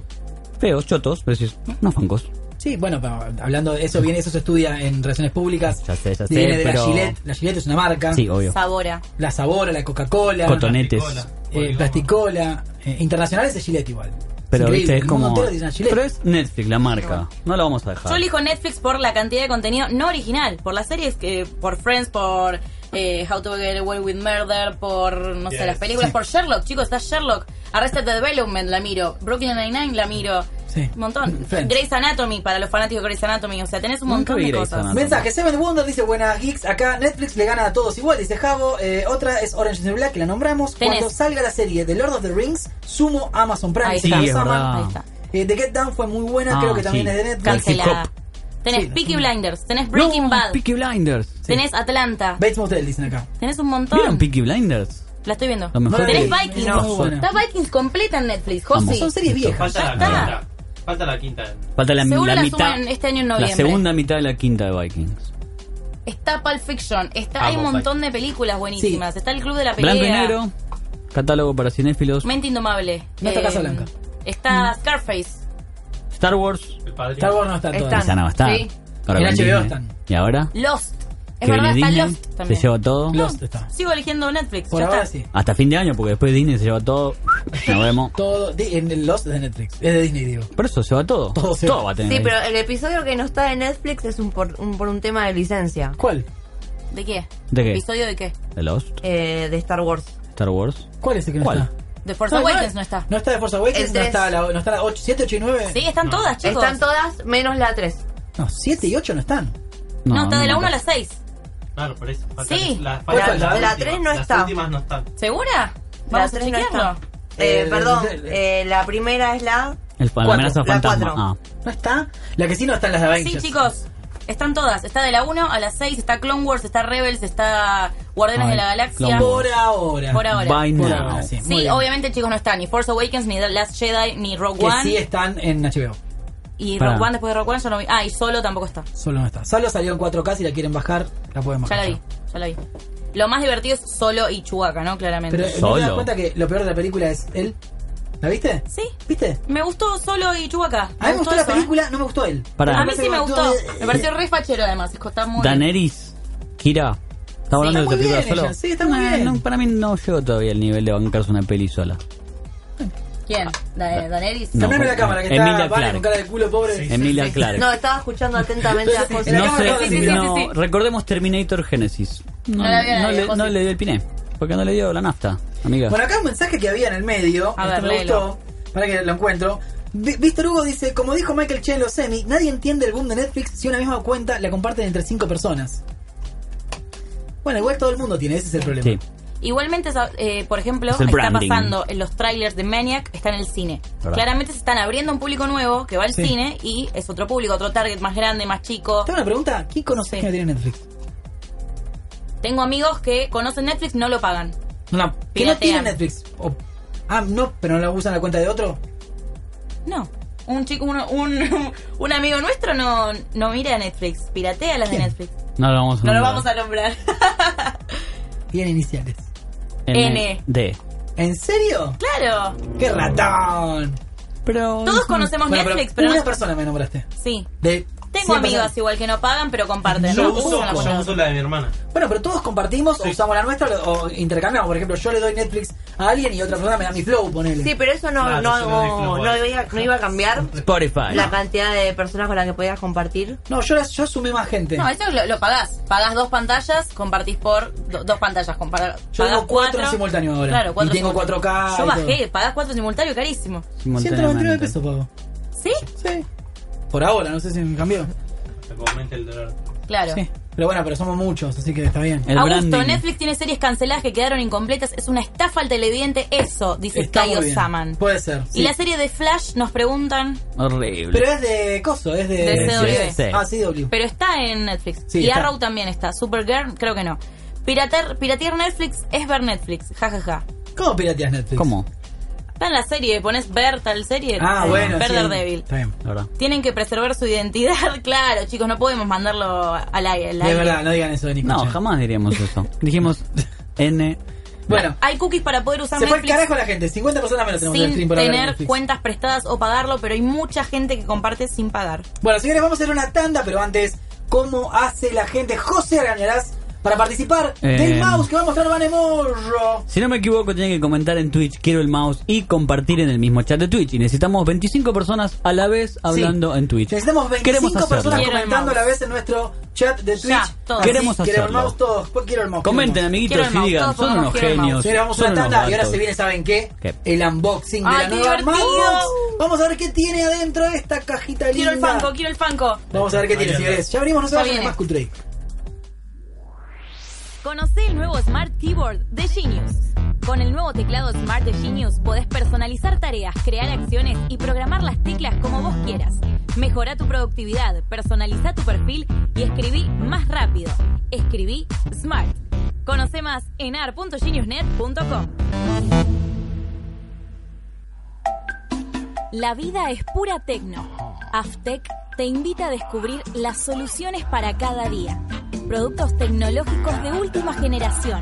S4: feos, chotos. Pero decís, no Funkos.
S2: Sí, bueno, pero hablando de eso, viene, eso se estudia en relaciones públicas.
S4: Ya sé, ya sé,
S2: Viene de
S4: pero-
S2: la Gillette. La Gillette es una marca.
S4: Sí, obvio.
S3: Sabora.
S2: La Sabora, la Coca-Cola.
S4: Cotonetes.
S2: eh, Plasticola. Eh, internacionales es Gillette igual.
S4: Pero
S2: Increíble,
S4: viste, es
S2: el mundo
S4: como...
S2: entero tiene una Gillette.
S4: Pero es Netflix, la marca. No la vamos a dejar.
S3: Yo elijo Netflix por la cantidad de contenido no original, por las series, que, por Friends, por eh, How to Get Away with Murder, por, no sé, las películas, por Sherlock, chicos, está Sherlock, Arrested Development la miro, Brooklyn Nine-Nine la miro,
S2: Sí.
S3: un montón.
S2: Friends.
S3: Grey's Anatomy, para los fanáticos de Grey's Anatomy, o sea, tenés un
S4: Nunca
S3: montón
S4: vi
S3: de
S4: Grey's
S3: cosas.
S4: Anatomy.
S2: Mensaje, Seven Wonder dice buenas geeks, acá Netflix le gana a todos igual, dice Javo, Eh, otra es Orange is the New Black, que la nombramos,
S3: Tenés.
S2: cuando salga la serie de Lord of the Rings, sumo Amazon Prime,
S3: Ahí
S2: si
S3: está.
S2: nos
S4: Sí, es
S2: aman.
S4: verdad.
S3: Ahí está.
S2: Eh, The Get Down fue muy buena,
S4: Ah,
S2: creo que también
S4: sí.
S2: es de Netflix.
S3: Cancelada.
S4: Hip
S3: Tenés
S2: Sí,
S3: Peaky
S2: sí.
S3: Blinders, tenés Breaking
S4: No,
S3: Bad,
S4: Peaky Blinders. Sí.
S3: tenés Atlanta,
S2: Bates Motel dicen acá.
S3: tenés un
S4: ¿Vieron
S3: montón.
S4: Peaky Blinders?
S3: La estoy viendo.
S4: Lo mejor
S2: No la
S3: Tenés
S2: vi.
S3: Vikings.
S2: No, muy buena.
S3: Está Vikings completa en Netflix,
S4: Vamos.
S3: José.
S2: Son series viejas.
S5: Falta la
S3: Ya está.
S5: quinta. Falta la quinta.
S4: Falta la,
S3: Seguro
S4: la
S3: la
S4: mitad.
S3: suben este año en
S4: la
S3: noviembre.
S4: segunda mitad de la quinta de Vikings.
S3: Está Pulp Fiction, está, hay un
S5: Amo
S3: montón de películas buenísimas. Está El Club de la Pelea.
S4: Blanco y negro. Catálogo para cinéfilos.
S3: Mente Indomable. eh,
S2: No está Casablanca.
S3: Está Scarface.
S4: Star Wars.
S5: El padre.
S2: Star Wars no está toda.
S6: Están.
S4: Esa no va a estar.
S6: Sí.
S4: Ahora
S2: En
S4: con
S2: HBO
S4: Disney.
S2: están.
S4: ¿Y ahora?
S3: Lost. Es
S4: que
S3: verdad,
S4: viene
S3: está
S4: Disney,
S3: Lost
S4: se
S3: también.
S4: lleva todo.
S2: Lost está.
S3: Sigo eligiendo Netflix.
S2: Por
S3: ya
S2: ahora
S3: está.
S2: sí.
S4: Hasta fin de año, porque después Disney se lleva todo. Nos vemos.
S2: Todo, di- en el Lost es de Netflix, es de Disney, digo.
S4: Por eso se va todo.
S2: Todo se
S4: todo
S2: va.
S4: va a tener.
S6: Sí,
S4: ahí.
S6: pero el episodio que no está en Netflix es un por un, por un tema de licencia
S2: ¿Cuál?
S3: ¿De qué?
S4: ¿De qué?
S3: ¿Episodio de qué?
S4: The Lost,
S6: eh, de Star Wars.
S4: Star Wars.
S2: ¿Cuál es el que no
S4: ¿Cuál?
S2: está?
S3: De Force
S2: No,
S3: Awakens no está.
S2: No está de Force Awakens,
S6: El
S2: no
S6: tres.
S2: está la, no está la 8, 7, 8 y 9.
S3: Sí, están todas, chicos.
S6: Están todas menos la 3.
S2: No, 7 y 8 no están.
S3: No, está de la 1 a la
S4: las
S3: 6.
S5: Claro, por eso. Falta
S3: Sí.
S5: la-
S2: ¿Cuál
S5: falta
S2: falta?
S6: La
S5: última.
S6: tres no
S5: Las
S6: está.
S5: últimas no están.
S3: ¿Segura? Vamos
S6: la
S3: a
S6: 3 no
S3: chequearlo.
S6: está. Eh,
S2: Eh,
S6: perdón,
S2: el-
S6: eh, la primera es la...
S4: El la amenaza
S6: la
S4: fantasma.
S6: cuatro.
S4: Ah,
S2: ¿No está? La que sí no está en las de Avengers.
S3: Sí, chicos. Están todas. Está de la 1 a la 6. Está Clone Wars, está Rebels, está Guardianes
S4: Ay,
S3: de la Galaxia.
S4: Clone Wars.
S2: Por ahora.
S3: Por ahora.
S4: By
S2: Por
S4: now.
S2: ahora, sí. Muy
S3: Sí,
S2: bien.
S3: obviamente, chicos, no está ni Force Awakens, ni The Last Jedi, ni Rogue
S2: Que
S3: One.
S2: sí están en HBO.
S3: Y
S4: Pará.
S3: Rock One después de Rock One yo no vi. Ah, y solo tampoco está.
S2: Solo no está. Solo salió en 4K. Si la quieren bajar, la pueden
S3: Ya
S2: bajar.
S3: la vi, ya la vi. Lo más divertido es solo y Chewbacca, ¿no? Claramente.
S2: Pero eh, ¿no te das
S4: Solo.
S2: cuenta que lo peor de la película es él? ¿La viste?
S3: Sí.
S2: ¿Viste?
S3: Me gustó solo y Chewbacca.
S2: A mí me gustó la
S3: eso, ¿eh?
S2: película, no me gustó él.
S4: Pará.
S3: A mí sí me gustó.
S2: eh,
S3: Me pareció re fachero además. Es que está muy.
S4: Daenerys, Kira. ¿Está
S2: está
S4: hablando de tu
S2: muy
S4: película
S2: bien
S4: solo?
S2: ella, sí, está muy
S4: Ah,
S2: bien.
S4: no, para mí no llegó todavía el nivel de bancarse una peli sola.
S3: ¿Quién? Da- Daenerys.
S4: No.
S2: Cambiame la cámara, que está
S4: Emilia
S2: Vale
S4: Clarke.
S2: con cara de culo, pobre.
S4: Emilia Clarke.
S6: No, estaba escuchando atentamente a José.
S2: En la
S4: No
S2: cámara
S4: sé,
S2: sí, sí,
S4: no,
S3: sí, sí.
S4: recordemos Terminator Genesis. No,
S3: No la vi, la
S4: no
S3: vi,
S4: le,
S3: José.
S4: no le dio el piné. Porque no le dio la nafta, amiga.
S2: Bueno, acá un mensaje que había en el medio.
S3: A
S2: este
S3: ver,
S2: me
S3: léelo.
S2: gustó. Para que lo encuentro. Vi- Víctor Hugo dice, como dijo Michael Che en los semi, nadie entiende el boom de Netflix si una misma cuenta la comparten entre cinco personas. Bueno, igual todo el mundo tiene, ese es el problema.
S4: Sí.
S3: Igualmente, so- eh, por ejemplo,
S4: Es el
S3: está
S4: branding.
S3: pasando en los trailers de Maniac, está en el cine.
S1: Claro.
S3: Claramente se están abriendo un público nuevo que va al
S2: Sí.
S3: cine y es otro público, otro target más grande, más chico.
S2: Tengo una pregunta. ¿Qué conoces
S3: Sí.
S2: que no tiene Netflix?
S3: Tengo amigos que conocen Netflix, no lo pagan.
S2: No, que no
S3: Piratean.
S2: tiene Netflix. O- ah, no, pero no la usan la cuenta de otro.
S3: No. Un chico, un, un, un amigo nuestro no, no mira Netflix, piratea las de Netflix.
S4: No lo vamos a
S3: No lo
S4: nombrar.
S3: vamos a nombrar.
S2: Tiene iniciales.
S3: N.
S4: D.
S2: ¿En serio?
S3: claro.
S2: ¡Qué ratón!
S4: Pero.
S3: Todos conocemos
S2: Bueno,
S3: Netflix,
S2: pero
S3: pero,
S2: una
S3: no-
S2: persona me nombraste.
S3: Sí.
S2: De
S3: Tengo
S2: 100
S3: amigos
S2: personas.
S3: igual que no pagan, pero comparten.
S5: Yo
S3: No,
S5: uso,
S3: usan la
S5: yo
S3: cuenta.
S5: uso la de mi hermana.
S2: Bueno, pero todos compartimos o usamos la nuestra o o intercambiamos. Por ejemplo, yo le doy Netflix a alguien y otra persona me da mi flow, ponele.
S6: Sí, pero eso no,
S5: Claro,
S6: no,
S5: eso no es
S6: no,
S5: global.
S6: no iba, no iba a cambiar
S4: Spotify.
S6: la cantidad de personas con las que podías compartir.
S2: No, yo, las- yo sumé más gente.
S3: No, eso lo, lo pagás. Pagás dos pantallas, compartís por do- dos pantallas. Compar,
S2: Yo
S3: pagás
S2: tengo cuatro en simultáneo ahora.
S3: Claro, cuatro
S2: Y tengo
S3: simultáneos.
S2: 4K
S3: Yo
S2: y todo.
S3: bajé, pagás cuatro simultáneo carísimo.
S4: Simultáneamente.
S2: 199 pesos pago.
S3: ¿Sí?
S2: Sí. Por ahora, no sé si me cambió.
S5: Hasta que aumente el dólar.
S3: Claro.
S2: Sí. Pero bueno, pero somos muchos, así que está bien.
S4: El
S3: Augusto,
S4: branding.
S3: Netflix tiene series canceladas que quedaron incompletas. Es una estafa al televidente. Eso, dice
S2: Está muy
S3: Tayo
S2: bien.
S3: Saman.
S2: Puede ser.
S3: Y
S2: sí.
S3: la serie de Flash nos preguntan,
S4: Horrible.
S2: Pero es de Coso, es de,
S3: De CW.
S4: Sí.
S2: Ah, CW.
S3: pero está en Netflix.
S2: Sí,
S3: y
S2: está.
S3: Arrow también está. Supergirl, creo que no. Piratear, piratear Netflix es ver Netflix. Ja, ja, ja.
S2: ¿Cómo pirateas Netflix?
S4: ¿Cómo?
S3: Está en la serie, pones ver tal serie.
S2: Ah,
S3: eh,
S2: bueno.
S3: Ver
S2: sí.
S3: Daredevil.
S2: Está bien.
S4: La verdad.
S3: Tienen que preservar su identidad, claro, chicos, no podemos mandarlo al aire. al
S2: De
S3: aire.
S2: verdad, no digan eso de Nico.
S4: No,
S2: che.
S4: jamás diríamos eso. Dijimos N.
S2: Bueno,
S3: Hay cookies para poder usar
S2: se fue al
S3: Netflix
S2: carajo la gente. 50 personas menos tenemos en el
S3: sin
S2: stream por ahora de
S3: tener
S2: Netflix.
S3: cuentas prestadas o pagarlo, pero hay mucha gente que comparte sin pagar.
S2: Bueno, señores, vamos a hacer una tanda, pero antes, ¿cómo hace la gente José Arañarás para participar del
S4: Eh,
S2: mouse que va a mostrar Vane Morro?
S4: Si no me equivoco, tienen que comentar en Twitch, quiero el mouse, y compartir en el mismo chat de Twitch. Y necesitamos 25 personas a la vez hablando en Twitch.
S2: Necesitamos 25
S4: Queremos
S2: personas
S4: hacerlo.
S3: Quiero el
S2: comentando a la
S3: mouse.
S2: vez en nuestro chat de Twitch.
S3: todos.
S2: Así,
S4: Queremos
S2: Quiero el
S4: hacerlo.
S2: mouse todos. Pues Quiero el mouse.
S4: Comenten,
S2: quiero el mouse.
S4: amiguitos,
S3: Quiero
S4: y
S3: el mouse,
S4: digan,
S3: todos
S4: son
S3: podemos
S4: unos
S3: quiero el mouse.
S4: genios.
S2: Señores, vamos a
S4: son
S2: una
S4: unos
S2: tanda y ahora
S4: gatos.
S2: se viene, ¿saben qué?
S4: ¿Qué?
S2: El unboxing de
S3: ¡Ay,
S2: la nueva
S3: ¡Ah, divertido!
S2: Mouse. Vamos a ver qué tiene adentro esta cajita
S3: Quiero el
S2: linda.
S3: Fanco, quiero el Fanco.
S2: Vamos a ver qué tiene, señores. Ya abrimos, no se
S3: Ya
S2: vayan,
S3: viene.
S2: más Cultura Geek.
S3: Conoce el nuevo Smart Keyboard de Genius. Con el nuevo teclado Smart de Genius podés personalizar tareas, crear acciones y programar las teclas como vos quieras. Mejora tu productividad, personaliza tu perfil y escribí más rápido. Escribí Smart. Conoce más en ar.geniusnet.com.
S8: La vida es pura tecno. Aftec te invita a descubrir las soluciones para cada día. Productos tecnológicos de última generación.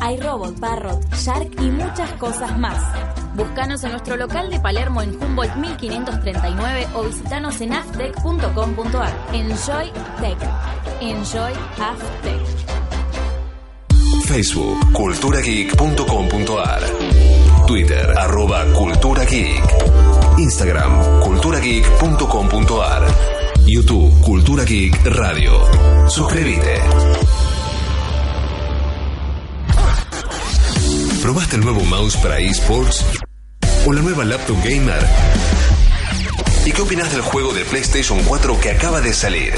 S8: Hay robot, parrot, shark y muchas cosas más.
S3: Búscanos en nuestro local de Palermo en Humboldt 1539 o visitanos en aftec.com.ar.
S8: Enjoy Tech. Enjoy Aftec.
S7: Facebook, culturageek.com.ar. Twitter, arroba Cultura Geek. Instagram, culturageek.com.ar. YouTube, Cultura Geek Radio. Suscríbete. ¿Probaste el nuevo mouse para esports? ¿O la nueva laptop gamer? ¿Y qué opinas del juego de PlayStation 4 que acaba de salir?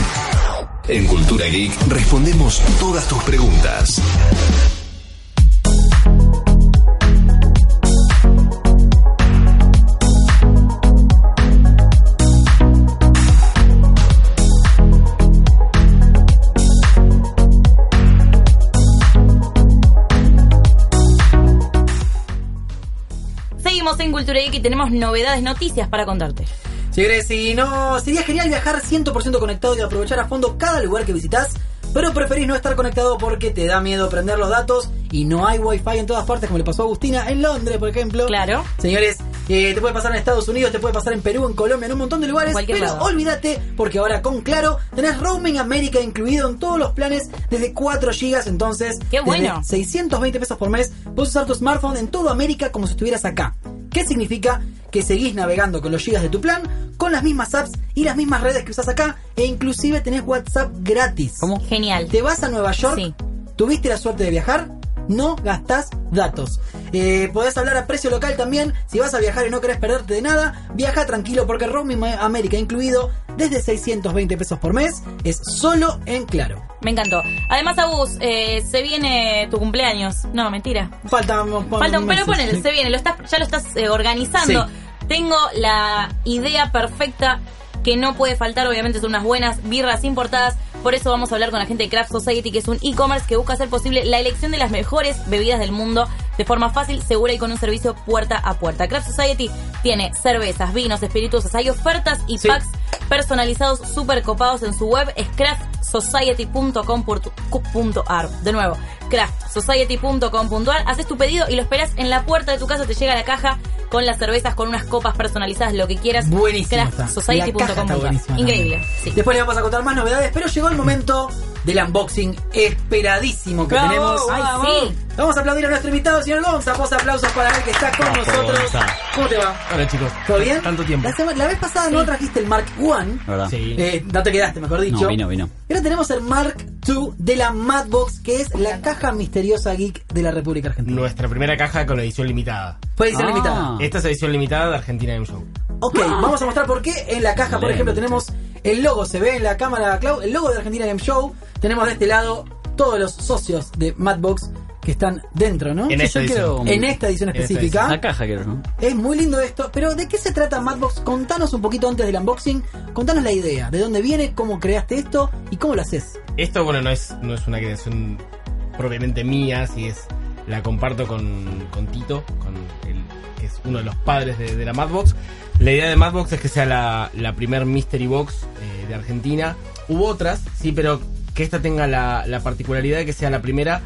S7: En Cultura Geek respondemos todas tus preguntas.
S3: Seguimos en Cultura Geek y tenemos novedades, noticias para contarte.
S2: Señores, si no, sería genial viajar 100% conectado y aprovechar a fondo cada lugar que visitas, pero preferís no estar conectado porque te da miedo prender los datos y no hay wifi en todas partes, como le pasó a Agustina en Londres, por ejemplo.
S3: Claro.
S2: Señores, eh, te puede pasar en Estados Unidos, te puede pasar en Perú, en Colombia, en un montón de lugares,
S3: Cualquier
S2: pero
S3: lado.
S2: olvídate porque ahora con Claro tenés roaming América incluido en todos los planes desde 4 GB, entonces
S3: ¡Qué
S2: desde
S3: bueno!
S2: 620 pesos por mes, puedes usar tu smartphone en toda América como si estuvieras acá. ¿Qué significa? Que seguís navegando con los gigas de tu plan, con las mismas apps y las mismas redes que usás acá, e inclusive tenés WhatsApp gratis.
S4: ¿Cómo?
S3: Genial.
S2: Te vas a Nueva York,
S3: Sí.
S2: tuviste la suerte de viajar, no gastás datos. Eh, podés hablar a precio local también. Si vas a viajar y no querés perderte de nada, viaja tranquilo porque Roaming América incluido desde 620 pesos por mes es solo en Claro.
S3: Me encantó. Además, Agus, eh, se viene tu cumpleaños. No, mentira.
S2: Falta,
S3: Falta un, pero ponele, se viene, lo estás, ya lo estás eh, organizando.
S2: Sí.
S3: Tengo la idea perfecta que no puede faltar, obviamente son unas buenas birras importadas. Por eso vamos a hablar con la gente de Craft Society, que es un e-commerce que busca hacer posible la elección de las mejores bebidas del mundo de forma fácil, segura y con un servicio puerta a puerta. Craft Society tiene cervezas, vinos, espirituosos, hay ofertas y
S2: Sí.
S3: packs personalizados súper copados en su web es craftsociety.com.ar de nuevo craftsociety.com.ar haces tu pedido y lo esperas en la puerta de tu casa te llega la caja con las cervezas con unas copas personalizadas lo que quieras
S2: Buenísimo está. La caja está
S3: craftsociety.com.ar
S2: buenísima
S3: increíble sí.
S2: Después le vamos a contar más novedades, pero llegó el momento del unboxing esperadísimo que
S4: Bravo,
S2: tenemos.
S4: ay,
S3: sí.
S2: Vamos a aplaudir a nuestro invitado, señor Gonza. Vos aplausos para él que está con
S5: Vamos,
S2: nosotros.
S5: Gonza.
S2: ¿Cómo te va?
S5: Hola chicos.
S2: ¿Todo bien?
S5: Tanto tiempo.
S2: La, sema- la vez pasada no trajiste el Mark One.
S4: La verdad.
S5: Sí.
S2: Eh, no te quedaste, mejor dicho.
S4: No, vino, vino.
S2: Y ahora tenemos el Mark II de la Madbox, que es la caja misteriosa geek de la República Argentina.
S10: Nuestra primera caja con la edición limitada.
S2: Puede ser
S4: Ah.
S2: limitada.
S10: Esta es edición limitada de Argentina Game Show.
S2: Ok,
S10: Ah.
S2: vamos a mostrar por qué en la caja, por
S4: Excelente.
S2: ejemplo, tenemos el logo, se ve en la cámara, Clau, el logo de Argentina Game Show. Tenemos de este lado todos los socios de Madbox que están dentro, ¿no?
S10: En
S4: Sí,
S10: esta
S4: yo
S10: edición.
S4: quiero-
S2: En esta edición
S10: En esta
S2: específica.
S4: La caja quiero, ¿no?
S2: Es muy lindo esto, pero ¿de qué se trata Madbox? Contanos un poquito antes del unboxing, contanos la idea, de dónde viene, cómo creaste esto y cómo lo haces.
S10: Esto, bueno, no es, no es una creación propiamente mía, si es. La comparto con, con Tito, con el, que es uno de los padres de, de la Madbox. La idea de Madbox es que sea la, la primer Mystery Box eh, de Argentina. Hubo otras, sí, pero que esta tenga la, la particularidad de que sea la primera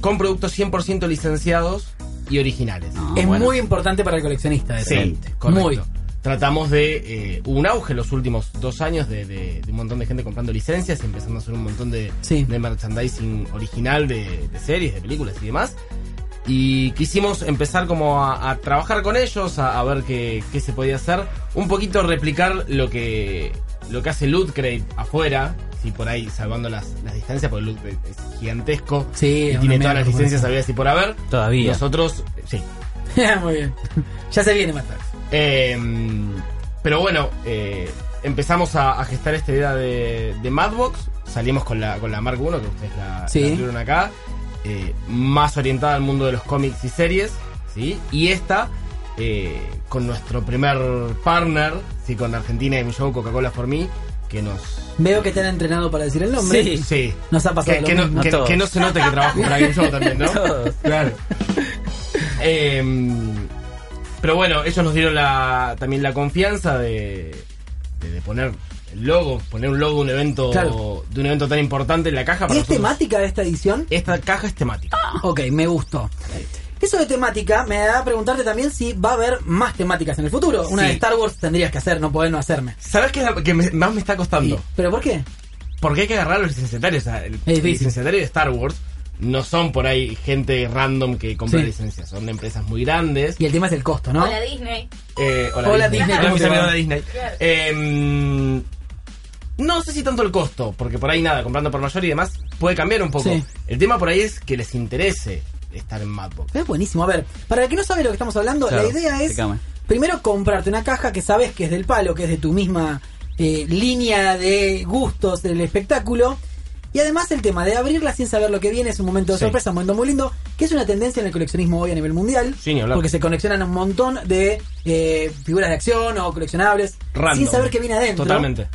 S10: con productos 100% licenciados y originales.
S4: Ah,
S2: es
S4: bueno.
S2: muy importante para el coleccionista. de
S10: Sí,
S2: repente.
S10: correcto.
S2: Muy.
S10: Tratamos de. eh, hubo un auge los últimos dos años de, de- de un montón de gente comprando licencias y empezando a hacer un montón de,
S2: Sí.
S10: de merchandising original de, de series, de películas y demás. Y quisimos empezar como a, a trabajar con ellos, a, a ver qué, qué se podía hacer. Un poquito replicar lo que lo que hace Loot Crate afuera, sí, por ahí salvando las, las distancias, porque Loot Crate es gigantesco
S2: Sí,
S10: y
S2: una
S10: tiene todas
S2: mega
S10: las licencias
S2: corporación.
S10: habidas y por haber.
S4: Todavía.
S10: Nosotros, sí,
S2: muy bien. Ya se viene Madbox.
S10: eh, pero bueno, eh, empezamos a, a gestar esta idea de, de Madbox. Salimos con la, con la Mark 1, que ustedes la,
S2: Sí.
S10: la tuvieron acá. eh, más orientada al mundo de los cómics y series. ¿sí? Y esta, eh, con nuestro primer partner, ¿sí? con Argentina Game Show, Coca-Cola for Me, que nos.
S2: Veo que te han entrenado para decir el nombre.
S4: Sí.
S10: Sí.
S2: Nos ha pasado
S10: Que,
S2: lo
S10: que no,
S2: mismo.
S10: que-
S4: A todos.
S10: que no se note que trabajo para Game Show también, ¿no?
S4: Todos.
S10: Claro. Em, pero bueno, ellos nos dieron la, también la confianza de, de, de poner el logo, poner un logo de un evento,
S2: Claro.
S10: de un evento tan importante en la caja.
S2: ¿Y
S10: para
S2: es
S10: nosotros-
S2: temática esta edición?
S10: Esta caja es temática.
S2: Eh, Ok, me gustó. Eso de temática me da a preguntarte también si va a haber más temáticas en el futuro. Una
S10: Sí.
S2: de Star Wars tendrías que hacer, no podés no hacerme.
S10: ¿Sabes qué es la que me- más me está costando?
S2: Y- ¿Pero por qué?
S10: Porque hay que agarrar a los licenciatarios. o sea, el
S2: difícil.
S10: licenciatario de Star Wars no son por ahí gente random que compra
S2: Sí.
S10: licencias. Son empresas muy grandes.
S2: Y el tema es el costo, ¿no?
S3: hola Disney
S10: Eh, hola,
S2: Hola, Disney,
S10: Disney.
S2: ¿cómo
S10: Hola, mis
S2: te va?
S10: amigos de Disney. Eh, no sé si tanto el costo, porque por ahí nada, comprando por mayor y demás, puede cambiar un poco.
S2: Sí.
S10: El tema por ahí es que les interese estar en Madbox.
S2: Es buenísimo. A ver, para el que no sabe lo que estamos hablando,
S4: Claro,
S2: la idea es
S4: explícame.
S2: primero comprarte una caja que sabes que es del palo, que es de tu misma eh, línea de gustos del espectáculo. Y además el tema de abrirla sin saber lo que viene es un momento de
S10: Sí.
S2: sorpresa, un momento muy lindo, que es una tendencia en el coleccionismo hoy a nivel mundial.
S10: Sí, ni hablar.
S2: porque se coleccionan un montón de eh, figuras de acción o coleccionables
S10: Random.
S2: sin saber qué viene adentro.
S10: Totalmente.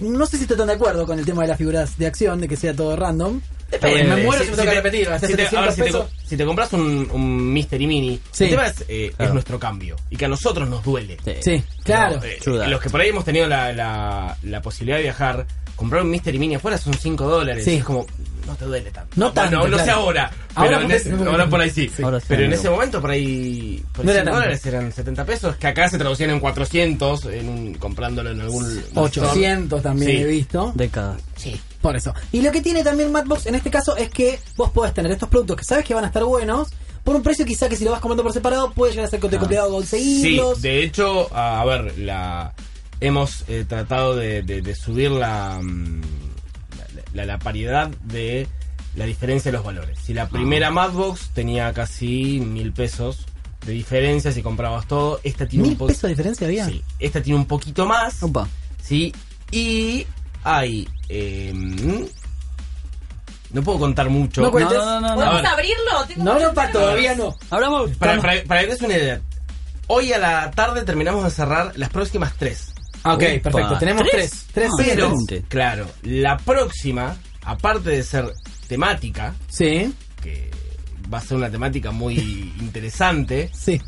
S2: No sé si estoy tan de acuerdo con el tema de las figuras de acción, de que sea todo random.
S10: Eh,
S2: me muero si me
S10: si- si
S2: toca
S10: te-
S2: repetir. gasté
S10: si te- ahora,
S2: 700
S10: si te
S2: pesos.
S10: co- si te compras un, un Mystery Mini,
S2: Sí. Ah.
S10: el tema es, eh,
S4: Claro.
S10: es nuestro cambio y que a nosotros nos duele.
S2: Sí, claro.
S10: Pero, eh,
S4: Ayuda.
S10: los que por ahí hemos tenido la, la- la posibilidad de viajar, comprar un Mystery Mini afuera son 5 dólares.
S2: Sí.
S10: Es como, no te duele tanto.
S2: No tanto,
S10: Bueno, no sé
S2: claro.
S10: ahora.
S2: Ahora
S10: Pero en
S2: porque-
S10: ese- ahora por ahí sí.
S4: Ahora sí,
S10: pero en
S4: amigo.
S10: ese momento por ahí por
S2: No era
S10: 100
S2: tanto.
S10: dólares eran 70 pesos, que acá se traducían en 400 en un- comprándolo en algún... store.
S2: 800 también
S10: Sí.
S2: he visto.
S4: Décadas.
S10: Sí.
S2: Por eso. Y lo que tiene también Madbox en este caso es que vos podés tener estos productos que sabes que van a estar buenos por un precio quizá que si lo vas comprando por separado puede llegar a ser
S4: Ah.
S2: complicado
S10: Sí,
S2: conseguirlos.
S10: de hecho, a, a ver, la hemos eh, tratado de, de- de subir la, mm, la, la- la paridad de la diferencia de los valores. Si
S2: Ah.
S10: la primera Madbox tenía casi mil pesos de diferencia, si comprabas todo, esta tiene
S2: ¿Mil
S10: un po-
S2: pesos de diferencia había?
S10: Sí, esta tiene un poquito más. Sí, y hay. eh, no puedo contar mucho.
S2: No cuentes. No, no, no,
S6: ¿Podemos
S10: Ahora,
S6: abrirlo?
S2: No,
S6: Tengo
S2: no,
S6: muchas
S2: pa,
S6: ganas.
S2: todavía no.
S4: Hablamos.
S10: para, para, para que te des una idea, hoy a la tarde terminamos de cerrar las próximas tres.
S2: Ah, Ok,
S4: Upa.
S2: perfecto. Tenemos tres.
S10: ¿Tres?
S2: Tres
S4: Ah,
S2: series.
S10: Pero,
S4: Excelente.
S10: claro, la próxima, aparte de ser temática,
S2: Sí,
S10: que va a ser una temática muy interesante,
S2: sí.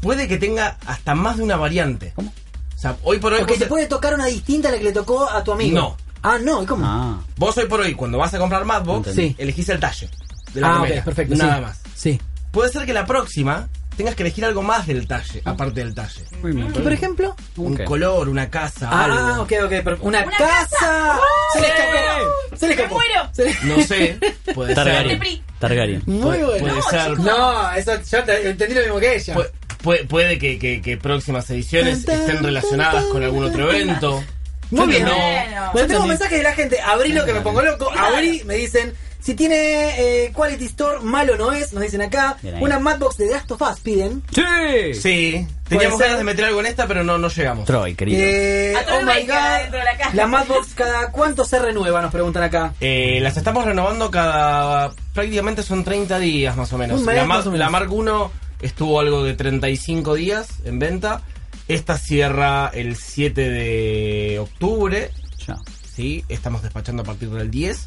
S10: puede que tenga hasta más de una variante.
S4: ¿Cómo?
S10: O sea, hoy por hoy...
S2: Porque
S10: vos-
S2: te puede tocar una distinta a la que le tocó a tu amigo.
S10: No.
S2: Ah, no, ¿y cómo?
S4: Ah,
S10: Vos hoy por hoy, cuando vas a comprar Madbox,
S2: Entendí. Sí.
S10: elegís el talle de la
S2: ah,
S10: remera,
S2: ok, perfecto.
S10: Nada
S2: sí.
S10: más.
S2: Sí.
S10: Puede ser que la próxima tengas que elegir algo más del talle,
S2: Mm.
S10: aparte del talle.
S4: muy bien.
S2: ¿Y por ejemplo?
S10: Un
S4: Ok.
S10: color, una casa,
S2: Ah,
S10: algo.
S2: ok, ok. pero Una,
S6: Una
S2: casa.
S6: casa.
S2: Se le
S6: Sí.
S2: escapó. Se le
S6: Me
S2: escapó.
S6: muero.
S2: Se le-
S10: No sé, puede ser.
S4: Targaryen. Targaryen.
S2: Muy
S10: Puede-
S2: bueno.
S10: puede ser.
S2: No, eso yo te- entendí lo mismo que ella.
S10: Pu- Puede, puede que, que- que próximas ediciones
S2: Tan, tan,
S10: estén relacionadas con algún otro evento.
S2: Muy
S10: Yo
S2: bien.
S10: no-
S6: Bueno.
S2: Bueno, tengo mensajes de la gente. Abrí lo que me pongo loco. Abrí, me dicen. Si tiene eh, Quality Store, malo no es, nos dicen acá.
S4: Bien ahí.
S2: Una Madbox de Last of Us piden.
S4: Sí.
S10: Sí, teníamos
S2: ser.
S10: ganas de meter algo en esta, pero no, no llegamos.
S4: Troy, querido.
S2: Eh,
S6: Atrás
S2: oh
S6: me
S2: my
S6: queda
S2: god.
S6: dentro de la caja.
S2: La Madbox cada cuánto se renueva, nos preguntan acá.
S10: Eh, las estamos renovando cada. prácticamente son 30 días más o menos.
S2: Un mes,
S10: La, Mar-
S2: más o menos.
S10: la Mark 1 estuvo algo de 35 días en venta. Esta cierra el 7 de octubre.
S4: Ya.
S10: Sí, estamos despachando a partir del 10.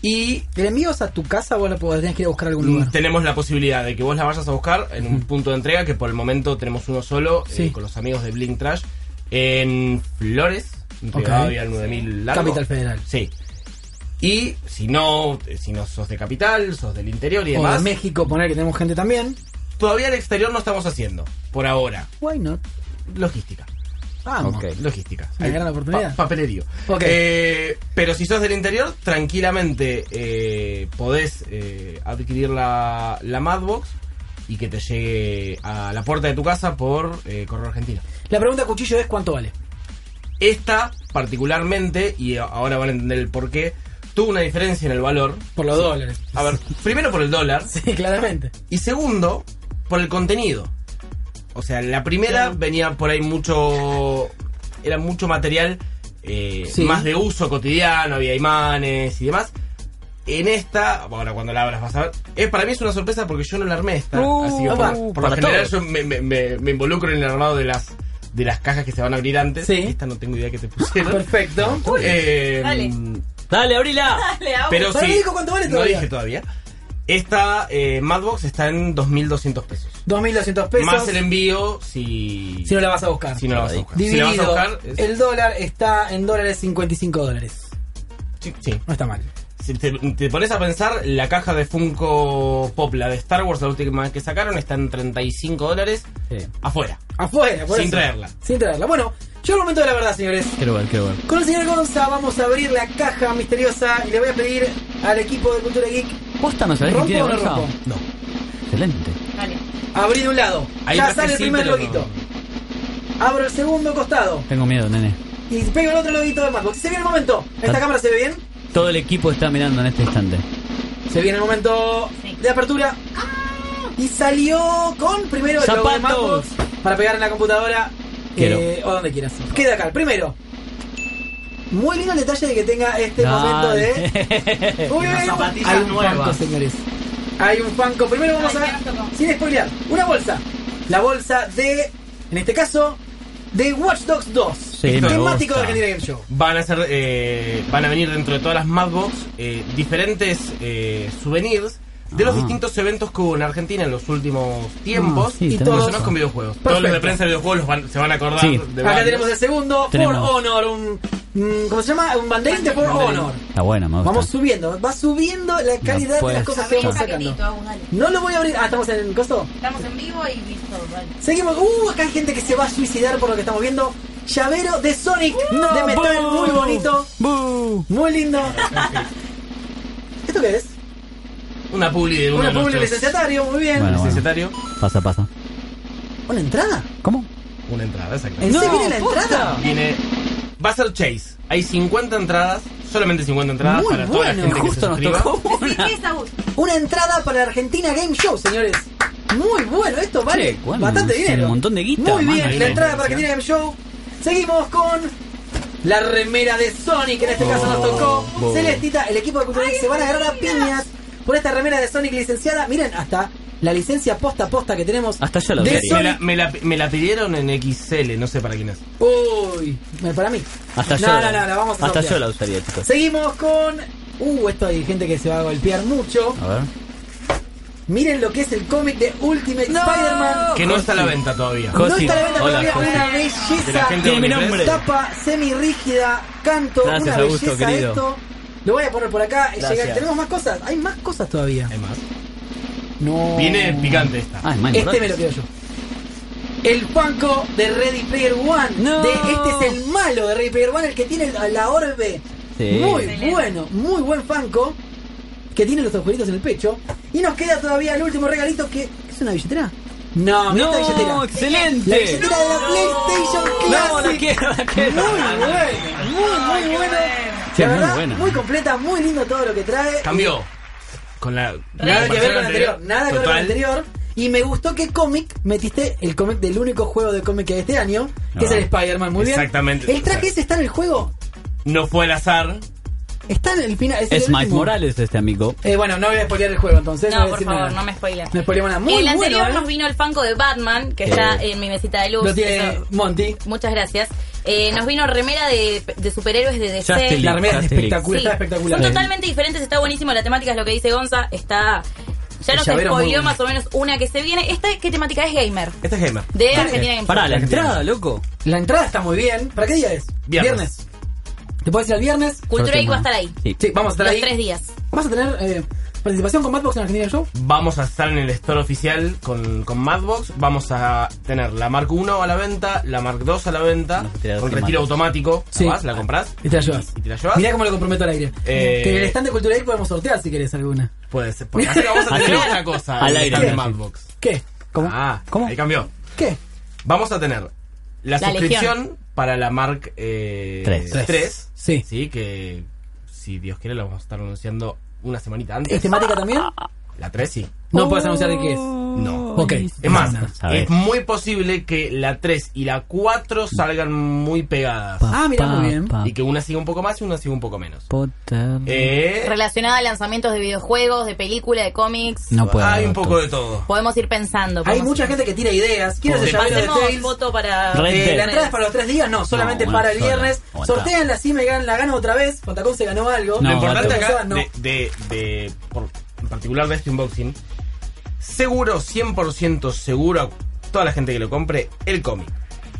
S10: Y
S2: ¿El envío es a tu casa o vos la podés- tenés que ir a buscar a algún
S10: Mm,
S2: lugar?
S10: Tenemos la posibilidad de que vos la vayas a buscar en un punto de entrega, que por el momento tenemos uno solo, eh,
S2: Sí.
S10: con los amigos de Blink Trash, en Flores, en
S2: Ok.
S10: Rivadavia, al 9000 largo.
S2: Capital Federal.
S10: Sí. Y si no, eh, si no sos de Capital, sos del interior y
S2: O de
S10: demás,
S2: México, poner que tenemos gente también.
S10: todavía el exterior no estamos haciendo, por ahora.
S2: Why not?
S10: Logística.
S2: Vamos.
S4: Ok.
S10: Logística.
S2: Una
S10: Ahí,
S2: gran oportunidad.
S10: pa- papelerío.
S2: Ok.
S10: Eh, pero si sos del interior, tranquilamente eh, podés eh, adquirir la, la Madbox y que te llegue a la puerta de tu casa por eh, correo argentino.
S2: La pregunta cuchillo es cuánto vale.
S10: Esta, particularmente, y a- ahora van a entender el por qué, tuvo una diferencia en el valor.
S2: Por los dólares.
S10: A ver, primero por el dólar
S2: Sí, claramente.
S10: y segundo por el contenido. O sea, la primera venía por ahí mucho. Era mucho material eh,
S2: Sí.
S10: más de uso cotidiano, había imanes y demás. En esta, ahora cuando la abras vas a ver. eh, para mí es una sorpresa porque yo no la armé esta.
S4: Uh,
S10: así que por,
S4: opa,
S10: por
S4: para
S10: lo general
S4: todos.
S10: yo me, me- me- me involucro en el armado de las de las cajas que se van a abrir antes.
S2: Sí.
S10: Esta no tengo idea que te pusieron.
S2: Perfecto.
S10: Eh,
S6: dale.
S4: Dale, abrila.
S6: Dale, vamos.
S10: Pero
S2: Pero
S10: sí.
S2: no dijo cuánto vale todavía.
S10: No dije todavía. Esta eh, Madbox está en 2.200 pesos.
S2: 2.200 pesos.
S10: Más el envío si.
S2: Si no la vas a buscar.
S10: si no la vas a buscar. Si la
S2: Dividido.
S10: vas a buscar. es-
S2: El dólar está en dólares 55 dólares.
S10: sí, sí.
S2: No está mal.
S10: Si te, te pones a pensar, la caja de Funko Pop, la de Star Wars, la última que sacaron, está en 35 dólares
S4: Sí.
S10: afuera.
S2: Afuera, por
S10: Sin
S2: eso.
S10: traerla.
S2: Sin traerla. Bueno, llegó el momento de la verdad, señores.
S4: Quiero ver, quiero ver.
S2: Con el señor Gonza vamos a abrir la caja misteriosa y le voy a pedir al equipo de Cultura Geek
S4: Posta, ¿no sabés
S2: ¿Rompo
S4: que tiene
S2: o no
S4: bolsa?
S2: rompo?
S4: No. Excelente.
S6: Dale.
S2: abrir un lado.
S10: Ahí
S2: ya
S10: traje
S2: sale el
S10: sí,
S2: primer
S10: pero
S2: loguito. Abro el segundo costado
S4: Tengo miedo, nene.
S2: y pego el otro loguito de Madbox. Se viene el momento. ¿Esta
S4: Ah.
S2: cámara se ve bien?
S4: Todo el equipo está mirando en este instante.
S2: Se viene el momento
S6: Sí. ¡Ah!
S2: de apertura. Y salió con primero el logo de
S4: Zapatos.
S2: Madbox para pegar en la computadora
S4: Quiero.
S2: eh, o donde quieras. Queda acá, el primero. Muy lindo el detalle de que tenga este momento de.
S4: de...
S2: Muy bien.
S5: zapatillas
S2: Hay un
S5: nuevas.
S2: Funko, señores. Hay un Funko. Primero vamos
S6: Ay,
S2: a
S6: qué asco.
S2: sin spoilear, una bolsa. La bolsa de, en este caso, de Watch Dogs 2.
S4: me
S2: temático de
S4: gusta.
S2: Argentina Game Show.
S10: Van a ser. eh, van a venir dentro de todas las Madbox eh, diferentes eh, souvenirs de los
S4: Ah.
S10: distintos eventos que hubo en Argentina en los últimos
S2: Ah,
S10: tiempos.
S4: sí,
S10: y
S4: tenés
S10: todos
S4: razón.
S10: con videojuegos. Todos los de
S2: Perfecto.
S10: prensa de videojuegos los van- se van a acordar
S4: Sí.
S10: de
S2: Acá
S10: varios.
S2: tenemos el segundo,
S4: Tenemos.
S2: For Honor, un... mm, ¿Cómo se llama? Un banderinte For Honor.
S4: Está buena, me gusta.
S2: Vamos subiendo, va subiendo la calidad de
S4: puede
S2: las cosas que
S6: Abrí un
S2: vamos
S6: paquetito,
S2: sacando.
S6: Agus, dale.
S2: No lo voy a abrir. Ah, estamos en el costo.
S6: Estamos en vivo y listo, dale.
S2: Seguimos. Uh, acá hay gente que se va a suicidar por lo que estamos viendo. Llavero de Sonic de metal,
S4: ¡Bú!
S2: muy bonito,
S4: ¡Bú!
S2: muy lindo. ¿Esto qué es?
S10: Una publi de uno
S2: Una
S10: de nuestros
S2: publi licenciatario, muy bien.
S4: Bueno, bueno.
S10: licenciatario.
S4: Pasa, pasa.
S2: ¿Una entrada?
S4: ¿Cómo?
S10: Una entrada, exacto.
S2: ¿En serio viene la
S4: posta.
S2: entrada?
S10: Tiene. Va a ser Chase. Hay 50 entradas, solamente 50 entradas
S2: Muy
S10: para toda la
S2: bueno.
S10: gente que se
S2: Justo nos
S10: suscriba.
S2: Una entrada para Argentina Game Show, señores. Muy bueno, esto vale
S4: Che, bueno,
S2: bastante
S4: es
S2: dinero.
S4: Un montón de guita.
S2: Muy
S4: mano.
S2: bien, la entrada para Argentina Game Show. Seguimos con la remera de Sonic, en este caso nos tocó.
S4: Oh.
S2: Celestita, el equipo de Cultura Geek se van a agarrar a piñas por esta remera de Sonic licenciada. Miren, hasta la licencia posta a posta que tenemos.
S4: Hasta yo la
S2: de
S4: vi.
S10: Me la,
S2: Sonic.
S10: me, la, me la pidieron en XL, no sé para quién es.
S2: Uy, me- para mí.
S4: Hasta
S2: no,
S4: yo.
S2: No, no, la vamos a
S4: Hasta
S2: sortear.
S4: yo la usaría, chicos.
S2: Seguimos con. Uh, esto hay gente que se va a golpear mucho.
S4: A ver.
S2: Miren lo que es el cómic de Ultimate Spider-Man.
S10: Que no está a la venta todavía.
S4: Co-
S2: No
S4: Josi.
S2: está a la venta
S4: Hola,
S2: todavía,
S4: Josi.
S2: una
S10: De la
S2: belleza.
S10: gente
S4: Tiene mi
S10: de Omniflex.
S4: nombre.
S2: Tapa semirrígida, canto,
S4: Gracias,
S2: una
S4: Augusto,
S2: belleza
S4: querido.
S2: esto. Lo voy a poner por acá. eh, Llega-
S4: Gracias.
S2: Tenemos más cosas. Hay más cosas todavía.
S10: Hay más.
S2: No.
S10: Viene picante esta.
S4: Ah, es Mario
S2: Este me
S4: Bros.
S2: lo quiero yo. El Funko de Ready Player One.
S4: No.
S2: De, este es el malo de Ready Player One, el que tiene el- la orbe.
S4: Sí.
S2: Muy
S4: Excelente.
S2: bueno, muy buen Funko. Que tiene los agujeritos en el pecho. Y nos queda todavía el último regalito que es una billetera. No, mirá esta
S4: No,
S2: billetera. La
S4: excelente.
S2: billetera de la PlayStation Classic.
S4: No, la quiero, la
S2: Muy
S4: quiero.
S2: bueno, muy, muy bueno.
S4: Sí,
S2: La
S4: muy
S2: verdad,
S4: buena.
S2: muy completa, muy lindo todo lo que trae.
S10: Cambió. Con la.
S2: Nada que ver con el
S4: eh.
S2: anterior. Nada que ver con el
S10: Total.
S2: anterior. Y me gustó que cómic metiste el cómic del único juego de cómic que hay este año, que
S4: Ah.
S2: es el Spider-Man. Muy bien.
S10: Exactamente.
S2: ¿El traje ese está en el juego?
S10: No fue al azar.
S2: Está en el final. el
S4: Es Mike
S2: último.
S4: Morales este amigo.
S2: Eh, bueno, no voy a spoilear el juego entonces.
S3: No,
S2: voy a
S3: por
S2: decir
S3: favor,
S2: nada.
S3: no me spoilen.
S2: No spoilemos nada. Muy
S3: el
S2: bueno,
S3: anterior
S2: ¿eh?
S3: nos vino el Funko de Batman, que
S4: Eh.
S3: está en mi mesita de luz.
S2: Lo tiene
S3: Eso-
S2: Monty.
S3: muchas gracias. Eh, nos vino remera de, de superhéroes de
S4: Ya
S3: DC.
S4: estoy
S2: La remera es
S4: Asterix.
S2: espectacular,
S3: Sí,
S2: está espectacular.
S3: Son totalmente diferentes, está buenísimo. La temática es lo que dice Gonza, está. Ya
S2: El
S3: nos
S2: llavero es muy bueno.
S3: spoileó más o menos una que se viene. ¿Esta qué temática es gamer?
S10: Esta es Gemma.
S3: De Argentina Games.
S4: Pará, la entrada, loco.
S2: La entrada está muy bien. ¿Para qué día es?
S10: Viernes.
S2: ¿Te puedes ir al viernes?
S3: Cultura Geek va a estar
S4: Sortemos.
S3: ahí.
S4: Sí.
S2: Sí, vamos a estar
S3: Los
S2: ahí.
S3: tres días.
S2: ¿Vas a tener eh, participación con Madbox en Argentina Show?
S10: Vamos a estar en el store oficial con, con Madbox. Vamos a tener la Mark 1 a la venta, la Mark 2 a la venta,
S4: Los retiros
S10: con retiro automático.
S2: Sí.
S10: La vas, la compras
S2: Y te la llevas.
S10: y te la llevas.
S2: Mirá cómo lo comprometo al aire.
S10: Eh.
S2: Que en el stand de Cultura Geek podemos sortear si querés alguna.
S10: Puede ser. Porque así vamos a tener
S4: Así.
S10: otra cosa.
S4: Al
S10: en el
S4: aire
S10: stand de
S4: también.
S10: Madbox.
S2: ¿Qué? ¿Cómo?
S10: Ah,
S4: ¿Cómo?
S10: Ahí cambió.
S2: ¿Qué?
S10: Vamos a tener
S3: La
S10: la, suscripción
S3: Legión.
S10: para la Mark eh,
S4: Tres.
S10: 3.
S2: Sí.
S10: Sí, que si Dios quiere la vamos a estar anunciando una semanita antes.
S4: Este
S2: ¿Es temática también?
S10: La 3 sí.
S2: No puedes anunciar de qué es.
S10: Uh. No.
S4: Oh.
S2: Ok.
S10: Es más,
S4: Sabés.
S10: es muy posible que la 3 y la 4 salgan muy pegadas.
S4: Pa,
S2: Ah, mirá,
S4: pa,
S2: muy bien.
S4: pa,
S10: Y que una siga un poco más y una siga un poco menos.
S4: Potter.
S10: Eh,
S3: Relacionada a lanzamientos de videojuegos, de películas, de cómics.
S4: No puedo.
S10: hay un
S4: doctor.
S10: poco de todo.
S3: Podemos ir pensando.
S2: Hay
S3: podemos-
S2: mucha gente que tira ideas. ¿Quién es el llavero de
S3: Hacemos
S2: Tails?
S3: voto para.
S4: Red
S2: Eh,
S4: Dead.
S2: ¿La entrada es para los tres días? No, solamente
S4: No, una
S2: para el
S4: sola.
S2: viernes.
S4: Aguantá.
S2: Sorteanla así, me gan- la gano otra vez. Fontacón se ganó algo.
S4: No,
S10: Lo importante
S4: gato.
S10: acá,
S2: No.
S10: de, de- de- por- en particular de este unboxing, seguro, 100% seguro, a toda la gente que lo compre, el cómic,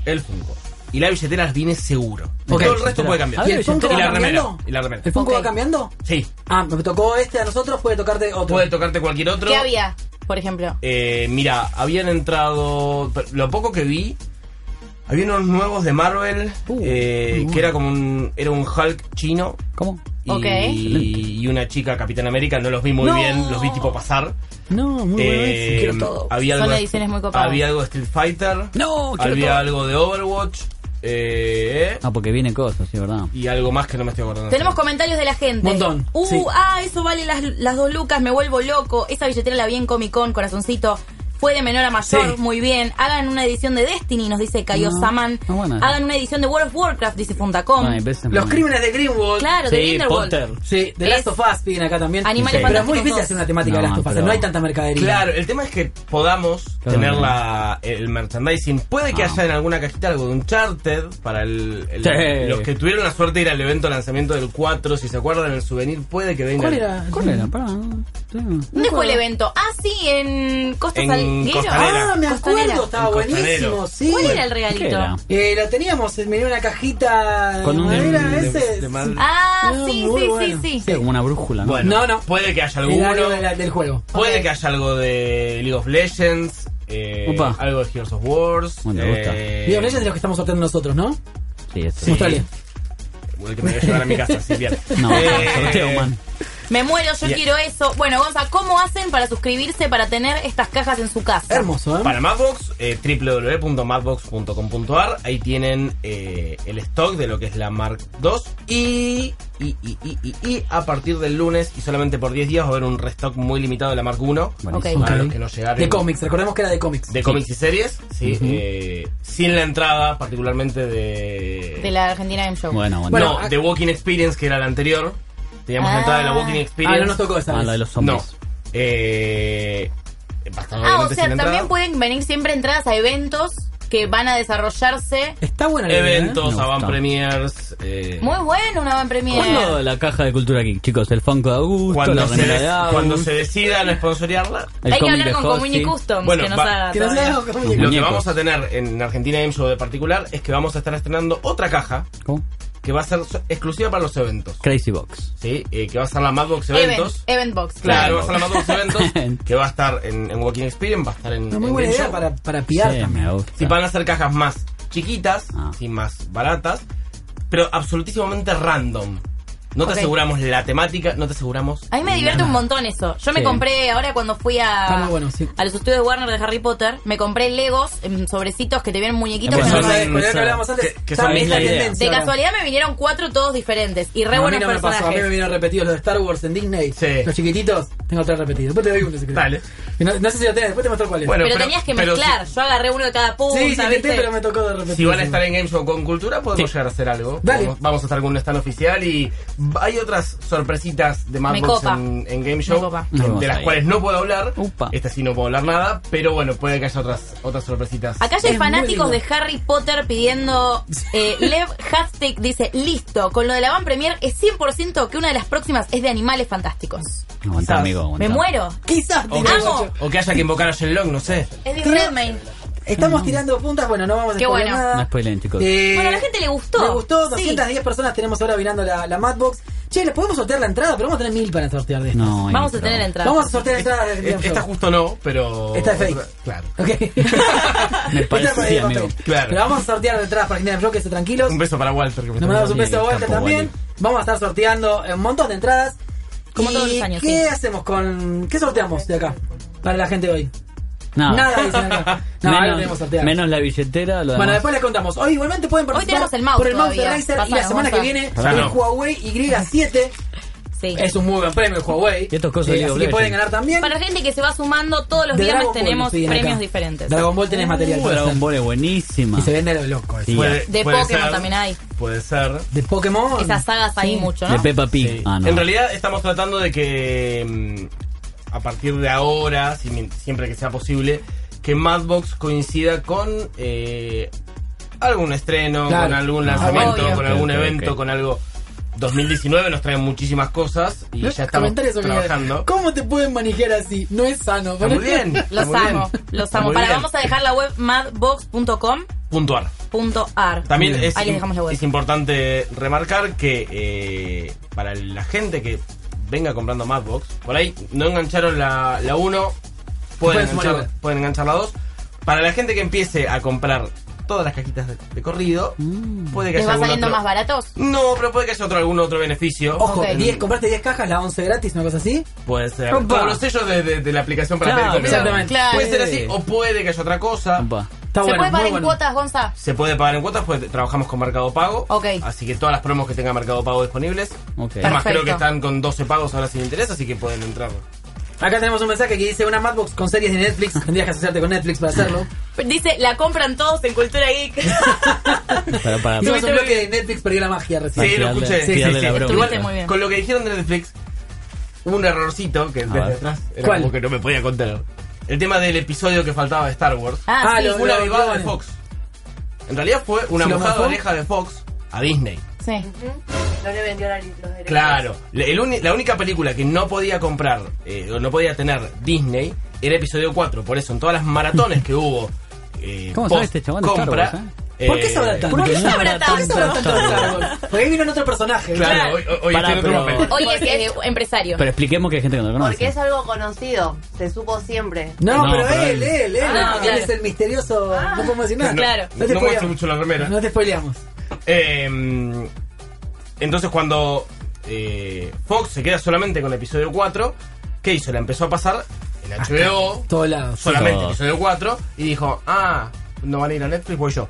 S10: el Funko y la billetera las viene seguro.
S2: Ok.
S10: Todo el resto puede cambiar.
S4: A
S2: ¿Y
S4: ver,
S2: el Funko
S10: y,
S2: va
S10: la remera,
S2: cambiando?
S10: y la remera.
S2: ¿El Funko
S3: Ok.
S2: va cambiando?
S10: Sí,
S2: Ah, me tocó este a nosotros, puede tocarte otro.
S10: puede tocarte cualquier otro.
S3: ¿Qué había, por ejemplo?
S10: Eh, mira, habían entrado. Lo poco que vi. Había unos nuevos de Marvel.
S4: Uh,
S10: eh,
S4: muy bueno.
S10: que era como un. Era un Hulk chino.
S4: ¿Cómo?
S10: Y,
S3: Ok.
S10: y una chica Capitán América. No los vi muy
S3: No.
S10: bien. Los vi tipo pasar.
S4: No, muy
S10: Eh, Había
S3: Son
S10: algo,
S3: las ediciones muy copadas.
S10: había algo de Street Fighter.
S4: No, quiero
S10: Había
S4: todo.
S10: algo de Overwatch. eh,
S4: Ah, porque viene cosas, sí, verdad.
S10: y algo más que no me estoy acordando.
S3: Tenemos comentarios de la gente.
S2: Montón,
S3: Uh,
S2: sí.
S3: ah, eso vale las, las dos lucas, me vuelvo loco. Esa billetera la vi en Comic Con, corazoncito. Fue de menor a mayor,
S2: Sí.
S3: muy bien. Hagan una edición de Destiny, nos dice Cayo
S4: No,
S3: Saman.
S4: no, bueno.
S3: Hagan una edición de World of Warcraft, dice Fundacom.
S4: Ay, beso,
S2: Los
S4: mamá.
S2: crímenes de Greenwald.
S3: claro, de
S4: Sí,
S3: Underworld.
S4: Potter.
S2: Sí, de
S3: Es-
S2: Last of Us piden acá también.
S3: Animales
S2: Pero es muy
S3: Fantásticos
S2: difícil
S3: dos.
S2: hacer una temática de
S4: No,
S2: Last of Us.
S4: pero-
S2: No hay tanta mercadería.
S10: Claro, el tema es que podamos
S4: Claro.
S10: tener la, el merchandising. Puede que
S4: Ah.
S10: haya en alguna cajita algo de Uncharted para el, el-
S4: Sí.
S10: los que tuvieron la suerte de ir al evento de lanzamiento del 4. Si se acuerdan, el souvenir puede que venga.
S2: ¿Cuál era?
S4: ¿Cuál era? Pará. Sí.
S3: ¿Dónde fue el evento? Ah, sí, en Costa
S10: En
S3: Salguero.
S10: Costanera.
S2: Ah, me acuerdo,
S3: Costanera.
S2: estaba
S10: El costanero.
S2: buenísimo, sí.
S3: ¿Cuál era el regalito?
S4: ¿Qué era?
S2: Eh, lo teníamos, me dio una cajita
S4: Con
S2: de
S4: un-
S2: madera
S4: de-
S2: ese.
S10: de madera.
S3: Ah,
S2: No,
S3: sí,
S2: muy
S3: sí,
S2: bueno.
S3: sí, sí.
S4: Sí, como una brújula, ¿no?
S10: Bueno,
S2: No, no.
S10: puede que haya
S2: El
S10: alguno.
S2: área de la- del juego.
S10: Puede
S3: Ok.
S10: que haya algo de League of Legends. eh,
S4: Opa.
S10: algo de Heroes of Wars.
S4: Bueno, me gusta.
S10: eh,
S2: League of Legends es de los que estamos sorteando nosotros, ¿no?
S4: Sí, eso.
S10: Sí.
S2: Mostrale.
S10: el que me voy a llevar a mi casa, sí, bien.
S4: No,
S10: Eh,
S4: sorteo, man.
S3: Me muero, yo
S10: Bien.
S3: quiero eso. Bueno, Gonza, ¿cómo hacen para suscribirse para tener estas cajas en su casa?
S2: Hermoso, ¿eh?
S10: Para Madbox, eh, www.madbox.com.ar, ahí tienen eh, el stock de lo que es la Mark II y, y, y, y, y- y a partir del lunes y solamente por 10 días va a haber un restock muy limitado de la Mark I
S2: Buenísimo.
S10: para
S2: Ok.
S10: los que no llegaron.
S2: De cómics, recordemos que era de cómics.
S10: De cómics y series, sí,
S2: Ujú.
S10: eh, sin la entrada particularmente de...
S3: De la Argentina Game Show.
S4: Bueno, bueno.
S10: no, de Walking Experience, que era la anterior. Teníamos
S3: Ah.
S10: la entrada de la Walking Experience.
S2: Ah, no nos tocó esa
S4: Ah,
S2: vez.
S4: la de los
S10: No.
S4: zombies.
S10: Eh, va a estar
S3: Ah, o
S10: obviamente
S3: sea,
S10: sin
S3: también
S10: entrada.
S3: pueden venir siempre entradas a eventos que van a desarrollarse.
S2: Está buena la idea, ¿eh?
S10: Eventos,
S4: Me
S10: avant
S4: gusta.
S10: premiers. eh,
S3: Muy bueno una van premier.
S4: ¿Cuándo la caja de cultura geek, chicos? El Funko de Augusto,
S10: cuando,
S4: la
S10: se,
S4: remera
S10: des-
S4: de Augusto,
S10: cuando se decida no sponsorearla.
S4: el
S3: Hay que
S4: cómic
S3: hablar
S4: de
S3: con
S4: Hosty.
S3: Community Customs
S10: Bueno,
S3: que nos
S10: va-
S3: haga.
S2: Que no
S3: todavía.
S2: sea algo
S4: Los
S2: cómics.
S10: Lo que
S4: muñecos.
S10: vamos a tener en Argentina Game Show de particular es que vamos a estar estrenando otra caja
S4: ¿Cómo?
S10: que va a ser so- exclusiva para los eventos.
S4: Crazy Box.
S10: ¿sí? Eh, que va a ser la Madbox
S3: Event-
S10: Eventos.
S3: Event Box.
S10: Claro, va
S4: Claro.
S10: a ser la Madbox Eventos. que va a estar en, en Walking Experience, va a estar en.
S2: Una muy
S10: en
S2: buena
S10: Game
S2: idea
S10: Show.
S2: para, para piar
S4: Sí,
S2: también.
S4: me gusta.
S10: Si van a ser cajas más chiquitas,
S4: Ah.
S10: sí, más baratas, pero absolutísimamente random. No te
S3: Ok.
S10: aseguramos la temática, no te aseguramos.
S3: A mí me divierte un montón eso. Yo me
S4: Sí.
S3: compré, ahora cuando fui
S2: Está
S3: a,
S2: muy bueno, sí.
S3: a los estudios de Warner de Harry Potter, me compré Legos, em, sobrecitos que te vienen muñequitos.
S4: Que
S3: pero
S2: Bueno,
S4: son-
S3: no sabes.
S2: ¿sabes? Con lo que hablábamos antes,
S10: que- que
S2: ya
S10: son-
S2: es la
S4: es la idea.
S2: tendencia
S3: de
S2: ahora.
S3: casualidad me vinieron cuatro todos diferentes y re
S2: No, a mí
S3: buenos
S2: no me pasó, a mí me
S3: personajes.
S2: vinieron repetidos los de Star Wars en Disney.
S10: Sí.
S2: Los chiquititos, tengo tres repetidos. Después te doy uno si querés.
S10: Dale.
S2: Y No, no sé si lo tenés, después te muestro cuál es.
S10: Bueno,
S3: pero,
S10: pero-
S3: tenías que
S10: pero
S3: mezclar. Yo agarré uno de cada punta,
S2: sí, sí,
S3: ¿viste?
S2: intenté, pero me tocó de repetido.
S10: Si van a estar en Game Show con Cultura, podemos
S4: Sí.
S10: llegar a hacer algo.
S2: Dale.
S10: Vamos, vamos a estar con un stand oficial y hay otras sorpresitas de Madbox
S3: copa.
S10: en, en Game Show
S3: copa.
S10: que-
S4: Vamos
S10: de las
S4: ahí.
S10: cuales no puedo hablar.
S4: Upa.
S10: Esta sí no puedo hablar nada, pero bueno, puede que haya otras, otras sorpresitas.
S3: Acá ya hay
S2: Es muy
S3: fanáticos de
S2: lindo.
S3: Harry Potter pidiendo. eh, Lev Hashtag dice: Listo, con lo de la Van Premier es 100% que una de las próximas es de animales fantásticos.
S4: Aguantá, amigo,
S3: Me
S4: aguantá.
S3: muero.
S2: Quizás
S10: O que,
S2: tiramos-
S3: Amo.
S10: o que haya que invocar a Shenlong, no sé.
S3: Es de
S2: Tira-
S3: Redmayne.
S2: Estamos tirando puntas, bueno, no vamos a
S3: Qué
S2: spoilear
S3: bueno.
S2: nada.
S4: No spoilen, chicos.
S2: Eh,
S3: Bueno, a la gente le gustó.
S2: Me gustó,
S3: Sí.
S2: 210 personas tenemos ahora mirando la, la Madbox. Che, ¿le podemos sortear la entrada? Pero vamos a tener mil para sortear de estas.
S4: No, hay
S3: Vamos a
S4: otro.
S3: tener entrada.
S2: Vamos a sortear la entrada de
S10: Eh, Esta justo no, pero.
S2: Ah, Esta es fake.
S10: otra- Claro.
S2: Ok.
S4: Me parece,
S2: Esta es
S4: sí,
S2: para-
S4: amigo.
S10: Claro.
S2: Pero vamos a sortear detrás para Argentina Show, quédense tranquilos.
S10: Un beso para Walter. Que me
S2: Le
S10: está
S2: mandamos un
S10: mirando.
S2: beso a Walter
S4: Campo,
S2: también. Vamos a estar sorteando eh, un montón de entradas.
S3: Como
S2: ¿Y
S3: todos los años,
S2: ¿Qué
S3: sí.
S2: hacemos con.? ¿Qué sorteamos de acá? Para la gente hoy.
S4: Nada.
S2: Nada dicen acá. No, ahí lo tenemos sorteado.
S4: menos la billetera, lo
S2: Bueno,
S4: demás.
S2: después les contamos. Hoy igualmente pueden participar
S3: tenemos el mouse
S2: por el mouse de
S3: todavía.
S2: Razer y
S3: Pasá,
S2: la semana
S3: Gonza.
S2: que viene
S10: Pasá,
S2: el
S10: no.
S2: Huawei Y7.
S3: Sí.
S2: Es un muy buen premio el Huawei.
S4: Y estos cosas
S2: Eh,
S4: de League
S2: así
S4: of
S2: que
S4: Legends.
S2: pueden ganar también.
S3: Para la gente que se va sumando, todos los
S2: De
S3: viernes
S2: Dragon Ball
S3: tenemos
S2: nos piden
S3: premios
S2: acá.
S3: diferentes.
S2: Dragon Ball tenés material.
S4: Uh,
S2: para
S4: Dragon
S2: hacer.
S4: Ball es buenísima.
S2: Y se vende a lo loco. eso.
S4: Sí.
S10: Puede-
S3: De
S10: puede
S3: Pokémon
S10: ser,
S3: también hay.
S10: Puede ser.
S2: De Pokémon.
S3: Esas sagas hay
S2: Sí.
S3: mucho,
S4: De
S3: ¿no?
S4: Peppa Pig.
S10: Sí.
S4: Ah, no.
S10: En realidad estamos tratando de que mm, a partir de ahora, si mi- siempre que sea posible, que Madbox coincida con eh, algún estreno,
S2: Claro.
S10: con algún
S4: Ah,
S10: lanzamiento,
S3: obvio.
S10: con
S4: Ok,
S10: algún
S4: ok,
S10: evento,
S4: ok.
S10: con algo. 2019 nos traen muchísimas cosas y
S2: Los
S10: ya estamos
S2: comentarios son
S10: trabajando.
S2: geniales. ¿Cómo te pueden manejar así? No es sano.
S10: Está muy bien. está
S3: Los
S10: muy bien.
S3: amo, los
S10: Está
S3: amo.
S10: muy
S3: Para,
S10: bien.
S3: vamos a dejar la web madbox.com.ar.
S10: puntuar. También es,
S3: Ahí les dejamos la web.
S10: es importante remarcar que eh, para la gente que venga comprando Madbox, por ahí no engancharon la, la 1, pueden,
S2: Pueden sumar
S10: enganchar-
S2: igual.
S10: pueden enganchar la 2. Para la gente que empiece a comprar todas las cajitas de, de corrido, puede que
S3: Mm. ¿Les
S10: haya
S3: va
S10: algún
S3: saliendo
S10: otro-
S3: más baratos?
S10: No, pero puede que haya otro, algún otro beneficio.
S2: Ojo,
S3: Ok.
S2: 10, compraste 10 cajas, la 11 gratis, una cosa así.
S10: Puede ser.
S2: Opa.
S10: Como los sellos de, de- de la aplicación para
S4: Claro,
S10: pedir comida.
S2: exactamente.
S3: Claro.
S10: Puede ser así, o puede que haya otra cosa.
S4: Opa.
S2: Está
S3: ¿Se
S2: bueno.
S3: puede
S2: muy
S3: pagar en
S2: bueno.
S3: cuotas, Gonza?
S10: Se puede pagar en cuotas, pues trabajamos con Mercado Pago.
S3: Ok.
S10: Así que todas las promos que tenga Mercado Pago disponibles.
S4: Ok.
S10: Además,
S3: Perfecto.
S10: creo que están con 12 pagos ahora sin interés, así que pueden entrar.
S2: Acá tenemos un mensaje que dice una Madbox con series de Netflix. Tendrías que asociarte con Netflix para hacerlo.
S3: Dice, la compran todos en Cultura Geek.
S4: Para, para,
S2: Hicimos un
S3: muy
S2: bloque de Netflix, perdió la magia
S10: Sí,
S2: recién.
S10: lo
S4: tirarle-
S10: escuché. Sí, sí,
S4: tirarle
S10: sí.
S4: la bronca.
S10: Igual,
S3: Estuviste muy bien.
S10: Con lo que dijeron de Netflix, hubo un errorcito que desde
S4: ver.
S10: atrás era
S2: ¿Cuál?
S10: como que no me podía contar. El tema del episodio que faltaba de Star Wars.
S3: Ah,
S2: Ah,
S3: sí.
S2: lo-
S10: Fue una
S2: lo-
S10: vivada
S2: lo-
S10: de Fox. En realidad fue una
S2: ¿Sí lo
S10: mojada de
S2: mojó?
S10: oreja de Fox a Disney.
S3: Sí.
S6: No le vendió la, los derechos.
S10: Claro. La, el uni- la única película que no podía comprar, eh, o no podía tener Disney, era episodio 4. Por eso, en todas las maratones que hubo, eh,
S4: ¿Cómo sabe este chabón de Star
S10: compra,
S4: Wars,
S2: ¿Por qué
S10: eh,
S2: sabrá tanto?
S4: ¿por qué sabrá
S2: ¿Por qué sabrá
S4: tanto?
S2: tanto Star Wars? Porque ahí vino en otro personaje.
S10: Claro, hoy, hoy
S4: Pará,
S10: estoy en otro
S4: pero-
S10: papel.
S3: Hoy es eh, empresario.
S4: Pero expliquemos que hay gente que no lo conoce.
S6: Porque es algo conocido, se supo siempre.
S2: No,
S4: No,
S2: pero,
S4: pero
S2: él, él, él,
S3: Ah,
S2: él
S3: claro.
S2: es el misterioso. no podemos decir nada.
S10: No,
S3: Claro.
S2: No te
S10: no muestro
S2: spoileamos.
S10: mucho la remera.
S2: No te spoileamos.
S10: Eh, Em, entonces, cuando eh, Fox se queda solamente con el episodio 4. ¿Qué hizo? La empezó a pasar en HBO.
S2: Todos lados.
S10: solamente
S4: Todo.
S10: episodio 4. Y dijo, ah, no van a ir a Netflix, voy yo.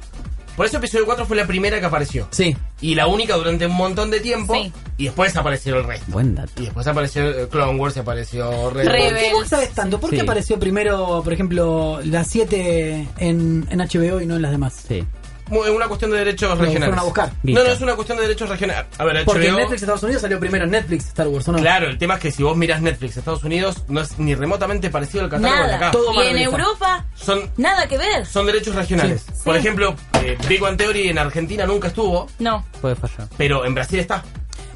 S10: Por eso episodio 4 fue la primera que apareció.
S2: Sí.
S10: Y la única durante un montón de tiempo.
S3: Sí.
S10: Y después aparecieron el resto.
S4: Buen dato.
S10: Y después apareció eh, Clone Wars y apareció Rebels.
S2: ¿Por qué vos sabes tanto? ¿Por qué
S4: Sí.
S2: apareció primero, por ejemplo, las 7 en, en HBO y no en las demás?
S4: Sí.
S10: Mu- Es una cuestión de derechos
S2: fueron
S10: regionales.
S2: a buscar.
S10: No, no, es una cuestión de derechos regionales. A ver,
S2: Porque en
S10: HBO
S2: Netflix de Estados Unidos salió primero en Netflix Star Wars, ¿o no?
S10: Claro, el tema es que si vos mirás Netflix Estados Unidos, no es ni remotamente parecido al catálogo de acá.
S3: Nada.
S2: Todo
S3: y en
S2: Marvel está.
S3: Europa,
S10: Son,
S3: nada que ver.
S10: son derechos regionales.
S2: Sí.
S10: Por
S3: Sí.
S10: ejemplo, eh, Big One Theory en Argentina nunca estuvo,
S3: No.
S4: Puede fallar.
S10: pero en Brasil está.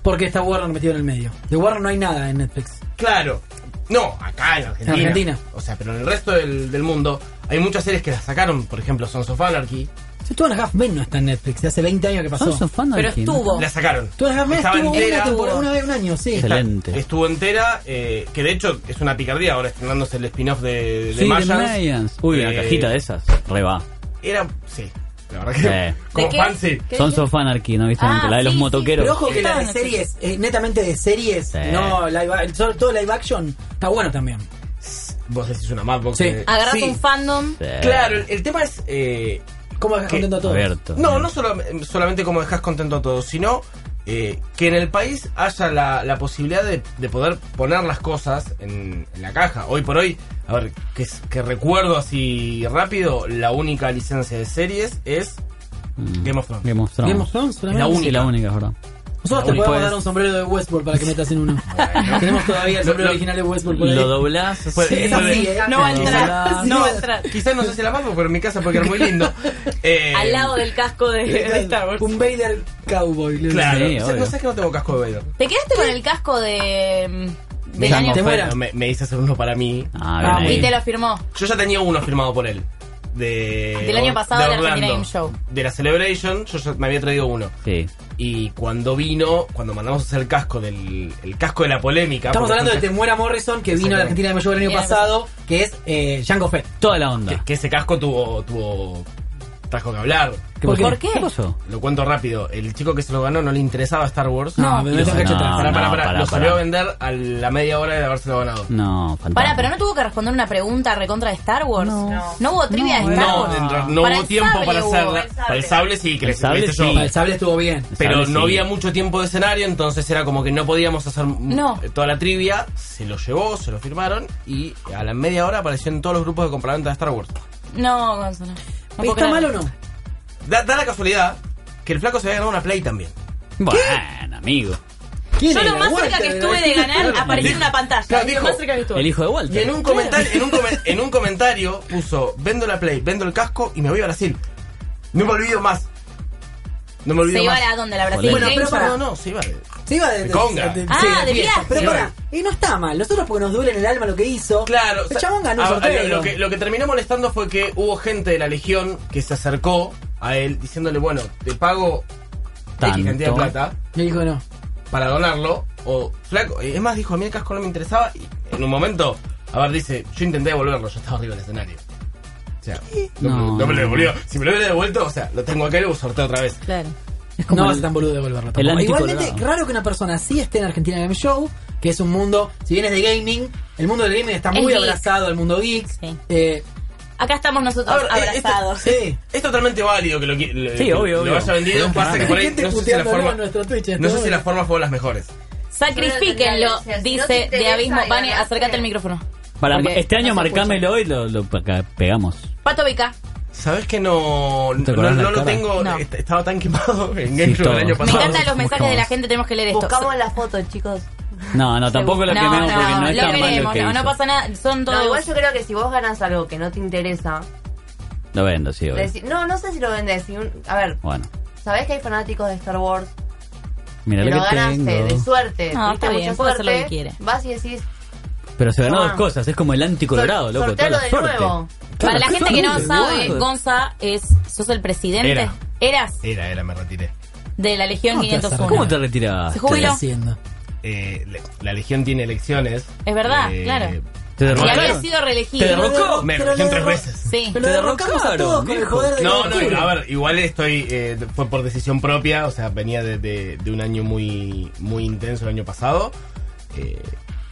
S2: Porque está Warner metido en el medio. De Warner no hay nada en Netflix.
S10: Claro. No, acá en Argentina.
S2: En Argentina.
S10: O sea, pero en el resto del, del mundo hay muchas series que las sacaron. Por ejemplo, Sons of Anarchy.
S2: Si Two and a Half Men no está en Netflix, de hace 20 años que pasó.
S4: Son sos fan de
S3: Pero
S2: Oh.
S4: Argentina.
S3: estuvo.
S10: La sacaron.
S2: Two and a Half Men
S10: Estaba
S2: estuvo una,
S10: entera.
S2: temporada, una vez un año, sí.
S4: Excelente.
S10: Estuvo entera, eh, que de hecho es una picardía ahora estrenándose el spin-off de, de
S4: Sí, de
S10: Mayans.
S4: Mayans. Uy,
S10: Eh,
S4: una cajita de esas. Re va.
S10: Era, sí, la verdad que.
S4: Eh.
S10: Como
S3: ¿De qué?
S10: fan, sí.
S3: ¿Qué
S4: Son
S3: dije?
S4: of Anarchy, ¿no viste?
S3: Ah,
S4: la de los
S3: sí, sí.
S4: motoqueros.
S2: Pero ojo que
S3: Estaba
S2: la
S3: en
S2: de
S3: Netflix.
S2: series, eh, netamente de series,
S4: Sí.
S2: no live, ac- solo- todo live action, está bueno también.
S10: Vos decís una Madbox.
S2: Sí.
S10: eh,
S3: Agarras
S10: sí.
S3: un fandom.
S4: Sí.
S10: Claro, el, el tema es. eh,
S2: ¿Cómo dejas
S10: Que-
S2: contento a todos?
S4: Abierto.
S10: no, no solo- solamente como dejas contento a todos, sino eh, que en el país haya la, la posibilidad de, de poder poner las cosas en, en la caja. Hoy por hoy, a ver, que, es- que recuerdo así rápido, la única licencia de series es
S4: Mm.
S10: Game of Thrones.
S4: Game of Thrones.
S2: Game of Thrones,
S4: Es la
S2: solamente.
S4: única. la única, es verdad.
S2: Nosotros te
S10: Bueno,
S2: podemos
S4: pues-
S2: dar un sombrero de Westworld para que metas en uno. Tenemos todavía el sombrero
S10: Lo- lo-
S2: original de Westworld por ahí.
S4: Lo doblás.
S10: Fue-
S2: Sí, es así, ¿eh?
S3: No va a entrar.
S4: Hola.
S3: No va a entrar.
S10: Quizás no sé si la mando, pero en mi casa puede quedar muy lindo. Eh,
S3: Al lado del casco de, de Star Wars.
S2: Un Vader cowboy. le-
S10: Claro,
S4: Sí,
S10: no
S4: obvio.
S10: sé que no tengo casco de Vader.
S3: ¿Te quedaste con el casco de. mm, del año?
S2: te muera.
S10: me, me hice hacer uno para mí.
S4: Ah,
S2: Ah,
S4: bien
S3: Y
S4: ahí.
S3: te lo firmó.
S10: Yo ya tenía uno firmado por él. De,
S3: Del año pasado de la
S10: Orlando.
S3: Argentina Game Show.
S10: De la Celebration, yo ya me había traído uno.
S4: Sí.
S10: Y cuando vino, cuando mandamos a hacer el casco del el casco de la polémica.
S2: Estamos
S10: porque
S2: hablando de
S10: es
S2: Te
S10: un
S2: muera Morrison, que vino a la Argentina de Mayo el año
S3: Bien.
S2: pasado, que es eh, Django Fett.
S4: Toda la
S10: casco-
S4: onda.
S10: Que, que ese casco tuvo, tuvo trajo que hablar.
S2: ¿Por
S4: pasó?
S3: qué? ¿Por qué?
S4: pasó?
S10: Lo cuento rápido. El chico que se lo ganó no le interesaba Star Wars.
S2: No, me
S10: Y
S2: meto
S10: lo-
S2: en cachetada.
S10: pará, pará, pará.
S4: pará,
S10: Lo
S4: pará.
S10: salió a vender a la media hora de habérselo ganado.
S4: No, fantástico.
S3: Pará, pero no tuvo que responder una pregunta recontra de Star Wars. No, hubo trivia de Star
S10: No,
S3: Wars.
S10: dentro- no
S3: Para
S10: hubo
S3: el
S10: tiempo
S3: sable
S10: para
S3: hubo,
S10: hacerla.
S3: el sable.
S10: Para el sable sí, que
S4: El
S10: le-
S4: sable
S3: Este
S10: le hice yo.
S4: sí.
S2: El sable estuvo bien.
S10: Pero
S4: Sable,
S10: no
S4: sí.
S10: había mucho tiempo de escenario, entonces era como que no podíamos hacer mm,
S3: No.
S10: toda la trivia. Se lo llevó, se lo firmaron y a la media hora apareció en todos los grupos de compraventa de Star Wars.
S3: No, Gonzalo. No puedo
S2: ¿Está
S3: creer.
S2: mal o no?
S10: Da, da la casualidad que el flaco se había ganado una Play también.
S4: Bueno, amigo.
S2: ¿Quién
S3: Yo
S2: era?
S3: lo más cerca que
S2: Walter,
S3: estuve de
S2: ¿verdad?
S3: ganar apareció en una
S10: Claro,
S3: pantalla. Lo
S10: dijo,
S3: más cerca que
S4: El
S3: estuve.
S4: hijo de Walter.
S10: Y en un, comentario, en, un come- en un comentario puso, vendo la Play, vendo el casco y me voy a Brasil. No me olvido más. No me olvido
S3: Se iba
S10: más.
S3: a la donde la Brasil
S2: Bueno,
S3: Game
S2: pero
S3: Show.
S2: para-
S10: No, no, se iba de-
S2: Se iba de,
S10: De conga.
S3: Ah,
S2: sí,
S3: de
S2: fiesta.
S3: viaje.
S2: Pero
S10: Sí.
S2: pará, eh, no está mal. Nosotros porque nos duele en el alma lo que hizo.
S10: Claro,
S2: El
S10: o sea,
S2: chabón ganó un
S10: a- a-
S2: sorteo.
S10: Lo, que, lo que terminó molestando fue que hubo gente de la Legión que se acercó a él diciéndole, bueno, te pago X cantidad de
S4: Tanto.
S10: plata
S2: Me dijo no.
S10: para donarlo. O flaco, eh, es más, dijo, a mí el casco no me interesaba. Y en un momento, a ver, dice, yo intenté devolverlo, yo estaba arriba del escenario. O sea, no, me-
S4: No.
S10: no me lo devolvió. Si me lo hubiera devuelto, o sea, lo tengo acá y lo sorteo otra vez.
S3: Claro.
S4: Es como
S2: No
S4: el-
S2: es tan boludo devolverlo.
S4: el
S2: tampoco.
S4: anticolorado.
S2: Igualmente, raro que una persona así esté en Argentina Game Show, que es un mundo, si vienes de gaming, el mundo del gaming está
S3: Es
S2: muy
S3: geek.
S2: abrazado al mundo geek.
S3: Sí.
S2: Eh,
S3: Acá estamos
S10: A
S3: nosotros
S10: ver, eh,
S2: este-
S10: esto-
S3: abrazados.
S2: sí.
S10: Es totalmente válido que lo, qui- le-
S4: Sí,
S10: que
S4: obvio,
S10: lo
S4: obvio.
S10: haya vendido.
S4: Podemos
S10: Pasa
S4: parar.
S10: que por ahí
S2: Gente
S10: no sé si la
S2: puteando ahora
S10: forma-
S2: en nuestro Twitch,
S10: no sé
S2: esto,
S10: si las formas fueron las mejores.
S3: Sacrifíquenlo,
S6: Si no te
S3: dice de
S6: interesa
S3: Abismo.
S6: y
S3: Vane,
S6: ganaste.
S3: acércate al micrófono.
S4: Para,
S3: Porque
S4: este año
S3: no se
S4: marcámelo y lo, lo acá pegamos.
S3: Pato Beca.
S10: Sabes que no
S4: ¿Te
S10: no,
S4: acordás
S10: no
S4: la
S10: lo
S4: cara?
S10: tengo.
S3: No.
S10: est- Estaba tan quemado en Game
S4: Sí,
S10: Show
S4: todo.
S10: el año
S4: Me
S3: Me
S10: pasado.
S3: encantan los
S4: Buscamos.
S3: mensajes de la gente, tenemos que leer esto.
S6: Buscamos la foto, chicos.
S4: No, no, tampoco lo
S3: no,
S4: quememos
S3: no,
S4: porque no es
S3: lo
S4: tan malo
S3: queremos,
S4: que
S3: no, no
S4: hizo.
S3: pasa nada, son todos.
S6: No, igual yo creo que si vos ganas algo que no te interesa,
S4: Lo vendo, sí, obvio.
S6: deci- no, no sé si lo vendés. si un- a ver,
S4: Bueno,
S6: ¿sabés que hay fanáticos de Star Wars?
S4: mira
S6: Te
S4: lo
S6: lo
S4: que
S6: ganaste, de
S4: tengo.
S6: suerte.
S3: No,
S6: tuviste
S3: está
S6: mucha
S3: bien, puede hacer
S6: suerte.
S3: lo que quiere.
S6: Vas y decís,
S4: Pero se ganó
S6: Toma.
S3: Ah.
S4: dos cosas, es como el anticolorado,
S6: sor-
S4: loco, toda
S6: sortealo
S4: la
S6: de
S4: suerte.
S6: nuevo.
S3: Para la gente que no
S4: Claro,
S3: sabe,
S4: claro.
S3: Gonza es. ¿Sos el presidente?
S10: Era.
S3: Eras
S10: Era, era, me retiré.
S3: de la Legión
S2: No, te
S3: 501.
S4: ¿Cómo te retirabas?
S3: Se jubiló.
S2: haciendo?
S10: Eh, le- la Legión tiene elecciones.
S3: Es verdad, claro.
S4: Te
S10: Te
S3: Y había
S10: derrocaron.
S3: sido reelegido.
S10: ¿Te derrocó? Me
S2: Pero
S10: derroqué
S2: lo
S10: tres
S2: derro-
S10: veces.
S3: Sí.
S2: Pero
S4: Te
S2: lo
S4: derrocamos
S2: derrocamos a
S4: ahora,
S2: todos con
S4: viejo.
S2: el joder de
S10: No, no,
S2: octubre.
S10: a ver, igual estoy. eh, fue por decisión propia, o sea, venía de, de- de un año muy, muy intenso el año pasado. Eh,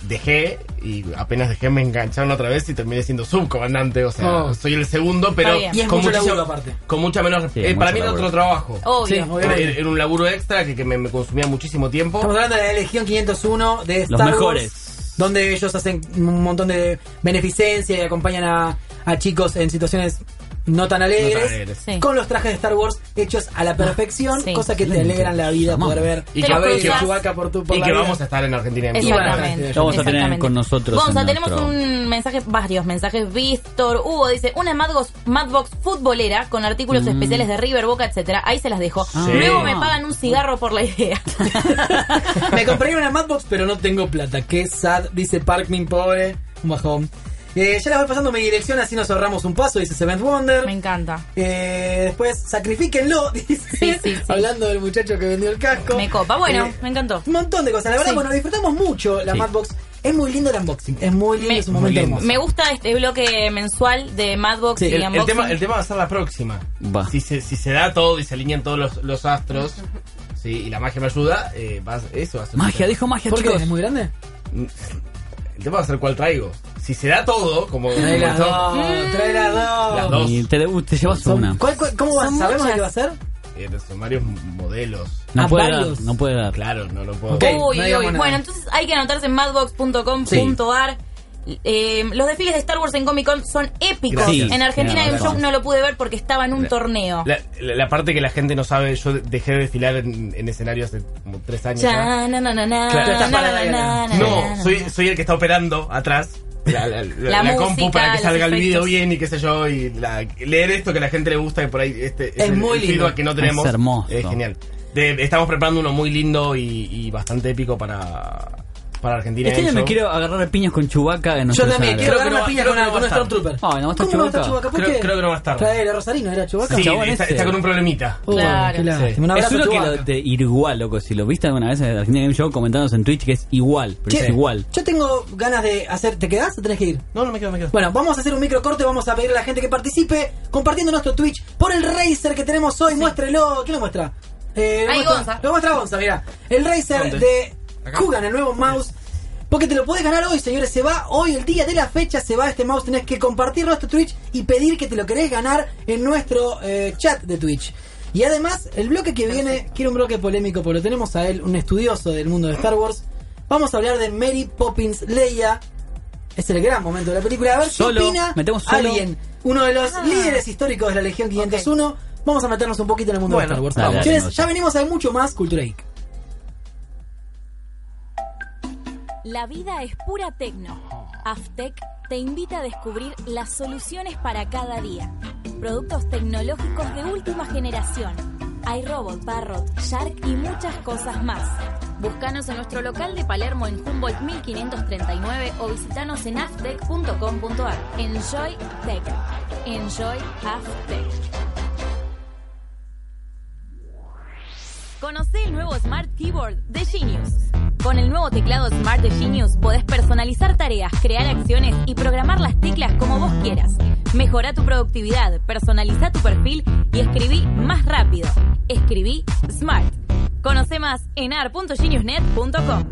S10: dejé y apenas dejé me engancharon otra vez y terminé siendo subcomandante. O sea,
S2: No.
S10: soy el segundo, pero
S3: Oh. Está bien.
S2: Y es
S10: con,
S2: mucho
S10: muchísimo-
S2: laburo aparte.
S10: con mucha menos.
S4: Sí,
S10: eh, para
S4: mucho
S10: mí era
S4: laburo.
S10: otro trabajo.
S3: Obvio.
S2: Sí,
S10: Era,
S2: obviamente.
S10: era un laburo extra que, que me, me consumía muchísimo tiempo.
S2: Estamos hablando de la Legión 501 de Star
S4: Los
S2: Wars,
S4: mejores.
S2: Donde ellos hacen un montón de beneficencia y acompañan a, a chicos en situaciones no tan alegres.
S10: alegres. Ah,
S3: Sí.
S2: Con los trajes de Star Wars hechos a la perfección,
S3: sí.
S2: cosa que te
S4: Excelente.
S2: alegran la vida
S4: Llamamos.
S2: poder ver
S10: Y
S3: Te
S10: que,
S3: lo
S10: a ver,
S2: que
S10: que-
S3: cruzas.
S2: Chewbacca por tu por
S10: y
S2: la
S10: que
S2: vida.
S10: vamos a estar en Argentina en
S2: Y bueno,
S3: Exactamente.
S2: gracias.
S4: Lo vamos a tener
S3: Exactamente.
S4: con nosotros
S3: Gonza,
S4: en
S3: tenemos
S4: nuestro-
S3: un mensaje, varios mensajes. Víctor, Hugo dice, una Madbox, Madbox futbolera con artículos especiales de River, Boca, etcétera. Ahí se las dejo.
S4: Sí.
S3: Luego me pagan un cigarro por la idea.
S2: Me compré una Madbox, pero no tengo plata. Qué sad, dice Parkmin, pobre. Un bajón. Eh, ya les voy pasando mi dirección, así nos ahorramos un paso, dice Seventh Wonder.
S3: me encanta.
S2: Eh, después, sacrifíquenlo, dice.
S3: Sí, sí, sí.
S2: Hablando del muchacho que vendió el casco.
S3: Me copa. Bueno,
S2: Eh,
S3: me encantó.
S2: Un montón de cosas. La verdad,
S3: Sí.
S2: bueno, disfrutamos mucho la
S4: Sí.
S2: Madbox. Es muy lindo el unboxing. Es muy lindo,
S3: Me-
S2: es un momento
S10: muy lindo.
S2: hermoso.
S3: Me gusta este bloque mensual de Madbox
S2: Sí,
S3: y
S10: El, el
S3: unboxing.
S10: tema, el tema va a ser la próxima.
S4: Va.
S10: Si, se, si se da todo y se alinean todos los, los astros sí, y la magia me ayuda, eh, va a- eso va a ser.
S4: Magia,
S10: el tema.
S4: dijo magia,
S2: ¿Por qué?
S4: chicos.
S2: ¿Es muy grande?
S10: El tema va a ser cuál traigo. Si se da todo, como.
S2: Trae
S10: como
S2: las
S3: Mm.
S10: son-
S2: dos. Trae las dos.
S10: Las dos.
S4: Y te, de- te llevas
S2: Son-
S4: una.
S2: ¿cuál- cuál- ¿Cómo va?
S3: Son
S2: ¿Sabemos
S3: muchas.
S2: qué va a ser?
S10: eh, son varios modelos.
S4: No
S2: Ah,
S4: puede
S2: varios.
S4: dar, no puede dar.
S10: Claro, no lo puedo.
S2: Ok.
S3: Uy, uy,
S2: no digamos
S3: uy.
S2: nada.
S3: Bueno, entonces hay que anotarse en madbox.com.ar. Eh, los desfiles de Star Wars en Comic Con son épicos.
S4: Gracias.
S3: En Argentina hay un
S4: Gracias.
S3: show, no lo pude ver porque estaba en un
S10: La-
S3: torneo.
S10: La, la- la parte que la gente no sabe, yo de- dejé de desfilar en, en escenario hace como tres años. ya.
S3: Ya, na, na, na, na,
S10: Claro.
S3: na, na, na, na, na,
S10: No,
S3: na,
S10: soy, soy el que está operando atrás. La, la- la-
S3: La
S10: la
S3: música,
S10: compu para que
S3: los
S10: salga el video
S3: efectos.
S10: bien y qué sé yo. Y la- leer esto que a la gente le gusta, que por ahí este,
S2: Es
S10: el-
S2: muy
S10: el
S2: lindo.
S10: feedback que no tenemos.
S4: Es hermoso.
S10: Es genial. De- estamos preparando uno muy lindo y, y bastante épico para, para Argentina.
S4: Este año
S10: Eso.
S4: me quiero agarrar a piñas con Chubaca en
S2: Yo
S4: nuestro
S2: también
S4: salario.
S2: quiero
S10: Creo que
S2: ganar
S10: no
S2: una
S10: va-
S2: piña
S10: creo
S2: con
S10: que no
S2: una-
S10: va
S2: con
S10: a
S2: un
S10: estar.
S2: Stormtrooper.
S4: Ay, no va a estar
S2: ¿Cómo no va a estar
S4: Chewbacca?
S2: Chewbacca? ¿Por
S10: Creo-
S2: qué?
S10: creo que no va a estar.
S2: Trae el Rosarino, era Chewbacca.
S10: Sí,
S4: chabón
S10: está,
S4: ese.
S10: está con un problemita.
S2: Oh,
S3: Claro.
S2: qué lástima.
S10: Sí.
S2: Un
S4: Es
S2: abrazo,
S4: uno que
S2: Chewbacca.
S4: lo de igual, loco. Si lo viste alguna vez en Argentina Game Show, comentándonos en Twitch que es igual, pero
S2: Che,
S4: es igual.
S2: Yo tengo ganas de hacer. ¿Te quedás o tenés que ir?
S10: No, no me quedo, me quedo.
S2: Bueno, vamos a hacer un micro corte, vamos a pedirle a la gente que participe compartiendo nuestro Twitch por el Razer que tenemos hoy. Muéstrelo. ¿Quién lo muestra? Eh, lo
S6: Ahí,
S2: muestra-
S6: Gonza.
S2: Lo muestra Gonza, mirá. El Razer
S10: ¿Dónde?
S2: de
S10: Acá.
S2: Kugan, el nuevo mouse. Porque te lo podés ganar hoy, señores. Se va hoy, el día de la fecha, se va este mouse. Tenés que compartir nuestro Twitch y pedir que te lo querés ganar en nuestro eh, chat de Twitch. Y además, el bloque que viene, quiero un bloque polémico, porque lo tenemos a él, un estudioso del mundo de Star Wars. Vamos a hablar de Mary Poppins Leia. Es el gran momento de la película. A ver
S4: Solo,
S2: qué opina
S4: metemos solo.
S2: alguien, uno de los líderes históricos de la Legión 501. Vamos a meternos un poquito en el mundo de
S10: Bueno,
S2: Star Wars.
S4: dale,
S2: Vamos.
S4: dale,
S2: Señores,
S4: vamos.
S2: ya venimos a mucho más Cultura Geek.
S8: La vida es pura tecno. Aftec te invita a descubrir las soluciones para cada día. Productos tecnológicos de última generación. Hay robot, parrot, shark y muchas cosas más.
S3: Búscanos en nuestro local de Palermo en Humboldt 1539 o visitanos en aftec.com.ar.
S8: Enjoy Tech. Enjoy Aftec.
S3: Conocí el nuevo Smart Keyboard de Genius. Con el nuevo teclado Smart de Genius podés personalizar tareas, crear acciones y programar las teclas como vos quieras. Mejora tu productividad, personaliza tu perfil y escribí más rápido. Escribí Smart. Conoce más en ar.geniusnet.com.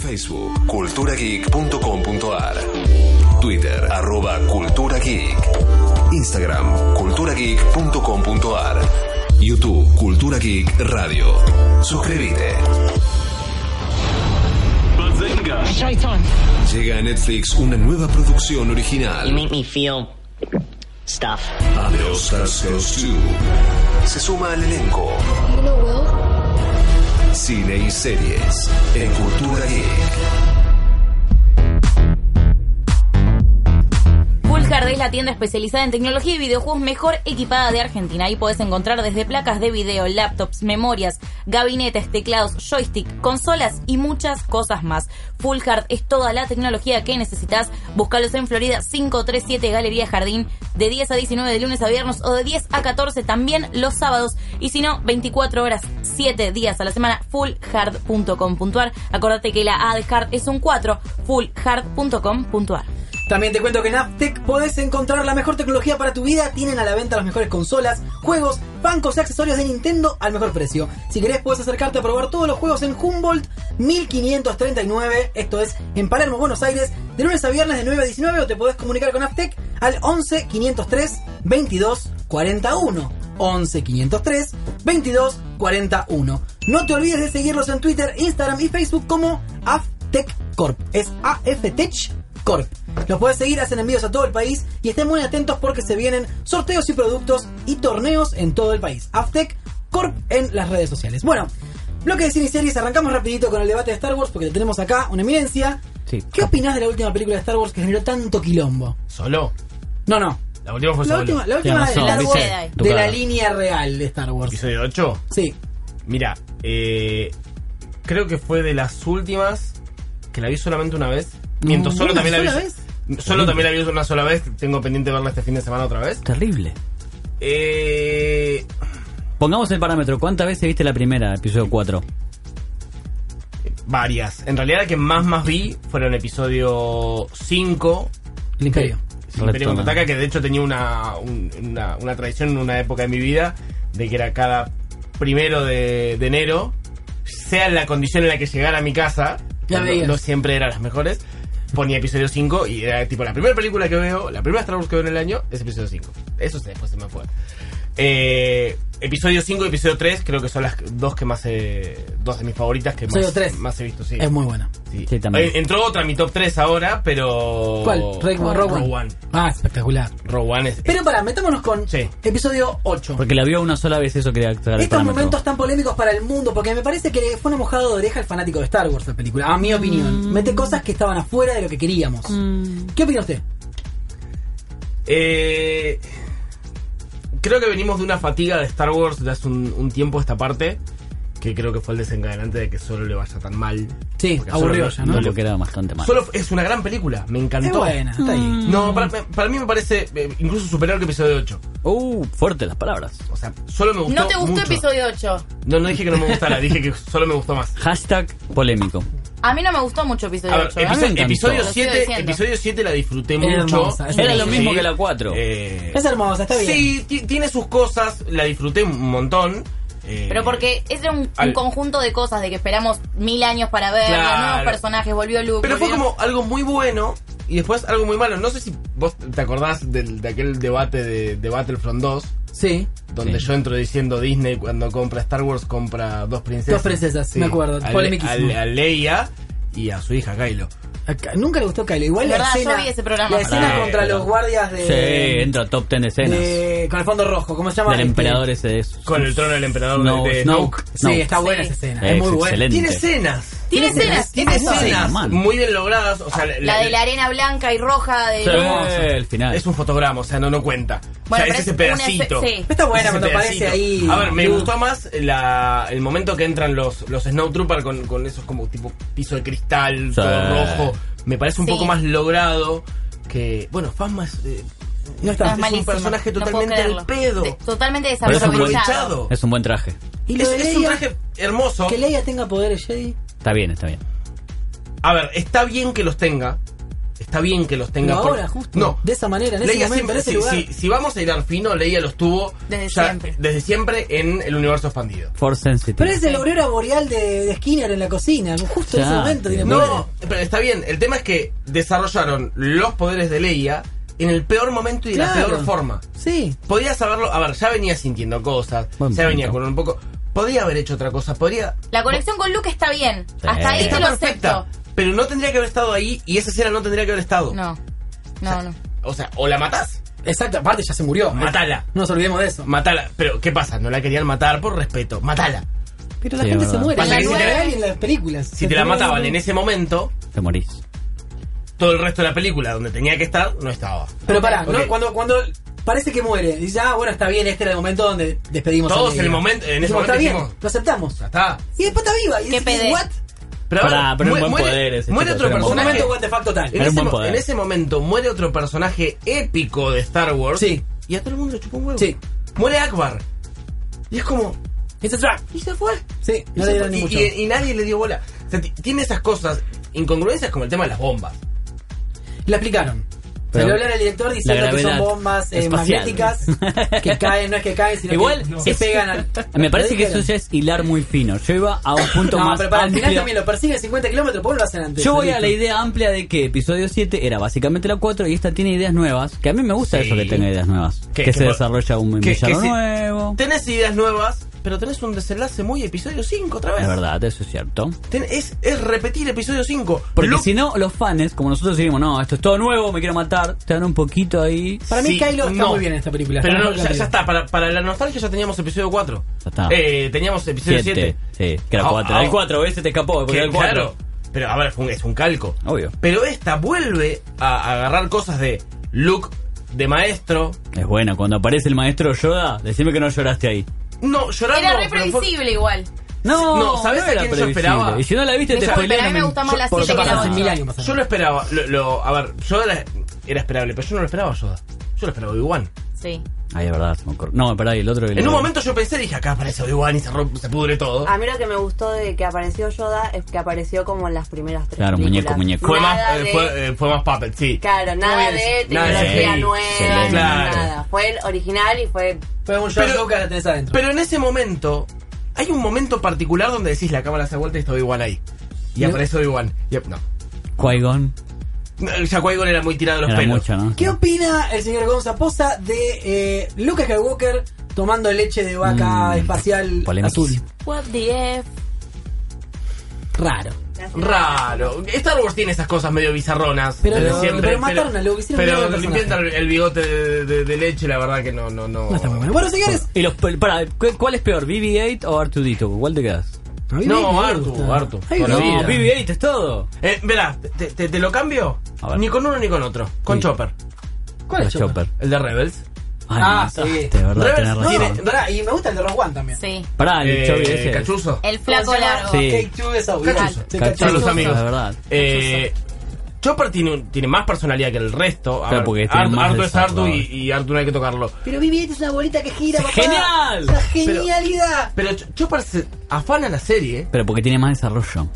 S7: Facebook, culturageek.com.ar. Twitter, arroba culturageek. Instagram, culturageek.com.ar. YouTube, Cultura Geek Radio. Suscríbete. Llega a Netflix una nueva producción
S9: You
S7: original. Ah,
S9: make me feel stuff.
S7: A los Goes 2. Se suma al elenco. Cine y series en Cultura Geek.
S3: Pulgar es la tienda especializada en tecnología y videojuegos mejor equipada de Argentina. Ahí podés encontrar desde placas de video, laptops, memorias, gabinetes, teclados, joystick, consolas y muchas cosas más. Full Hard es toda la tecnología que necesitas. Búscalos en Florida 537 Galería Jardín de 10 a 19 de lunes a viernes o de 10 a 14 también los sábados. Y si no, 24 horas, 7 días a la semana, fullhard.com.ar. Acordate que la A de Hard es un 4, fullhard.com.ar.
S2: También te cuento que en Aptec podés encontrar la mejor tecnología para tu vida. Tienen a la venta las mejores consolas, juegos, bancos y accesorios de Nintendo al mejor precio. Si querés, podés acercarte a probar todos los juegos en Humboldt 1539. Esto es en Palermo, Buenos Aires, de lunes a viernes de 9 a 19. O te podés comunicar con Aptec al 11 503 22 41. 11 503 22 41. No te olvides de seguirlos en Twitter, Instagram y Facebook como Aftec Corp. Es AFTech Corp. Los puedes seguir, hacen envíos a todo el país y estén muy atentos porque se vienen sorteos y productos y torneos en todo el país. Aftec Corp en las redes sociales. Bueno, bloque de cine y series, arrancamos rapidito con el debate de Star Wars porque tenemos acá una eminencia.
S4: Sí.
S2: ¿Qué opinás de la última película de Star Wars que generó tanto quilombo?
S10: ¿Solo?
S2: No, no.
S10: La última fue
S2: La
S10: solo.
S2: última, la última de
S4: razón,
S2: Star
S4: dice,
S2: Wars,
S4: tu
S2: de la
S4: cara.
S2: línea real de Star Wars.
S10: ¿Episodio 8?
S2: Sí.
S10: Mira, eh, creo que fue de las últimas que la vi solamente una vez. Miento,
S2: No,
S10: solo
S2: ¿una
S10: también la vi.
S2: sola
S10: Solo también la vi una sola vez. Tengo pendiente de verla este fin de semana otra vez.
S4: Terrible.
S10: Eh,
S4: Pongamos el parámetro. ¿Cuántas veces viste la primera, episodio 4?
S10: varias. En realidad, la que más más vi fueron episodio 5.
S2: El Imperio.
S10: El Imperio
S4: Retoma.
S10: Contraataca, que de hecho tenía una, un- una, una tradición en una época de mi vida de que era cada primero de, de enero, sea la condición en la que llegara a mi casa,
S2: Ya
S10: no-
S2: veías.
S10: no siempre eran las mejores, ponía episodio 5 y era tipo la primera película que veo, la primera Star Wars que veo en el año es episodio 5. Eso se, después se me fue. Eh, episodio 5 y episodio 3 creo que son las dos que más eh, dos de mis favoritas que
S2: Episodio
S10: más,
S2: tres.
S10: más he visto, sí.
S2: Es muy buena.
S10: Sí.
S4: Sí, también.
S10: Eh, Entró otra en mi top 3 ahora, pero...
S2: ¿Cuál? Rogue One.
S10: Oh, Rogue One.
S2: Ah, espectacular.
S10: Rogue One es...
S2: Pero pará, metámonos con
S10: Sí.
S2: episodio 8.
S4: Porque la vio una sola vez, eso quería aclarar el
S2: Estos
S4: parámetro.
S2: momentos tan polémicos para el mundo, porque me parece que le fue una mojada de oreja al fanático de Star Wars la película, a
S10: Mm.
S2: mi opinión. Mete cosas que estaban afuera de lo que queríamos.
S10: Mm.
S2: ¿Qué opina usted?
S10: Eh, creo que venimos de una fatiga de Star Wars de hace un, un tiempo a esta parte. Que creo que fue el desencadenante de que solo le vaya tan mal.
S2: Sí,
S10: Porque a
S2: aburrido
S10: solo
S2: ya,
S10: no-
S2: ¿no?
S10: no
S4: Porque era bastante mal.
S10: Solo es una gran película, me
S2: Es
S10: encantó.
S2: buena, está ahí.
S11: Mm.
S10: No, para, para mí me parece eh, incluso superior que episodio 8.
S4: Uh, fuerte las palabras.
S10: O sea, solo me gustó.
S11: ¿No te gustó
S10: mucho.
S11: episodio 8?
S10: No, no dije que no me gustara, dije que solo me gustó más.
S4: Hashtag polémico.
S11: A mí no me gustó mucho episodio
S10: A ver,
S11: 8.
S3: ¿eh?
S10: episo-
S4: me encantó.
S10: episodio,
S11: Lo sigo
S10: 7,
S11: diciendo.
S10: episodio 7 la disfruté
S2: Hermosa,
S10: mucho.
S2: es
S4: Era lo
S2: Sí.
S4: mismo que la 4.
S10: Eh,
S2: Es hermosa, está bien.
S10: Sí, ti- tiene sus cosas, la disfruté un montón. eh,
S3: Pero porque es un, un
S10: Al-
S3: conjunto de cosas de que esperamos mil años para ver, los
S10: Claro.
S3: nuevos personajes, volvió Luke.
S10: Pero fue
S3: volvió-
S10: como algo muy bueno y después algo muy malo. No sé si vos te acordás del- de aquel debate de, de Battlefront 2,
S2: Sí.
S10: donde
S4: Sí.
S10: yo entro diciendo Disney cuando compra Star Wars compra dos princesas.
S2: Dos princesas, me acuerdo,
S10: A, Le-
S2: polemiquísimo.
S10: a- a Leia y a su hija Kylo.
S2: Acá- nunca le gustó Kylo. Igual
S3: Es
S2: la
S3: verdad, yo
S2: escena.
S3: vi ese programa.
S2: La escena
S10: Pará,
S2: contra
S10: pero-
S2: los guardias de.
S4: eh, Sí, entra top 10 de escenas.
S2: de- con el fondo rojo, ¿cómo se llama?
S4: del
S2: Este-
S4: emperador ese de
S10: Con el trono del emperador
S4: Snoke.
S10: de, de
S4: Snoke.
S10: Snoke.
S2: Sí,
S4: No. Eh,
S2: está buena
S3: Sí.
S2: esa escena.
S4: Es
S2: Es, muy buena.
S4: excelente.
S10: Tiene escenas.
S11: Tiene escenas.
S10: Tiene
S4: escenas.
S10: escenas
S4: Man.
S10: muy bien logradas. O sea, la-
S3: Ah, La de la arena blanca y roja de...
S4: Sí, el final.
S10: Es un fotograma, o sea, no, no cuenta.
S3: Bueno, pero
S10: o sea, es ese
S3: es
S10: pedacito.
S3: una esce- sí.
S2: Está buena
S10: Es ese
S2: cuando aparece ahí.
S10: A ver, me
S2: Luke.
S10: gustó más la- el momento que entran los, los Snowtroopers con, con esos como tipo piso de cristal,
S4: Sí.
S10: todo rojo. Me parece un
S3: Sí.
S10: poco más logrado que. Bueno, Fasma es, eh,
S2: No
S3: No,
S2: está.
S3: es malísimo,
S10: un personaje
S3: no puedo
S10: totalmente
S3: creerlo.
S10: al pedo.
S3: De- totalmente
S4: Pero es un buen-
S3: desaprovechado.
S4: Es un buen traje.
S2: Y lo
S10: Es,
S2: de
S10: es un
S2: Leia,
S10: traje hermoso.
S2: Que Leia tenga poderes Jedi.
S4: Está bien, está bien.
S10: A ver, está bien que los tenga. Está bien que los tenga.
S2: Pero
S10: por-
S2: ahora, justo,
S10: No.
S2: de esa manera, en ese
S10: Leia
S2: momento,
S10: siempre-
S2: en ese
S10: si-
S2: lugar.
S10: si, si vamos a ir al fino, Leia los tuvo
S11: Desde
S10: ya-
S11: siempre.
S10: desde siempre en el universo expandido.
S4: Force Sensitive.
S2: Pero es el obrero boreal de, de Skinner en la cocina. Justo en ese
S4: Ya,
S2: momento tiene
S4: no.
S2: poderes.
S10: No, pero está bien. El tema es que desarrollaron los poderes de Leia en el peor momento y de la
S2: Claro.
S10: peor forma.
S2: Sí.
S10: Podías haberlo. A ver, ya venía sintiendo cosas.
S4: Buen
S10: ya venía
S4: punto.
S10: con un poco. Podía haber hecho otra cosa. Podría.
S3: La conexión con Luke está bien.
S4: Sí.
S3: Hasta ahí
S10: Está
S3: te lo
S10: perfecta.
S3: acepto.
S10: Pero no tendría que haber estado ahí y esa escena no tendría que haber estado.
S3: No. No, no.
S10: O sea, o la matás.
S2: Exacto, aparte ya se murió.
S10: Matala.
S2: No nos olvidemos de eso.
S10: Matala. Pero, ¿qué pasa? No la querían matar por respeto. Matala.
S2: Pero la
S4: Sí,
S2: gente
S4: es
S2: se
S4: verdad.
S2: muere.
S10: Pasa
S2: En la
S10: que si
S2: vida
S10: te la-
S2: real y en las películas.
S10: Si te la mataban en ese momento,
S4: Te morís.
S10: todo el resto de la película donde tenía que estar, no estaba.
S2: Pero pará,
S10: Ok.
S2: ¿no? Cuando, cuando parece que muere, dice, ah, bueno, está bien, este era el momento donde despedimos
S10: Todos
S2: a
S10: en el momento- en ese
S2: Dijimos,
S10: momento
S2: está bien,
S10: dijimos,
S2: lo aceptamos.
S10: Ya está.
S2: Y después está viva. Y
S8: Qué
S2: dice,
S8: pede.
S2: ¿what?
S10: Pero,
S4: Pará,
S10: ahora,
S4: pero es un
S10: mu-
S4: buen
S10: muere-
S4: poder ese,
S10: Muere
S4: chicos,
S10: otro
S4: era un
S2: Un
S4: buen
S10: personaje.
S2: momento what the fuck total.
S10: En
S4: Era un
S10: ese,
S4: buen
S10: mo-
S4: poder.
S10: en ese momento muere otro personaje épico de Star Wars.
S2: Sí.
S10: Y a todo el mundo le chupó un huevo.
S2: Sí.
S10: Muere Akbar. Y es como.
S2: It's a trap.
S10: Y se fue.
S2: Sí,
S10: Y
S2: no le
S10: se fue.
S2: dieron ni
S10: Y,
S2: mucho.
S10: y- y nadie le dio bola. O sea, ti- tiene esas cosas, incongruencias como el tema de las bombas.
S2: La explicaron.
S4: Pero-
S2: Salió a hablar el director diciendo que son
S4: gravedad
S2: bombas eh,
S4: espacial.
S2: magnéticas que caen, no es que caen, sino
S4: Igual,
S2: que se
S4: es-
S2: pegan al.
S4: Me parece
S2: Lo
S4: que eso
S2: dijeron.
S4: ya es hilar muy fino. Yo iba a un punto
S2: No,
S4: más
S2: pero para el final
S4: amplio.
S2: también lo persigue 50 kilómetros, ¿por qué no lo hacen antes?
S4: Yo voy a la
S2: Listo.
S4: idea amplia de que episodio 7 era básicamente la 4 y esta tiene ideas nuevas. Que a mí me gusta eso que tenga ideas nuevas. Que,
S10: Que- que
S4: se
S10: por-
S4: desarrolla un
S10: que-
S4: villano
S10: que si-
S4: nuevo.
S10: Tenés ideas nuevas, pero tenés un desenlace muy episodio 5 otra vez.
S4: Es verdad, eso es cierto.
S10: Ten- es, es repetir episodio 5.
S4: Porque
S10: Luke-
S4: si no, los fans, como nosotros decimos, no, esto es todo nuevo, me quiero matar, te dan un poquito ahí.
S2: Para mí,
S10: Sí,
S2: Kylo está
S10: no.
S2: muy bien en esta película.
S10: Pero
S2: Está
S10: no,
S2: muy
S10: ya,
S2: bien.
S10: ya está. Para, para la nostalgia ya teníamos episodio 4.
S4: Ya está.
S10: Eh, teníamos episodio 7.
S4: Siete, Sí, que era
S2: Ah,
S4: 4. el 4, ese te escapó, porque era el 4.
S10: Claro. Pero a ver, es un, es un calco.
S4: Obvio.
S10: Pero esta vuelve a agarrar cosas de Luke, de maestro.
S4: Es bueno, cuando aparece el maestro Yoda, decime que no lloraste ahí.
S10: No, llorando.
S11: Era re
S10: pero fue-
S11: previsible igual.
S4: No,
S10: No, ¿sabes a
S4: era
S10: quién yo
S4: previsible.
S10: esperaba?
S4: Y si no la viste,
S11: Me
S4: te
S11: sorprendió, a
S4: spoilé.
S11: mí me
S4: no
S11: gusta más la
S2: Porque
S11: siete
S2: ya
S11: que la
S2: pasaron hace
S11: ocho.
S2: mil años más
S10: Yo lo esperaba. Lo, lo- a ver, yo era, era esperable, pero yo no lo esperaba Yoda. Yo lo esperaba Obi-Wan.
S11: Sí.
S4: Ay, es verdad, se me ocurre. No, pará, y el otro. el
S10: En un
S4: otro.
S10: momento yo pensé, dije, acá aparece Obi-Wan y se, rom- se pudre todo.
S6: A mí lo que me gustó de que apareció Yoda es que apareció como en las primeras tres
S4: Claro, muñeco,
S6: películas.
S4: muñeco.
S10: Fue más,
S6: Nada
S10: eh,
S6: de-
S10: fue, eh, fue más puppet, sí.
S6: Claro, nada de
S10: nada de-
S6: tecnología
S4: sí,
S6: nueva,
S4: excelente.
S6: nada.
S4: Claro.
S6: Fue el original y fue...
S2: Fue un George
S10: Pero-
S2: Lucas, la tenés adentro.
S10: Pero en ese momento, hay un momento particular donde decís la cámara se da vuelta y está Obi-Wan ahí. Y
S2: ¿No?
S10: aparece Obi-Wan. Y- No.
S4: Qui-Gon.
S10: No, Ya Qui-Gon era muy tirado de los
S4: Era
S10: pelos.
S4: mucho, ¿no?
S2: ¿Qué opina el señor Gonza Poza de eh, Lucas Skywalker tomando leche de vaca
S4: Mm,
S2: espacial
S4: polémico.
S2: azul?
S8: What the F.
S2: Raro.
S10: Raro. Star Wars tiene esas cosas medio bizarronas.
S2: Pero
S10: desde
S2: lo-
S10: siempre,
S2: pero mataron a Luke, hicieron mierda
S10: Pero
S2: al
S10: limpiando el,
S2: personaje.
S10: el bigote de, de- de leche, la verdad que no, no, no.
S2: No está muy bueno. Bueno, señores.
S4: Y los, para, ¿cu- ¿Cuál es peor, BB-8 o R2D2? ¿Cuál te quedas?
S2: a mí
S10: No,
S2: me
S10: Artu,
S4: Ah.
S2: gusta.
S10: Artu.
S2: Ay,
S10: Por
S2: no.
S10: la vida.
S4: BB-8 es todo.
S10: Eh, verá, te, te- te lo cambio.
S4: A ver.
S10: Ni con uno ni con otro. Con
S4: Sí.
S10: Chopper.
S2: ¿Cuál es
S4: Los Chopper.
S10: El de Rebels.
S4: Ay,
S2: Ah,
S4: mataste,
S2: sí.
S4: de verdad, tenés
S10: Rebels
S4: razón.
S10: tiene-
S2: Chopper? Pará, y me gusta el de Rogue One también.
S11: Sí.
S2: Ah,
S4: Pará, el
S10: Eh,
S4: Chubby ese.
S10: Cachuzo.
S11: El flaco
S2: ¿Cómo se llama?
S11: largo.
S4: Sí.
S2: Cake Two es obvio.
S10: Cachuzo.
S2: Sí,
S4: Cachuzo.
S10: Son los amigos.
S4: Es verdad.
S10: Eh, Chopper tiene, un- tiene más personalidad que el resto. A
S4: Claro,
S10: ver,
S4: porque tiene
S10: Artu-
S4: más
S10: Artu es Artu y,
S4: desarrollo.
S10: y Artu no hay que tocarlo.
S2: Pero Vivi es una bolita que gira, papá.
S4: ¡Genial!
S2: ¡La genialidad!
S10: Pero Ch- Chopper se afana la serie.
S4: Pero porque tiene más desarrollo.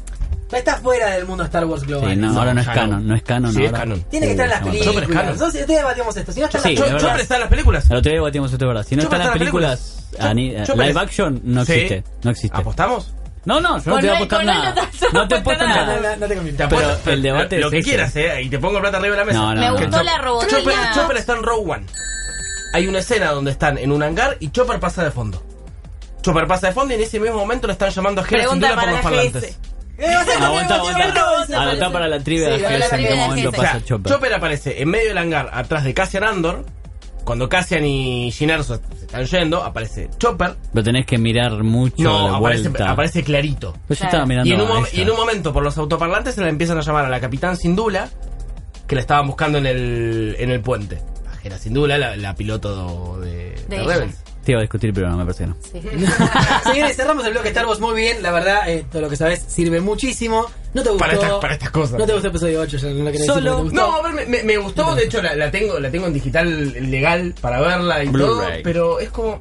S2: Está fuera del mundo Star Wars global.
S4: Sí, no,
S10: no,
S4: ahora no es
S10: canon.
S4: canon, no es canon.
S10: Sí, es
S4: ahora.
S10: canon.
S2: Tiene que estar en las
S4: no,
S2: películas.
S10: Chopper es canon.
S2: Entonces, ustedes debatimos esto. Si no está en
S4: Sí,
S2: las
S10: Cho-
S4: es verdad.
S10: Chopper está en las películas.
S4: Al otro día debatimos esto, ¿verdad? Si no están
S10: Chopper
S4: las
S10: está en las
S4: películas, ani- eh,
S10: Chopper
S4: live
S10: es-
S4: action no
S10: Sí.
S4: existe. No existe.
S10: ¿Apostamos?
S4: No, no, yo no
S11: Con
S4: te voy a
S11: él-
S4: apostar
S11: con él no
S4: nada.
S11: te-
S4: No te apuesto
S11: apuesta
S2: No, no,
S4: nada.
S2: no, no te conviene.
S10: Te apuesto,
S4: Pero el debate
S10: Lo
S4: es
S10: que
S4: ese.
S10: quieras, ¿eh? Y te pongo plata arriba de la mesa.
S4: No, no,
S11: Me
S4: no.
S11: gustó la
S10: Chopper,
S11: robotina.
S10: Chopper está en Rogue One. Hay una escena donde están en un hangar y Chopper pasa de fondo. Chopper pasa de fondo y en ese mismo momento lo están llamando a Hera sin
S6: Pregunta
S10: duda por
S6: para
S10: los
S6: la
S10: parlantes.
S6: GS.
S2: ¡Eh, vas a comer,
S4: Aguanta,
S2: vas a comer, vas a
S4: aguanta.
S2: comer!
S4: Anotá para la trivia de
S11: Sí, ahora
S4: Hess
S11: la
S4: en qué
S11: trivia de
S4: momento
S11: Hess.
S10: O sea,
S4: pasa
S10: Chopper.
S4: Chopper.
S10: aparece en medio del hangar atrás de Cassian Andor. Cuando Cassian y Jyn Erso se están yendo, aparece Chopper.
S4: Lo tenés que mirar mucho
S10: No,
S4: de
S10: aparece,
S4: vuelta.
S10: aparece clarito.
S4: Pero yo estaba mirando
S10: Y en, un
S4: a
S10: mom-
S4: ella.
S10: y en un momento, por los autoparlantes, se la empiezan a llamar a la capitán Sindula, que la estaban buscando en el, en el puente. Era Sindula, la, la piloto de, de
S11: De ella.
S10: Rebels.
S4: Te iba a discutir, pero no me parece que no.
S2: Señores, cerramos el bloque Star Wars muy bien. La verdad, eh, todo lo que sabes sirve muchísimo. No te gustó.
S10: Para estas- para estas cosas.
S2: No te gustó el episodio 8. Ya no lo querés
S4: Solo-
S2: decir,
S10: No, a ver, me, me- me gustó, de hecho la, la tengo la tengo en digital legal para verla y todo,
S4: Blu-ray.
S10: pero es como...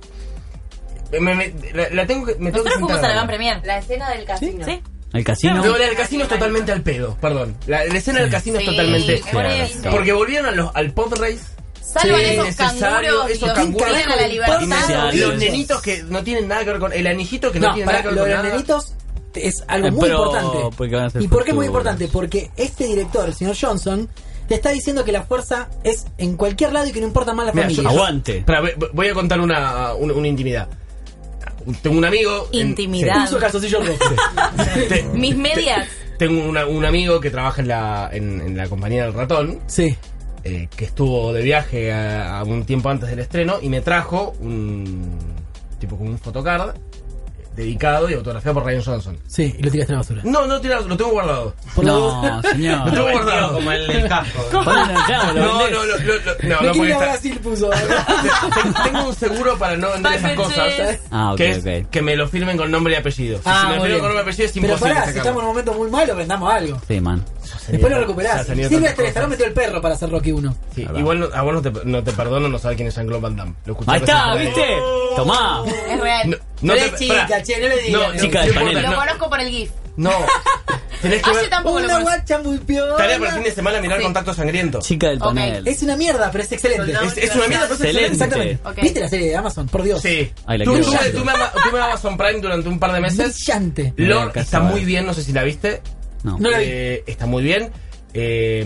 S10: me- me- la, la tengo que... Me tengo que
S3: Nosotros fuimos
S10: sentar
S3: a la
S10: verla.
S3: Gran Premier.
S6: La escena del casino.
S3: Sí.
S4: ¿El casino?
S10: No, la del casino es totalmente al pedo, perdón. La, la escena del casino es
S11: Sí,
S10: totalmente...
S11: por eso.
S10: Porque volvieron a los, al pod race.
S11: Salvan
S10: Sí,
S11: esos
S10: necesario,
S11: canguros y
S10: esos
S11: los
S10: canguros.
S11: tiran a la libertad.
S4: Innecesario.
S10: Los nenitos que no tienen nada que ver con... El anillito que no,
S2: No,
S10: tiene
S2: para,
S10: nada que
S2: lo
S10: ver
S2: de los
S10: con nada.
S2: nenitos es algo
S4: Eh,
S2: muy
S4: pero-
S2: importante.
S4: porque van a ser
S2: ¿Y por qué es muy
S4: futuros.
S2: importante? Porque este director, el señor Johnson, te está diciendo que la fuerza es en cualquier lado y que no importa más la
S10: Mira,
S2: familia.
S10: yo- Ah,
S4: Aguante.
S10: Espera, ve- voy a contar una, una, una intimidad. Tengo un amigo... en-
S11: Intimidad.
S2: Puso calzoncillo rojo.
S10: sí. Te-
S8: Mis medias.
S10: tengo una- un amigo que trabaja en la, en- en la compañía del ratón.
S2: Sí.
S10: eh, que estuvo de viaje a, a un tiempo antes del estreno y me trajo un tipo como un fotocard eh, dedicado y autografiado por Ryan Johnson.
S2: Sí, y lo tiraste a la basura.
S10: No, no tirado, lo tengo guardado.
S4: No, señor.
S10: Lo tengo guardado.
S5: Como el del casco.
S4: Bueno, no,
S10: No, no, no, no, no, no,
S2: ¿De quién
S10: no, porque
S2: era
S10: está-
S2: Brasil puso?
S10: Ten- Tengo un seguro para no vender esas cosas. ¿eh?
S6: Paquetes.
S4: Ah, ok,
S10: que es
S4: ok.
S10: que me lo firmen con nombre y apellido. Si
S2: Ah,
S10: me lo
S2: muy
S10: firman
S2: bien.
S10: con nombre y apellido es
S2: Pero
S10: imposible.
S2: pará, si
S10: sacarlo.
S2: estamos en un momento muy malo, vendamos algo.
S4: Sí, man.
S2: Después lo recuperás. este
S10: Ya tenía
S2: Silvia
S10: tantas
S2: Estalón metió el perro para hacer Rocky 1.
S10: Sí, igual no- a vos no te, no te perdono no saber quién es Jean-Claude Van Damme. Lo escuché
S4: Ahí está,
S10: recién por ahí.
S4: ¿viste? Tomá.
S6: Es real.
S10: No, no
S2: Pero es chica,
S10: pará.
S2: che, no le digas.
S4: Chica
S10: no
S4: de
S10: importa,
S4: panel.
S6: Lo
S10: no.
S6: conozco por el GIF.
S10: No. Tenés que
S6: Hace
S10: ver.
S6: tampoco lo
S2: Una
S6: conozco.
S2: guacha muy piola.
S10: Tarea para el fin de semana mirar
S6: Sí.
S10: contacto sangriento.
S4: Chica del
S6: Ok.
S4: panel.
S2: Es una mierda, pero es excelente.
S10: Es, es una mierda, pero es
S4: Excelente.
S2: Exactamente.
S6: Ok.
S2: ¿Viste la serie de Amazon? Por Dios.
S10: Sí.
S4: Ay, la
S10: tú,
S4: quiero
S10: tú-
S4: ver.
S10: tú me ama- tú me Amazon Prime durante un par de meses.
S2: Brillante.
S10: Lord
S4: Casi
S10: está
S4: nada.
S10: muy bien, no sé si la viste.
S4: No.
S2: No la vi.
S10: Eh, está muy bien. Eh,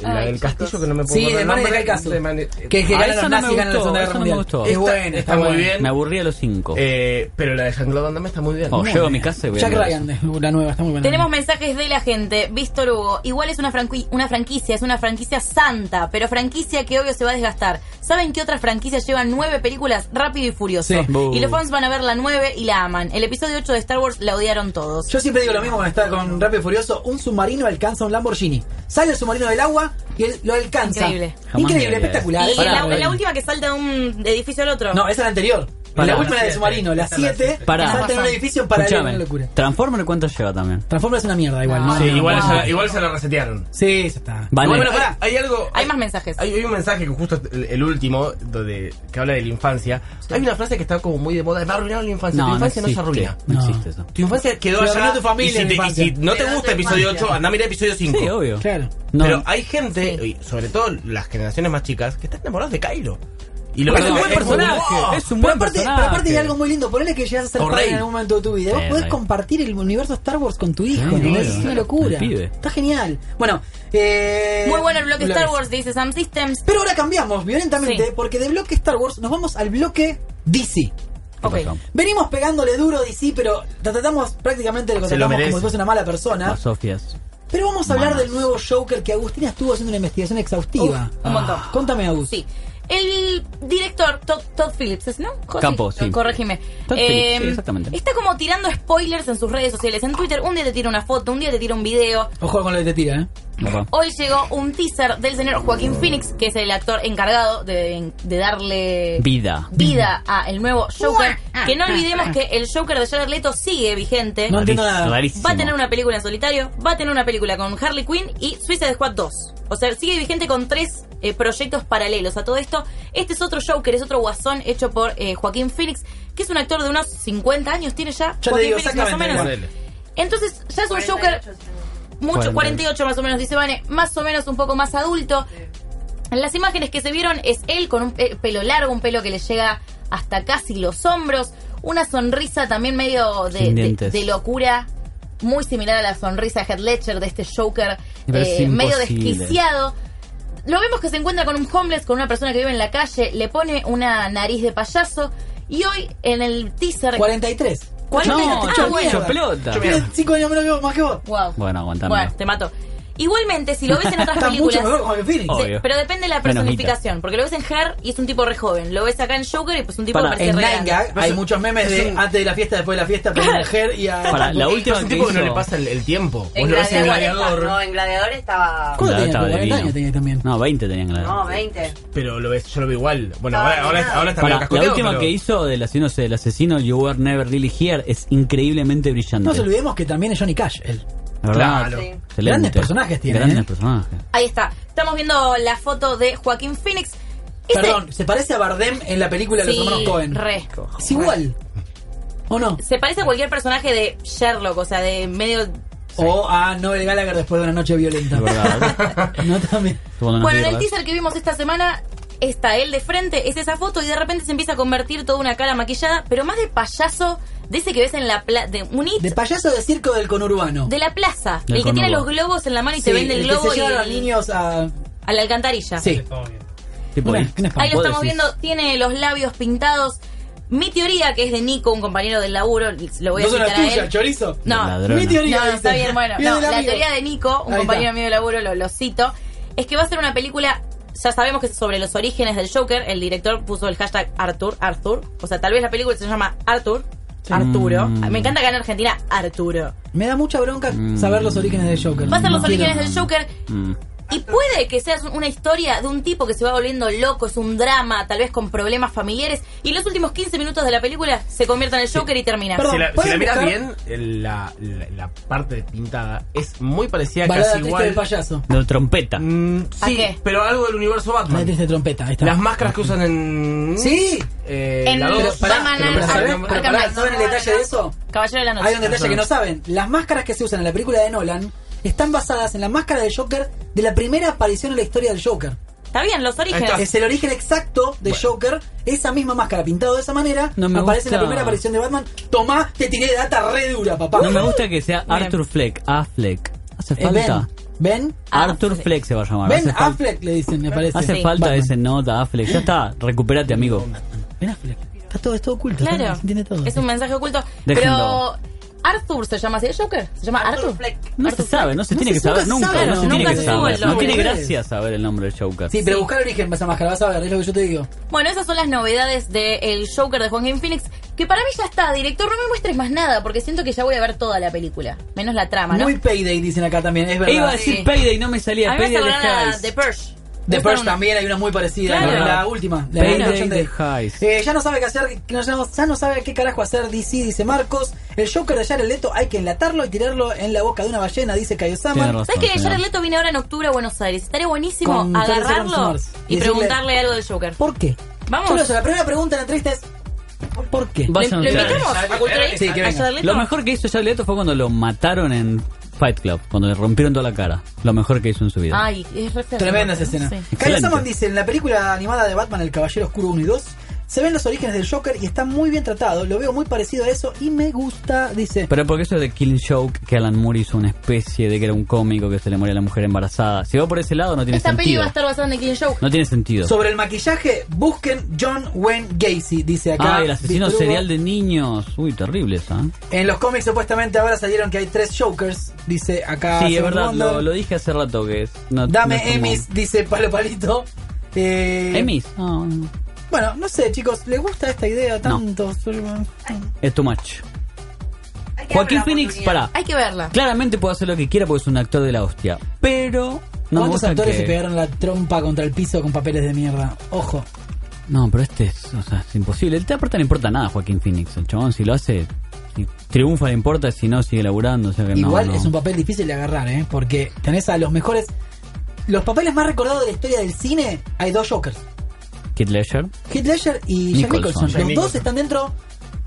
S10: la
S6: Ay,
S10: del
S6: chicos.
S10: castillo que no me puedo
S2: Sí,
S10: acordar
S2: de
S10: el
S2: Manes
S10: nombre,
S2: de Caso.
S10: de Mane-
S2: Que, que
S4: Ah,
S2: ganan
S4: esa
S2: los
S4: no
S2: nazis
S4: me
S2: y ganan la
S4: gustó,
S2: Segunda Guerra
S4: esa no me
S2: Mundial.
S4: gustó.
S2: Es
S4: Está-
S2: bueno,
S10: está muy
S2: bueno.
S10: bien.
S4: Me aburrí a los cinco.
S10: Eh, pero la de Jean-Claude Van Damme está muy bien.
S4: Oh, llego a mi casa y voy a
S2: Jack
S4: mirar
S2: Ryan, es la nueva, está muy buena.
S3: Tenemos mensajes de la gente. Víctor Hugo, igual es una, franqui- una franquicia, es una franquicia santa, pero franquicia que obvio se va a desgastar. ¿Saben qué otras franquicias llevan nueve películas rápido y furioso?
S2: Sí.
S4: Buh.
S3: Y los fans van a ver la nueve y la aman. El episodio 8 de Star Wars la odiaron todos.
S2: Yo siempre digo lo mismo cuando está con Rápido y Furioso. Un submarino alcanza un Lamborghini. Sale el submarino del agua y él lo alcanza.
S3: Increíble.
S4: Jamás
S2: Increíble,
S4: me había-
S2: espectacular.
S3: y
S2: Pará,
S3: la,
S2: pará. eh.
S3: la última que salta de un edificio al otro.
S2: No, eh, esa es la anterior.
S4: Pará.
S2: la última es la
S5: Siete.
S2: del submarino. La
S5: Esa es la
S2: 7
S5: siete.
S4: Pará.
S2: salta en un edificio en paralelo. Una
S4: Escuchame.
S2: locura.
S4: Transformer cuánto lleva también.
S2: Transformers es una mierda igual.
S4: Ah,
S2: No,
S10: Sí,
S2: no,
S10: igual,
S2: no.
S10: se la, igual se la resetearon.
S2: Sí, ya está.
S4: Vale.
S2: Bueno, bueno, pará.
S10: Hay algo.
S3: Hay más mensajes.
S10: Hay, hay un mensaje que justo el, el último, donde, que habla de la infancia. Hay una frase que está como muy de moda, va a arruinar la infancia. tu
S4: No, no
S10: infancia no,
S4: existe.
S10: se arruina.
S4: No,
S2: No.
S4: existe eso.
S10: Tu infancia quedó
S2: Se
S10: allá.
S2: arruinó tu familia
S10: y si,
S2: en
S10: te- y
S2: infancia.
S10: si no te
S6: Quedó
S10: gusta
S6: tu
S10: episodio
S6: infancia.
S10: 8, anda a mirar episodio 5.
S4: Sí, obvio.
S2: Claro.
S4: No,
S10: Pero hay gente, y sobre todo las generaciones más chicas, que están enamoradas de Kylo. Y lo
S4: Pero
S10: que
S4: es un buen
S10: como,
S4: personaje,
S10: ¡Oh!
S4: es un
S2: Pero
S4: buen
S2: aparte,
S4: personaje.
S2: pero aparte hay algo muy lindo. Ponele que llegas a ser
S10: O
S2: padre
S10: Rey.
S2: en algún momento de tu vida. Vos
S4: Sí,
S2: podés
S4: Rey.
S2: compartir el universo Star Wars con tu hijo.
S4: Sí,
S2: ¿entendés?
S4: boludo.
S2: Es una locura.
S4: El pibe.
S2: Está genial. Bueno, eh,
S3: Muy bueno el bloque Star
S2: bloques.
S3: Wars, dice Sam Systems.
S2: Pero ahora cambiamos violentamente
S3: Sí.
S2: porque de bloque Star Wars nos vamos al bloque DC.
S3: Ok.
S4: Pasó.
S2: Venimos pegándole duro a DC, pero la tratamos prácticamente lo que
S10: Se lo
S2: tratamos como
S10: merece.
S2: si fuese una mala persona.
S4: Masofias.
S2: Pero vamos a hablar
S4: Manas.
S2: del nuevo Joker que Agustina estuvo haciendo una investigación exhaustiva.
S3: Uf, un montón.
S2: Contame, Agus.
S3: Sí. El director Todd, Todd Phillips, ¿es, ¿no? José,
S4: Campo, sí.
S3: Corregime. Em,
S4: Todd Phillips, sí, exactamente.
S3: Está como tirando spoilers en sus redes sociales. En Twitter un día te tira una foto, un día te tira un video.
S2: Ojo con lo que te tira, ¿eh?
S4: Opa.
S3: Hoy llegó un teaser del señor Joaquín Phoenix, que es el actor encargado de, de darle
S4: Vida.
S3: vida a el nuevo Joker. Que no olvidemos que el Joker de Jared Leto sigue vigente.
S2: No entiendo
S4: Rarísimo,
S2: nada.
S4: rarísimo.
S3: Va a tener una película en solitario, va a tener una película con Harley Quinn y Suicide Squad 2. O sea, sigue vigente con tres eh, proyectos paralelos a todo esto. Este es otro Joker, es otro guasón hecho por eh, Joaquín Phoenix, que es un actor de unos 50 años, tiene ya.
S2: te
S3: Joaquín
S2: digo
S3: Phoenix, más o
S2: exactamente,
S3: menos.
S10: Ponele.
S3: Entonces, ya es un Joker
S6: 48,
S4: 48.
S3: mucho, 48 más o menos, dice Vane, más o menos un poco más adulto. Las imágenes que se vieron es él con un pe- pelo largo, un pelo que le llega hasta casi los hombros, una sonrisa también medio de,
S4: Sin
S3: de-
S4: dientes.
S3: de locura, muy similar a la sonrisa de Heath Ledger de este Joker,
S4: Pero es
S3: eh, medio
S4: imposible.
S3: desquiciado. Lo vemos que se encuentra con un homeless, con una persona que vive en la calle, le pone una nariz de payaso y hoy en el teaser...
S2: 43.
S3: ¿Cuarenta?
S4: No,
S3: Ah,
S4: yo
S3: bueno.
S4: yo pelota.
S2: Tienes 5 años menos que vos, más que vos.
S3: Wow.
S4: Bueno, aguantame.
S3: Bueno, te mato. Igualmente, si lo ves en otras
S2: Está mucho
S3: películas...
S2: mejor con Joaquin Phoenix.
S4: Obvio.
S3: Sí, pero depende de la
S4: Menos
S3: personificación. Porque lo ves en Her y es un tipo re joven. Lo ves acá en Joker y pues un tipo
S4: Para,
S3: que parece
S2: En
S3: re
S2: Nine
S3: grande.
S2: Gag hay muchos memes de antes de la fiesta, después de la fiesta, pero mujer y a.
S4: Para, la
S10: Es
S4: última
S10: un
S4: que
S10: tipo que no
S4: hizo-
S10: le pasa el, el tiempo. Vos
S6: En
S10: lo ves en
S6: Gladiador estaba-
S10: Gladiador,
S6: No, en Gladiador estaba.
S2: ¿Cómo
S4: Ya
S2: tenía?
S4: estaba
S2: Como 40
S4: divino.
S2: años tenía también.
S4: No, 20 tenían en la
S6: No, 20.
S10: pero lo ves, yo lo veo igual. Bueno,
S6: No,
S10: ahora,
S6: no,
S10: ahora,
S6: nada.
S10: ahora está
S4: Pará,
S10: medio
S4: la
S10: cascoteado,
S4: última
S10: pero-
S4: que hizo del asesino, del asesino You Were Never Really Here es increíblemente brillante.
S2: No nos olvidemos que también es Johnny Cash, él.
S4: La verdad,
S10: Claro. Sí.
S4: excelente.
S2: Grandes personajes tiene,
S4: Grandes
S2: ¿eh?
S4: personajes.
S3: Ahí está. Estamos viendo la foto de Joaquín Phoenix. Este-
S2: Perdón, se parece a Bardem en la película de los
S3: Sí,
S2: hermanos Cohen. eh.
S3: re.
S2: Es igual. ¿O no?
S3: Se parece a cualquier personaje de Sherlock, o sea, de medio.
S2: O a Noel Gallagher después de una noche violenta.
S4: De verdad.
S2: no eh. también.
S4: Tomando una
S3: Bueno, en el
S4: birra.
S3: teaser que vimos esta semana está él de frente, es esa foto y de repente se empieza a convertir toda una cara maquillada, pero más de payaso, de ese que ves en la pla- de un it
S2: De payaso de circo del conurbano.
S3: de la plaza,
S4: Del
S3: el que tiene los
S4: conurbano.
S3: globos en la mano y te
S2: Sí,
S3: vende el
S2: el que
S3: globo
S2: se
S3: y Ah.
S2: lleva a los
S3: el-
S2: niños a.
S3: a la alcantarilla.
S2: Sí.
S4: Tipo,
S2: Una-
S4: ahí-
S2: una
S3: Ahí lo
S4: vos
S3: estamos
S4: decís,
S3: viendo, tiene los labios pintados. Mi teoría, que es de Nico, un compañero del laburo, lo voy a
S2: ¿No son
S3: citar
S2: las
S3: a él.
S2: tuyas, chorizo?
S3: No,
S4: Ladrón.
S3: no,
S4: Ladrona.
S2: Mi teoría.
S3: no,
S2: dice.
S3: está bien, bueno.
S2: Bien
S3: No,
S2: del
S3: la
S2: amigo.
S3: teoría de Nico, un
S2: Ahí
S3: compañero
S2: está.
S3: mío del laburo, lo, lo cito, es que va a ser una película, ya sabemos que es sobre los orígenes del Joker, el director puso el hashtag Arthur, Arthur, o sea, tal vez la película se llama Arthur, Arturo.
S4: Mm.
S3: Me encanta acá en Argentina, Arturo.
S2: Me da mucha bronca saber los orígenes del Joker.
S3: Vas a los
S2: No quiero.
S3: orígenes del Joker
S4: Mm.
S3: y puede que seas una historia de un tipo que se va volviendo loco, es un drama, tal vez con problemas familiares, y los últimos 15 minutos de la película se convierta en el Joker y termina.
S10: si la, si la
S3: ¿pueden
S10: miras
S3: buscar?
S10: bien, el- la, la- la parte pintada es muy parecida,
S2: Balada
S10: casi
S2: triste
S10: igual.
S2: del payaso.
S4: De trompeta.
S10: Mm. sí, pero algo del universo Batman.
S2: La triste trompeta, ahí está.
S10: Las máscaras que usan en.
S2: Sí.
S10: Eh,
S2: En-
S10: la dos.
S2: pero pará,
S3: Batman,
S2: pero pará,
S3: Arkham
S2: ¿sabés?
S3: Knight,
S2: Pero
S3: Arkham
S2: pará,
S3: Knight,
S2: ¿saben el
S3: Batman,
S2: detalle de eso?
S3: Caballero de la Noche.
S2: Hay un detalle que no saben. Las máscaras que se usan en la película de Nolan están basadas en la máscara del Joker de la primera aparición en la historia del Joker.
S3: Está bien, los orígenes.
S4: Ah.
S2: Es el origen exacto de Joker. Esa misma máscara pintado de esa manera
S4: me
S2: aparece en la
S4: gusta.
S2: primera aparición de Batman. Tomá, te tiré data re dura, papá.
S4: No me gusta que sea Arthur Fleck, Affleck. Hace
S2: Eh, Ben.
S4: falta.
S2: Ben.
S4: Arthur Fleck se va a llamar.
S2: Ben
S4: hace falta,
S2: Affleck le dicen, me parece.
S4: hace falta ese no de Affleck. Ya está, recupérate, amigo.
S2: Está todo, está todo oculto.
S3: Claro.
S2: está- Tiene todo.
S3: Es un mensaje oculto.
S4: Déjenlo.
S3: Pero. Arthur se llama así el Joker. Se llama Arthur.
S4: No se sabe, no se tiene que
S3: nunca
S4: saber nunca.
S3: sabe,
S4: no se
S3: nunca
S4: tiene que
S3: se supo el
S4: saber. No
S3: nombre.
S4: tiene gracia saber el nombre de Joker.
S2: Sí, pero buscar el origen de esa máscara, vas a ver, es lo que yo te digo.
S3: Bueno, esas son las novedades del Joker de Joaquin Phoenix. Que para mí ya está, director, no me muestres más nada, porque siento que ya voy a ver toda la película. Menos la trama, ¿no?
S2: Muy payday, dicen acá también, es verdad.
S4: Iba a decir Payday, no me salía.
S3: a mí me
S4: Payday de
S3: la
S4: Heist.
S3: de Purge.
S2: De
S3: Buscaron
S2: Purge
S3: una-
S2: también hay una muy parecida,
S3: Claro.
S2: la, la última. La
S4: Payday
S2: de Ocean
S4: de
S2: Day.
S4: Heist.
S2: Eh, ya no sabe qué hacer, que no- ya no, ya no sabe qué carajo hacer DC, dice Marcos. El Joker de Jared Leto hay que enlatarlo y tirarlo en la boca de una ballena, dice Cayo
S4: Tiene
S2: Saman.
S4: razón.
S3: ¿Sabes que
S4: señor.
S3: Jared Leto viene ahora en octubre a Buenos Aires? Estaría buenísimo
S2: Con Teresa Thompson
S3: agarrarlo
S2: Mars.
S3: y
S2: Decirle-
S3: preguntarle algo del Joker.
S2: ¿Por qué?
S3: Vamos.
S2: Yo lo sé, la primera pregunta en la entrevista es ¿por qué?
S4: Vas a
S3: ¿Lo
S4: notar.
S3: invitamos a Cultura Geek?
S2: Sí, que
S3: ¿A
S2: venga.
S3: Jared Leto?
S4: Lo mejor que hizo Jared Leto fue cuando lo mataron en Fight Club, cuando le rompieron toda la cara. Lo mejor que hizo en su vida.
S3: Ay, es re feo.
S2: Tremenda esa escena.
S3: Sí.
S2: Kyle
S4: Excelente.
S2: Saman dice, en la película animada de Batman, El Caballero Oscuro 1 y 2, se ven los orígenes del Joker y está muy bien tratado. Lo veo muy parecido a eso y me gusta, dice.
S4: Pero porque eso de Killing Joke, que Alan Moore hizo una especie de que era un cómico que se le moría a la mujer embarazada. Si va por ese lado no tiene
S3: Esta peli
S4: sentido.
S3: va a estar basada en The Killing Joke.
S4: No tiene sentido.
S2: Sobre el maquillaje, busquen John Wayne Gacy, dice acá.
S4: Ah, el asesino
S2: Vitrugo.
S4: serial de niños. Uy, terrible esa. ¿eh?
S2: En los cómics supuestamente ahora salieron que hay tres Jokers, dice acá.
S4: sí, es
S2: Seven
S4: verdad,
S2: Wonder.
S4: lo, lo dije hace rato que es. no-
S2: Ah, Dame
S4: no es como-
S2: Emis, dice Palo Palito. Eh,
S4: Emis. No,
S2: Bueno, no sé, chicos, ¿les gusta esta idea eh, tanto?
S4: es too much. Joaquín Phoenix, pará.
S3: Hay que verla.
S4: Claramente puede hacer lo que quiera porque es un actor de la hostia. Pero. No me
S2: ¿Cuántos
S4: gusta
S2: actores
S4: que-
S2: se pegaron la trompa contra el piso con papeles de mierda? Ojo.
S4: No, pero este es, o sea, es imposible. El aparte no importa nada, Joaquín Phoenix. El chabón, si lo hace, si triunfa, le importa. Si no, sigue laburando. O sea que no,
S2: Igual
S4: no.
S2: es un papel difícil de agarrar, ¿eh? Porque tenés a los mejores. Los papeles más recordados de la historia del cine, hay dos Jokers:
S4: Kid Ledger.
S2: Heath Ledger y Jack
S4: Nicholson.
S2: Nicholson. los
S4: Jack
S2: dos
S10: Nicholson.
S2: están dentro.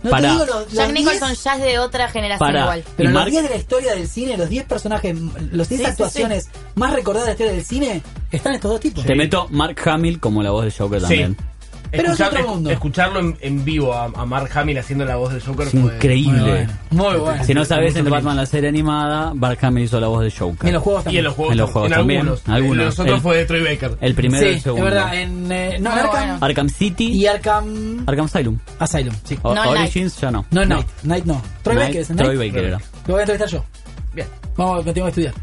S2: No
S4: Pará.
S2: te digo los.
S3: Jack
S2: los
S3: Nicholson
S2: diez-
S3: ya es de otra generación
S4: Pará.
S3: igual.
S2: Pero
S4: Y
S2: los
S4: Mark-
S2: 10 de la historia del cine, los 10 personajes, los 10
S3: Sí, sí,
S2: actuaciones más recordadas de la historia del cine, están estos dos tipos.
S4: Te meto Mark Hamill como la voz de Joker también.
S2: Pero es
S10: Escuchar-
S2: otro
S10: escu-
S2: mundo.
S10: Escucharlo en, en vivo a, a Mark Hamill haciendo la voz del Joker
S4: Es
S10: fue-
S4: increíble.
S2: Muy bueno.
S4: Si no sabes, en
S10: Mucho
S4: Batman la serie animada, Mark Hamill hizo la voz de Joker.
S2: Y en los juegos
S10: Y
S2: también.
S10: en los juegos,
S4: En los juegos también,
S10: algunos.
S4: algunos.
S10: En los otros
S4: El-
S10: fue de Troy Baker.
S4: El primero y el
S2: sí, es
S4: segundo.
S2: verdad. En, eh, no, en
S3: Muy
S2: Arkham
S3: bueno.
S4: Arkham City
S2: y Arkham
S4: Arkham Asylum.
S2: Asylum. Sí.
S4: O-
S3: No,
S4: Origins ya no.
S2: No, Night. Night no. Troy
S4: Oh. Knight,
S2: Baker es el
S4: Troy
S2: Knight.
S4: Baker era.
S2: Lo voy a entrevistar yo.
S10: Bien.
S2: Vamos, lo tengo que estudiar.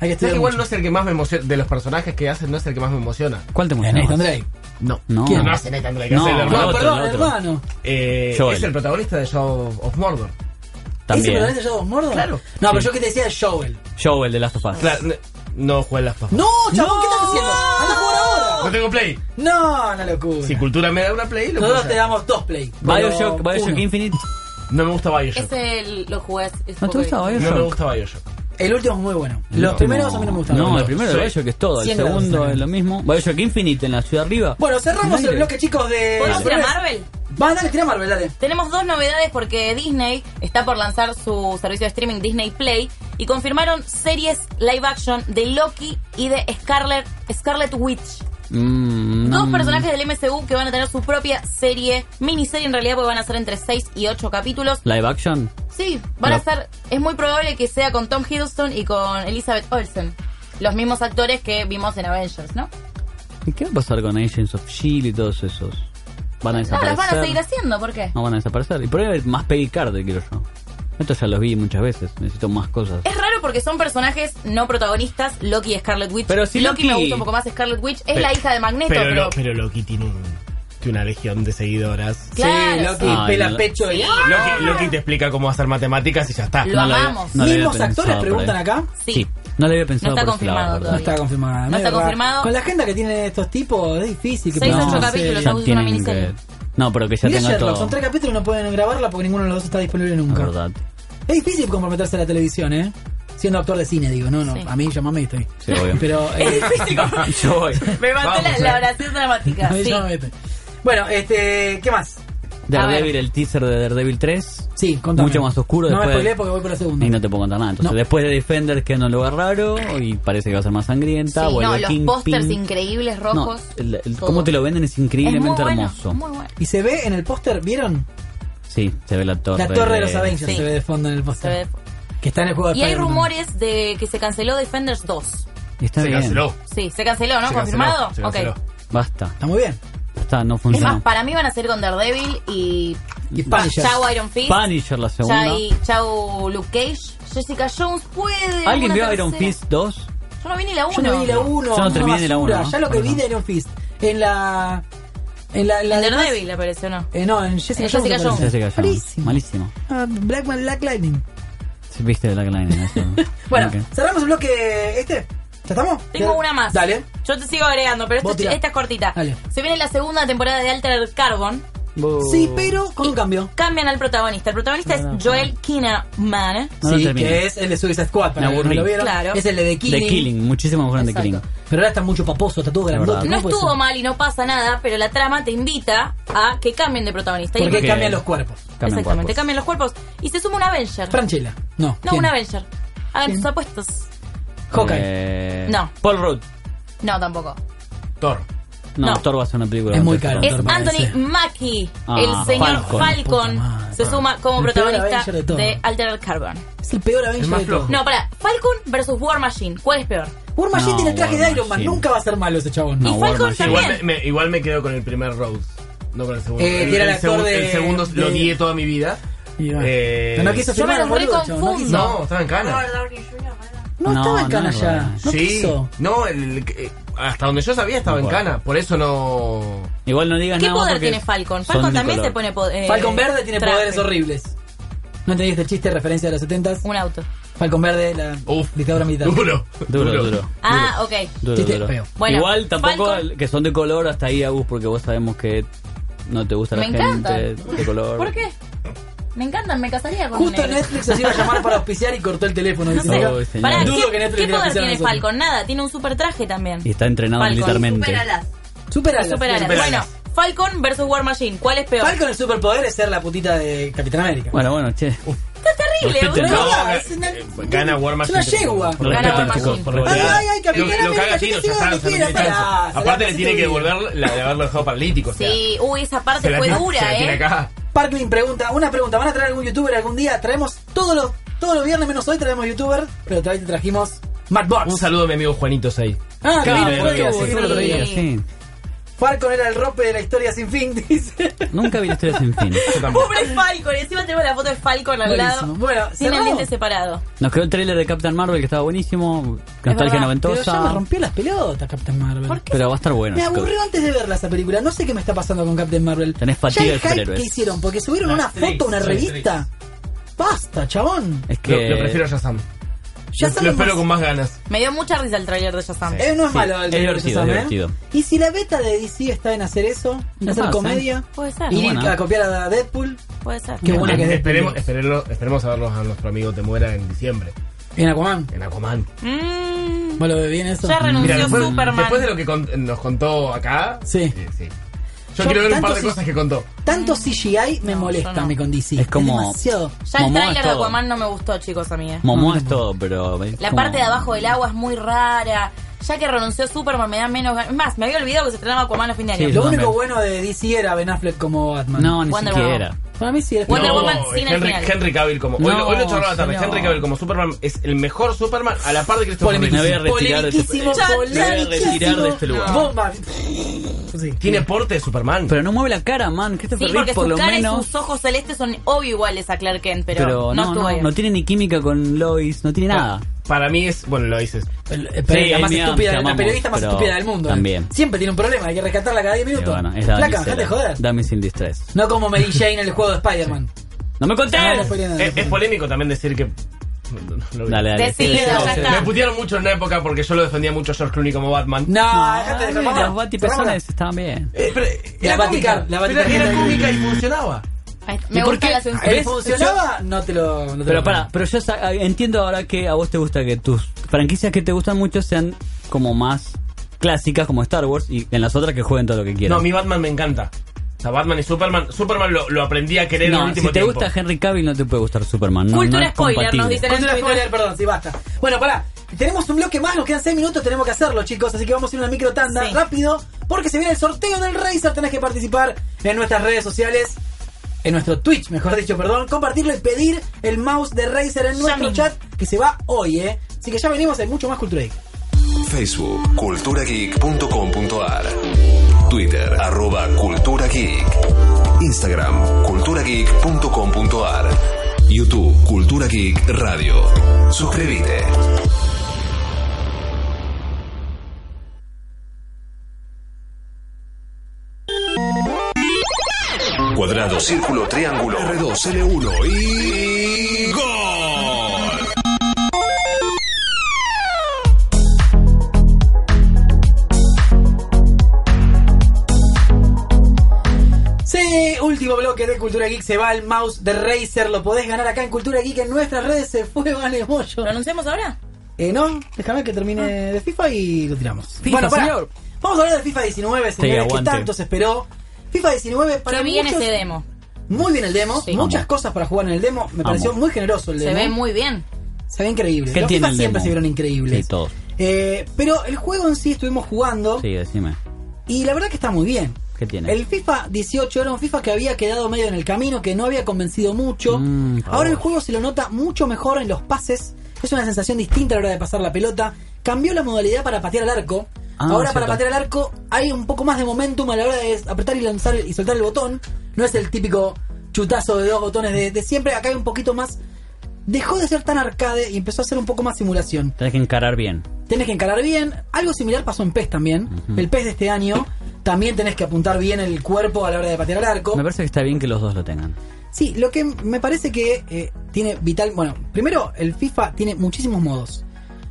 S2: Hay que
S10: ¿Sabes
S2: estudiar.
S10: que igual no
S2: mucho.
S10: es el que más me emociona? De los personajes que hacen, no es el que más me emociona.
S4: ¿Cuál te
S2: Es
S4: emociona?
S2: Nathan
S4: más?
S2: Drake.
S10: No.
S4: No.
S10: No hace Nathan Drake,
S4: No,
S10: hace el
S4: no,
S10: hermano.
S2: No,
S4: otro,
S2: perdón,
S4: el otro.
S2: hermano.
S10: Eh,
S4: Joel.
S10: es el protagonista de Shadow of Mordor.
S2: ¿Ese
S4: También.
S2: protagonista de Shadow of Mordor?
S10: Claro.
S2: No, pero yo que te decía es Joel.
S4: Joel de Last of Us.
S10: Claro, n- no juega en las papas.
S2: No, chabón, ¿qué estás haciendo? Anda a jugar ahora.
S10: No tengo play.
S2: No, no locura.
S10: Si cultura me da una play, lo puedo
S2: Nosotros
S10: hacer.
S2: te damos dos play.
S4: Bioshock,
S2: Pero
S4: Bioshock
S2: uno.
S4: Infinite.
S10: No me gusta Bioshock.
S3: Ese el- lo jugué hace- hace
S4: ¿No te
S3: poco.
S4: gusta Bioshock?
S10: No me gusta Bioshock.
S2: El último es muy bueno.
S4: El
S2: Los
S4: último-
S2: primeros a mí no me gustan.
S4: No,
S2: tanto.
S4: el primero
S10: Sí.
S4: de Bioshock es todo. El
S2: Cien grados,
S4: segundo
S2: cien
S4: es lo mismo. Bioshock Infinite en la ciudad arriba.
S2: Bueno, cerramos el
S4: Aire.
S2: bloque, chicos, de.
S3: ¿Podemos ir a
S2: superhéroes.
S3: Marvel?
S2: Va, dale, tira Marvel, dale.
S3: Tenemos dos novedades porque Disney está por lanzar su servicio de streaming Disney Play y confirmaron series live action de Loki y de Scarlet, Scarlet Witch.
S4: Mm, no.
S3: Dos personajes del MCU que van a tener su propia serie, miniserie en realidad, porque van a ser entre 6 y 8 capítulos.
S4: Live action.
S3: Sí, van a
S4: No.
S3: ser, es muy probable que sea con Tom Hiddleston y con Elizabeth Olsen, los mismos actores que vimos en Avengers, ¿no?
S4: ¿Y qué va a pasar con Agents of Shield y todos esos? Van a
S3: No,
S4: desaparecer.
S3: los van a seguir haciendo, ¿por qué?
S4: No van a desaparecer. Y por ahí va a haber más Peggy Carter, quiero yo. Esto ya los vi muchas veces. Necesito más cosas.
S3: Es raro porque son personajes no protagonistas, Loki y Scarlet Witch.
S4: Pero si
S3: Loki, me
S4: Loki-
S3: gusta un poco más Scarlet Witch, es
S10: Pe-
S3: la hija de Magneto, pero,
S10: lo- pero Loki tiene un. que una legión de seguidoras.
S2: Claro, Sí, Loki, sí. pela pecho y- Sí.
S3: Ah.
S10: Loki, Loki te explica cómo hacer matemáticas y ya está.
S2: Lo No lo había- amamos. no lo había Mismos actores pensado por preguntan ahí. acá.
S3: Sí.
S4: No le había
S3: No
S4: pensado
S3: está
S4: por ese lado,
S3: confirmado
S4: la verdad.
S2: No está confirmada.
S3: No
S2: medio
S3: está
S2: raro.
S3: confirmado.
S2: Con la agenda que tienen estos tipos es difícil que
S3: Seis,
S2: podamos
S3: ocho
S2: hacer-
S3: capítulos,
S4: Ya
S3: no es una
S4: tienen
S3: miniserie.
S4: que- No, pero que ya
S2: Ni
S4: tenga
S2: Sherlock,
S4: todo.
S2: son tres capítulos y no pueden grabarla porque ninguno de los dos está disponible nunca.
S4: La verdad.
S2: Es difícil comprometerse a la televisión, ¿eh? Siendo actor de cine, digo, no, no, a mí llamame y estoy.
S4: Sí, obvio.
S2: Pero. eh,
S4: Yo voy.
S3: Me mató la,
S2: Vamos,
S3: la
S2: eh.
S3: oración dramática.
S2: a mí
S3: sí.
S2: llamame y estoy. Bueno, este. ¿Qué más?
S4: Daredevil, el teaser de Daredevil 3.
S2: Sí, contame.
S4: Mucho más oscuro.
S2: No me
S4: después de-
S2: spoileé porque voy por la segunda.
S4: Y no te puedo contar nada. Entonces, después de Defender queda en un lugar raro y parece que va a ser más sangrienta.
S3: Sí,
S4: vuelve
S3: no, los
S4: Kingpin.
S3: pósters increíbles
S4: No,
S3: rojos.
S4: el- el-
S3: todo.
S4: cómo te lo venden es increíblemente
S3: Es muy bueno,
S4: hermoso.
S3: muy bueno.
S2: Y se ve en el póster, ¿vieron?
S4: Sí, se ve la torre.
S2: La torre de los Avengers
S3: Sí.
S2: se ve de fondo en el
S4: Ah,
S3: Se ve-
S2: póster. Que está en el juego de
S3: Y hay
S2: Spider-Man.
S3: rumores de que se canceló Defenders 2.
S4: Está
S10: Se
S4: bien.
S10: canceló.
S3: Sí, se canceló, ¿no?
S4: Se
S3: ¿Confirmado?
S4: canceló, se
S3: ok.
S4: canceló. Basta.
S2: Está muy bien.
S4: Basta, no
S3: Es más,
S4: funciona.
S3: para mí van a ser con Daredevil y.
S4: Y
S2: Punisher.
S3: Chau Iron Fist.
S4: Punisher la
S3: Chau-
S4: segunda.
S3: Chau Luke Cage. Jessica Jones puede.
S4: ¿Alguien
S3: alguna
S4: vio Iron
S3: tercera.
S4: Fist 2?
S3: Yo no vi ni la 1.
S2: Yo no vi la 1.
S4: Yo no terminé ni la uno, ¿no?
S2: Ya lo que vi de Iron Fist. En la. En la. En la demás-
S3: Daredevil apareció, ¿no?
S2: eh, no, en Jessica
S3: En Jessica
S2: Jones. aparece.
S4: Jessica Jones.
S2: Malísimo.
S4: Malísimo.
S2: Ah, Blackman, Black Lightning.
S4: Sí, Viste de la Line. eso, ¿no?
S2: Bueno,
S4: Ok.
S2: cerramos el bloque este. ¿Ya estamos?
S3: Tengo
S2: Ya-
S3: una más.
S2: Dale.
S3: Yo te sigo agregando, pero
S2: Vos
S3: esto-
S2: tirá.
S3: esta es cortita.
S2: Dale.
S3: Se viene la segunda temporada de Alter Carbon.
S4: Oh.
S2: Sí, pero con un cambio.
S3: Cambian al protagonista. El protagonista es Joel Kinnaman.
S4: No lo
S2: sí,
S4: terminé.
S2: que es el de Suicide Squad, para
S4: Me
S2: que no
S4: aburrí.
S2: lo vieron.
S3: Claro.
S2: Es el de The Killing.
S4: The Killing, muchísimo más grande de
S2: Exacto.
S4: Killing.
S2: Pero ahora está mucho paposo, está todo
S4: La verdad.
S2: grandote.
S3: No
S2: ¿no? Por
S3: estuvo
S2: eso.
S3: mal y no pasa nada, pero la trama te invita a que cambien de protagonista. Y-
S2: Porque
S4: Porque-
S2: cambian los cuerpos.
S4: Cambian
S3: Exactamente,
S4: cuerpos.
S3: cambian los cuerpos. Y se suma un Avenger.
S2: Franchella. No.
S3: no,
S2: ¿quién?
S3: un Avenger. Hagan sus apuestas.
S2: Hawkeye.
S4: Eh,
S3: No.
S4: Paul Rudd.
S3: No, tampoco.
S10: Thor.
S4: No,
S3: No.
S4: Thor va a ser una película.
S2: Es muy
S4: antes de
S2: caro,
S4: Thor.
S3: Es
S2: Thor
S3: Anthony
S2: parece.
S3: Mackie,
S4: Ah,
S3: el señor
S4: Falcon.
S3: Falcon,
S2: Puta madre.
S3: se suma como
S2: El peor
S3: protagonista
S2: Avenger de
S3: de,
S2: todo.
S3: Altered Carbon.
S2: Es el peor Avenger
S10: El más
S2: de todos.
S10: flojo.
S3: No, pará, Falcon versus War Machine, ¿cuál es peor?
S2: War Machine
S4: No,
S2: tiene el traje
S4: War
S2: de Iron Man.
S4: Machine.
S2: Nunca va a ser malo ese chabón.
S4: No,
S3: y
S4: War
S3: Falcon
S4: Machine.
S3: también.
S10: Igual me, me- igual me quedo con el primer Rhodes, no con el segundo.
S2: Eh, que era el actor
S10: segun-
S2: de-
S10: el segundo
S2: de-
S10: lo guié toda mi vida.
S2: Y va.
S10: Eh,
S2: Pero no quiso
S3: Yo me
S2: firmar,
S3: los re
S2: boludo, chabón, no
S3: confundo.
S2: quiso.
S10: No, estaba en Cana.
S2: No,
S4: No,
S2: estaba en
S4: no
S2: cana
S4: es
S2: ya.
S4: verdad.
S2: No
S10: sí.
S2: quiso.
S10: No, el- eh, hasta donde yo sabía estaba
S4: No
S10: en
S4: puedo.
S10: Cana. Por eso no.
S4: Igual no digas
S3: ¿Qué
S4: nada más
S3: poder
S4: porque
S3: tiene Falcon?
S4: son
S3: Falcon
S4: de
S3: también
S4: color.
S3: se pone eh, poder.
S2: Falcon Verde tiene poderes horribles. ¿No entendiste el chiste referencia de los 70
S3: Un auto.
S2: Falcon Verde, la
S10: Uf.
S2: dictadura militar.
S10: Duro.
S4: Duro, duro.
S3: Ah, ok.
S4: Duro,
S2: Chiste
S4: duro.
S2: feo.
S3: Bueno,
S4: Igual tampoco
S3: Falcon-
S4: el- que son de color hasta ahí, Agus, porque vos sabemos que no te gusta la
S3: Me encanta.
S4: gente de color.
S3: ¿Por qué? Me encantan, me casaría con
S2: Justo
S3: un negro.
S2: Netflix nos iba a llamar para auspiciar y cortó el teléfono.
S3: No
S2: dice,
S3: sé.
S4: Ay,
S2: "Mira,
S4: señor.
S3: Pará,
S2: Dudo que Netflix
S3: ¿qué, qué
S2: le
S3: poder
S2: oficiara a
S3: tiene
S2: nosotros.
S3: Falcon? Nada, tiene un super traje también.
S4: Y está entrenado
S3: Falcon.
S4: militarmente.
S6: Superalas.
S2: Super alas".
S3: Super alas. Bueno, Falcon versus War Machine, ¿cuál es peor?
S2: Falcon el superpoder es ser la putita de Capitán América.
S4: Bueno, bueno, che.
S3: Terrible,
S4: Respeten,
S3: boludo.
S2: No,
S10: No,
S2: es una-
S10: eh, gana War Machine.
S2: Es una yegua.
S4: Por
S3: Gana
S4: respeto,
S3: War Machine.
S4: chicos, por
S10: Lo-
S4: respeto.
S2: Ay, ay, ay, Capitán
S10: lo caga
S2: América,
S10: a tiros,
S2: que
S10: ya
S2: siga
S10: está,
S2: donde
S10: o sea, no
S2: quiera,
S10: tiene chance.
S2: pará, se la
S10: Aparte le
S2: hace
S10: tiene que
S2: subir.
S10: devolver la de haberlo dejado paralítico. o sea,
S3: Sí, uy, esa
S10: se
S3: parte
S10: la
S3: fue
S10: tiene- se
S3: dura,
S10: la tiene
S3: ¿eh?
S10: acá.
S2: Parklin pregunta, una pregunta, ¿van a traer algún youtuber algún día? Traemos todos los todos los viernes menos hoy traemos youtuber, pero otra vez te trajimos Matt Box.
S10: Un saludo a mi amigo Juanito Sei.
S2: Ah,
S10: Claro,
S2: mira,
S10: lo que
S2: fue,
S10: hace.
S2: sí, lo traía.
S3: Sí.
S4: Sí.
S2: Falcon era el rope de la historia sin fin, dice.
S4: Nunca vi la historia sin fin.
S10: Yo tampoco.
S3: Pobre Falcon, encima tenemos la foto de Falcon al lado.
S2: Buenísimo. Bueno,
S3: Tiene el
S2: cerramos.
S3: diente separado.
S4: Nos quedó el trailer de Captain Marvel que estaba buenísimo. Nostalgia
S3: verdad,
S2: Pero ya me
S4: noventosa.
S2: rompió las pelotas, Captain Marvel.
S3: ¿Por qué?
S4: Pero va a estar bueno.
S2: Me
S4: chicos.
S2: aburrió antes de verla esa película. No sé qué me está pasando con Captain Marvel.
S4: Tenés fatiga
S2: Ya el
S4: de
S2: hype
S4: superhéroes.
S2: que hicieron? Porque subieron
S10: La
S2: una
S10: actriz,
S2: foto, una
S10: la
S2: revista. Basta, chabón.
S4: Es
S10: Lo,
S4: que.
S10: lo prefiero a Shazam.
S2: Ya
S10: Lo- lo,
S2: sabemos.
S10: espero con más ganas.
S3: Me dio mucha risa el tráiler de Shazam.
S2: Eh, no es
S4: Sí,
S2: malo. el
S4: es
S2: de
S4: divertido,
S2: Shazam,
S4: es
S2: ¿eh?
S4: divertido.
S2: Y si la beta de DC está en hacer eso, en
S4: No
S2: hacer
S4: pasa,
S2: comedia,
S3: Puede ser,
S2: ir
S4: Bueno.
S2: a copiar a Deadpool,
S3: puede ser.
S2: Qué bueno. Una que es de
S10: esperemos,
S2: Deadpool.
S10: esperemos, esperemos a verlos a nuestro amigo Temuera en diciembre.
S2: en Aquaman.
S10: En Aquaman.
S3: Mm,
S2: ¿Vos lo ves bien eso?
S3: ya renunció
S10: Mira, después,
S3: Superman.
S10: después de lo que con- nos contó acá.
S2: Sí.
S10: eh, sí. Yo,
S2: Yo
S10: quiero ver un par
S2: tanto
S10: de
S2: sí-
S10: cosas que contó.
S2: Tanto CGI me
S3: Mm. No,
S2: molesta
S3: yo no.
S2: a mí con DC.
S4: Es como-
S2: demasiado.
S3: Ya el
S4: Momoa
S3: tráiler
S4: es
S3: de
S4: todo.
S3: Aquaman no me gustó, chicos, a mí. eh.
S4: Momoa es todo, pero. es
S3: La
S4: como-
S3: parte de abajo del agua es muy rara. Ya que renunció Superman me da menos ganas. Es Más, me había olvidado que se estrenaba Aquaman a fin de año.
S4: Sí,
S2: Lo
S4: yo
S2: único
S4: también.
S2: bueno de DC era Ben Affleck como Batman.
S4: No, ni
S3: Wonder
S4: siquiera.
S3: Woman.
S2: Para mí sí era
S3: Wonder
S10: No,
S3: Woman sin el
S10: Henry,
S3: final.
S10: Henry Cavill como. hoy, lo- hoy lo
S4: No,
S10: charlaba tarde.
S4: señor.
S10: Henry Cavill como Superman es el mejor Superman a la par de Christopher
S4: Me voy a
S10: Reeve.
S4: retirar de este-
S2: Polemiquísimo,
S3: Ya-
S4: Me voy a retirar de este lugar.
S2: Bomba. Sí.
S10: Tiene porte de Superman.
S4: Pero no mueve la cara, man. Christopher
S3: Sí,
S4: Reeve,
S3: porque
S4: por
S3: su
S4: lo
S3: cara y
S4: menos.
S3: sus ojos celestes son obvio iguales a Clark Kent, pero,
S4: Pero
S3: no,
S4: no,
S3: estuvo
S4: no,
S3: bien.
S4: no tiene ni química con Lois, no tiene nada.
S10: para mí es, bueno, lo dices.
S2: eh, Pero la más estúpida, la periodista más estúpida del mundo.
S4: También.
S2: Siempre tiene un problema, hay que rescatarla cada 10 minutos.
S4: Bueno, es
S2: Flaca,
S4: Dami
S2: dejate de joder.
S4: Dummies in Distress.
S2: No como Mary Jane en el juego de Spider-Man. Ah,
S4: ¡No me conté!
S2: No, no spoilé
S4: Eh,
S2: nada, no
S10: es, es polémico también decir que. no, no, no lo vi.
S4: Dale, dale. Decilo,
S10: Sí,
S4: ya
S10: sí,
S4: está.
S10: Me putearon mucho en una época porque yo lo defendía mucho a George Clooney como Batman.
S2: No,
S4: Ah,
S2: dejate de joder.
S4: Los
S2: Cerramos.
S4: batipersonales estaban bien.
S2: La Vatican, la
S10: Pero
S2: Vatican.
S10: era cómica y funcionaba.
S11: Me
S4: por
S11: gusta
S4: qué?
S11: la
S2: Él
S11: sensación.
S2: funcionaba, no te lo. no te
S4: Pero
S2: lo-
S4: para, pero yo sa- ah, entiendo ahora que a vos te gusta que tus franquicias que te gustan mucho sean como más clásicas como Star Wars y en las otras que jueguen todo lo que quieran.
S10: No, mi Batman me encanta. O sea, Batman y Superman. Superman lo, lo aprendí a querer en el
S4: No, si
S10: último
S4: te
S10: tiempo.
S4: gusta Henry Cavill no te puede gustar Superman. No,
S11: Cultura
S4: no es
S11: spoiler,
S4: compatible.
S11: nos dicen en
S2: Cultura
S11: Twitter.
S2: spoiler, perdón, sí, basta. Bueno, pará. Tenemos un bloque más, nos quedan 6 minutos, tenemos que hacerlo, chicos. Así que vamos a ir a una micro tanda
S11: Sí.
S2: rápido, porque se viene el sorteo del Razer. Tenés que participar en nuestras redes sociales, en nuestro Twitch, mejor dicho, perdón. Compartirlo y pedir el mouse de Razer en nuestro
S11: mismo.
S2: chat, que se va hoy, ¿eh? Así que ya venimos, hay mucho más Cultura Geek.
S7: Facebook, culturageek.com.ar. Twitter, arroba Cultura Geek. Instagram, culturageek.com.ar. YouTube, Cultura Geek Radio. Suscríbete. Cuadrado, círculo, triángulo, R2, L1 y... ¡Gol!
S2: Sí, último bloque de Cultura Geek. Se va el mouse de Razer. Lo podés ganar acá en Cultura Geek en nuestras redes. Se fue Vale Moyo.
S11: ¿Lo anunciamos ahora?
S2: Eh, no, déjame que termine de FIFA y lo tiramos.
S4: Ah. FIFA,
S2: pará.
S4: señor.
S2: vamos a hablar de FIFA 19, señores, que
S4: aguante.
S2: tanto se esperó. FIFA 19 para
S11: Que viene
S2: muchos,
S11: ese demo.
S2: Muy bien el demo,
S11: Sí.
S2: muchas cosas para jugar en el demo. Me
S4: Amo.
S2: pareció muy generoso el
S11: Se
S2: demo.
S11: ve muy bien.
S2: Se ve increíble.
S4: ¿Qué
S2: Los
S4: tiene
S2: FIFA
S4: el
S2: siempre
S4: demo?
S2: se vieron increíbles.
S4: Sí, todos.
S2: Eh, pero el juego en sí estuvimos jugando
S4: Sí, decime.
S2: y la verdad que está muy bien.
S4: ¿Qué tiene?
S2: El FIFA 18 era un FIFA que había quedado medio en el camino, que no había convencido mucho.
S4: Mm,
S2: Ahora el
S4: oh.
S2: juego se lo nota mucho mejor en los pases. Es una sensación distinta a la hora de pasar la pelota. Cambió la modalidad para patear al arco.
S4: Ah,
S2: Ahora
S4: cierto.
S2: para patear al arco hay un poco más de momentum a la hora de apretar y lanzar y soltar el botón. No es el típico chutazo de dos botones de, de siempre. Acá hay un poquito más. Dejó de ser tan arcade y empezó a ser un poco más simulación.
S4: Tenés que encarar bien.
S2: Tenés que encarar bien. Algo similar pasó en PES también. El PES de este año. También tenés que apuntar bien el cuerpo a la hora de patear al arco.
S4: Me parece que está bien que los dos lo tengan.
S2: Sí, lo que me parece que eh, tiene vital. Bueno, primero, el FIFA tiene muchísimos modos.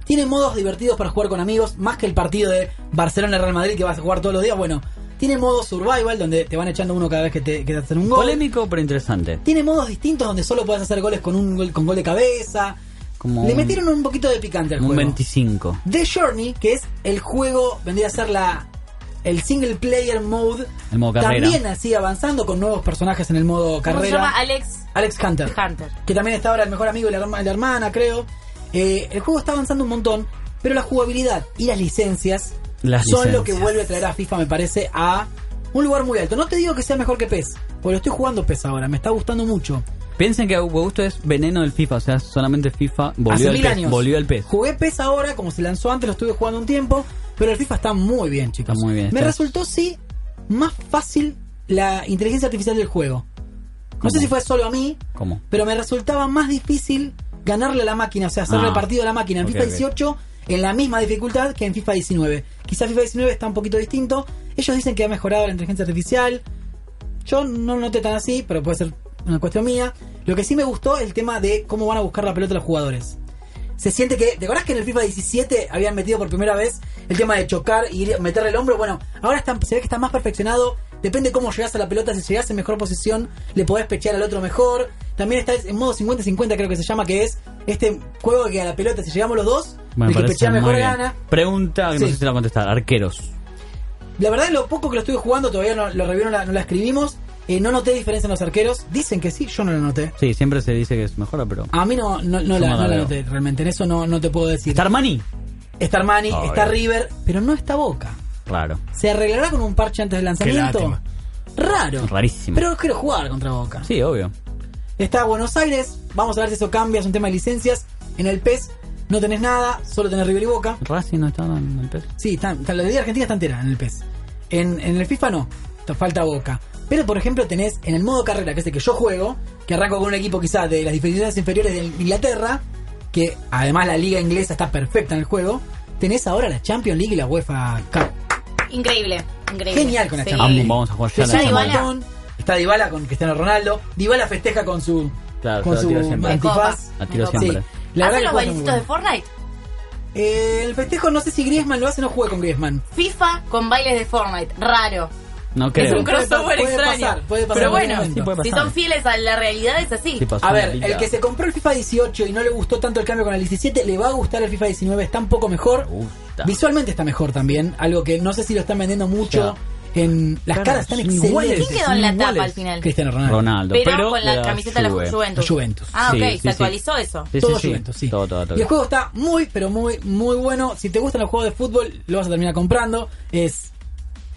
S2: Tiene modos divertidos para jugar con amigos, más que el partido de Barcelona-Real Madrid que vas a jugar todos los días. Bueno, tiene modo survival, donde te van echando uno cada vez que te, que te hacen un gol.
S4: Polémico pero interesante.
S2: Tiene modos distintos donde solo puedes hacer goles con un gol, con gol de cabeza.
S4: Como
S2: Le
S4: un-
S2: metieron un poquito de picante al
S4: Un
S2: juego.
S4: 25.
S2: The Journey, que es el juego, vendría a ser la el single player mode.
S4: El modo carrera.
S2: También así avanzando con nuevos personajes en el modo
S11: ¿Cómo se
S2: carrera.
S11: llama? Alex
S2: Alex Hunter.
S11: Hunter.
S2: Que también está ahora el mejor amigo de la, herma- la hermana, creo. Eh, el juego está avanzando un montón, pero la jugabilidad y las licencias
S4: Las
S2: son lo
S4: licencias.
S2: que vuelve a traer a FIFA, me parece, a un lugar muy alto. No te digo que sea mejor que PES, porque lo estoy jugando PES ahora, me está gustando mucho.
S4: Piensen que Augusto es veneno del FIFA, o sea, solamente FIFA volvió
S2: Hace
S4: al
S2: mil
S4: pez,
S2: años.
S4: Volvió al pez.
S2: Jugué PES ahora, como se lanzó antes, lo estuve jugando un tiempo, pero el FIFA está muy bien, chicos.
S4: Está muy bien,
S2: Me
S4: está.
S2: resultó, sí, más fácil la inteligencia artificial del juego. No
S4: ¿Cómo?
S2: sé si fue solo a mí,
S4: ¿Cómo?
S2: pero me resultaba más difícil ganarle a la máquina, o sea, hacerle
S4: Ah.
S2: el partido a la máquina en
S4: Ok,
S2: FIFA
S4: ok.
S2: 18 en la misma dificultad que en FIFA 19. Quizás FIFA 19 está un poquito distinto. Ellos dicen que ha mejorado la inteligencia artificial. Yo no lo noté tan así, pero puede ser una cuestión mía. Lo que sí me gustó es el tema de cómo van a buscar la pelota los jugadores. Se siente que. ¿Te acordás que en el FIFA 17 habían metido por primera vez el tema de chocar y ir- meterle el hombro? Bueno, ahora está- se ve que está más perfeccionado. Depende cómo llegás a la pelota. Si llegás en mejor posición, le podés pechear al otro mejor. También está en modo 50-50, creo que se llama, que es este juego que a la pelota, si llegamos los dos,
S4: Me
S2: el que
S4: parece
S2: pechea
S4: muy
S2: mejor
S4: bien.
S2: gana.
S4: Pregunta que
S2: Sí.
S4: no sé si te la va a contestar. Arqueros.
S2: La verdad, lo poco que lo estuve jugando, todavía no, la review no la, no la escribimos. eh, no noté diferencia en los arqueros. Dicen que sí, yo no la noté.
S4: Sí, siempre se dice que es mejora, pero.
S2: A mí no, no, no
S4: Yo
S2: la,
S4: no la
S2: no la
S4: veo.
S2: noté realmente. En eso no, no te puedo decir.
S4: ¿Está Armani?
S2: Está Armani,
S4: Ah,
S2: está
S4: bien.
S2: River, pero no está Boca.
S4: Raro.
S2: ¿Se arreglará con un parche antes del lanzamiento?
S10: lástima.
S2: Raro.
S4: Rarísimo.
S2: Pero quiero jugar contra Boca.
S4: Sí, obvio.
S2: Está Buenos Aires, vamos a ver si eso cambia, es un tema de licencias. En el PES no tenés nada, solo tenés River y Boca.
S4: Racing no estaba en el pez.
S2: Sí, está, está- la Liga Argentina está entera en el PES. En, en el FIFA no, te falta Boca. Pero por ejemplo tenés en el modo carrera, que es el que yo juego, que arranco con un equipo quizás de las divisiones inferiores de Inglaterra, que además la liga inglesa está perfecta en el juego, tenés ahora la Champions League y la UEFA Cup.
S11: Increíble, increíble.
S2: Genial con la
S11: Sí.
S2: Champions League.
S4: Vamos a jugar ya
S2: Se
S4: la
S2: suma
S4: Champions League.
S2: Malcón, Está Dybala con Cristiano Ronaldo. Dybala festeja con su
S4: Claro,
S2: con
S4: yo la tiro
S2: su
S4: siempre.
S2: antifaz.
S4: La tiro siempre.
S2: La verdad
S11: ¿Hacen
S2: que
S11: los
S2: juega muy
S11: bailecitos de
S2: bueno.
S11: Fortnite?
S2: Eh, el festejo no sé si Griezmann lo hace o no juega con Griezmann.
S11: FIFA con bailes de Fortnite. Raro.
S4: No
S2: Es
S4: creo.
S2: un cro-
S11: Crossover
S2: Puede pasar,
S11: extraño.
S2: puede pasar
S11: Pero
S2: en algún
S11: bueno,
S2: momento. Sí, puede
S11: si
S2: pasar.
S11: son fieles a la realidad, es así.
S4: Sí, pasó
S2: A
S4: una
S2: ver,
S4: pila.
S2: el que se compró el FIFA 18 y no le gustó tanto el cambio con el 17, le va a gustar el FIFA 19, está un poco mejor.
S4: gusta.
S2: Visualmente está mejor también, algo que no sé si lo están vendiendo mucho. En las
S4: Claro,
S2: caras están
S4: son iguales.
S2: excelentes.
S11: ¿Quién quedó en la tapa al final?
S2: Cristiano Ronaldo.
S4: Ronaldo.
S11: Pero,
S4: Pero,
S11: con la
S4: era
S11: camiseta de la
S4: Juve.
S11: Juventus.
S2: Juventus.
S11: Ah, ok,
S4: Sí,
S11: se
S4: sí, sí.
S11: actualizó eso.
S4: Sí,
S2: Todo
S4: sí, sí.
S2: Juventus, sí.
S4: Todo, todo, todo.
S2: Y el juego está muy, pero muy, muy bueno. Si te gustan los juegos de fútbol, lo vas a terminar comprando. Es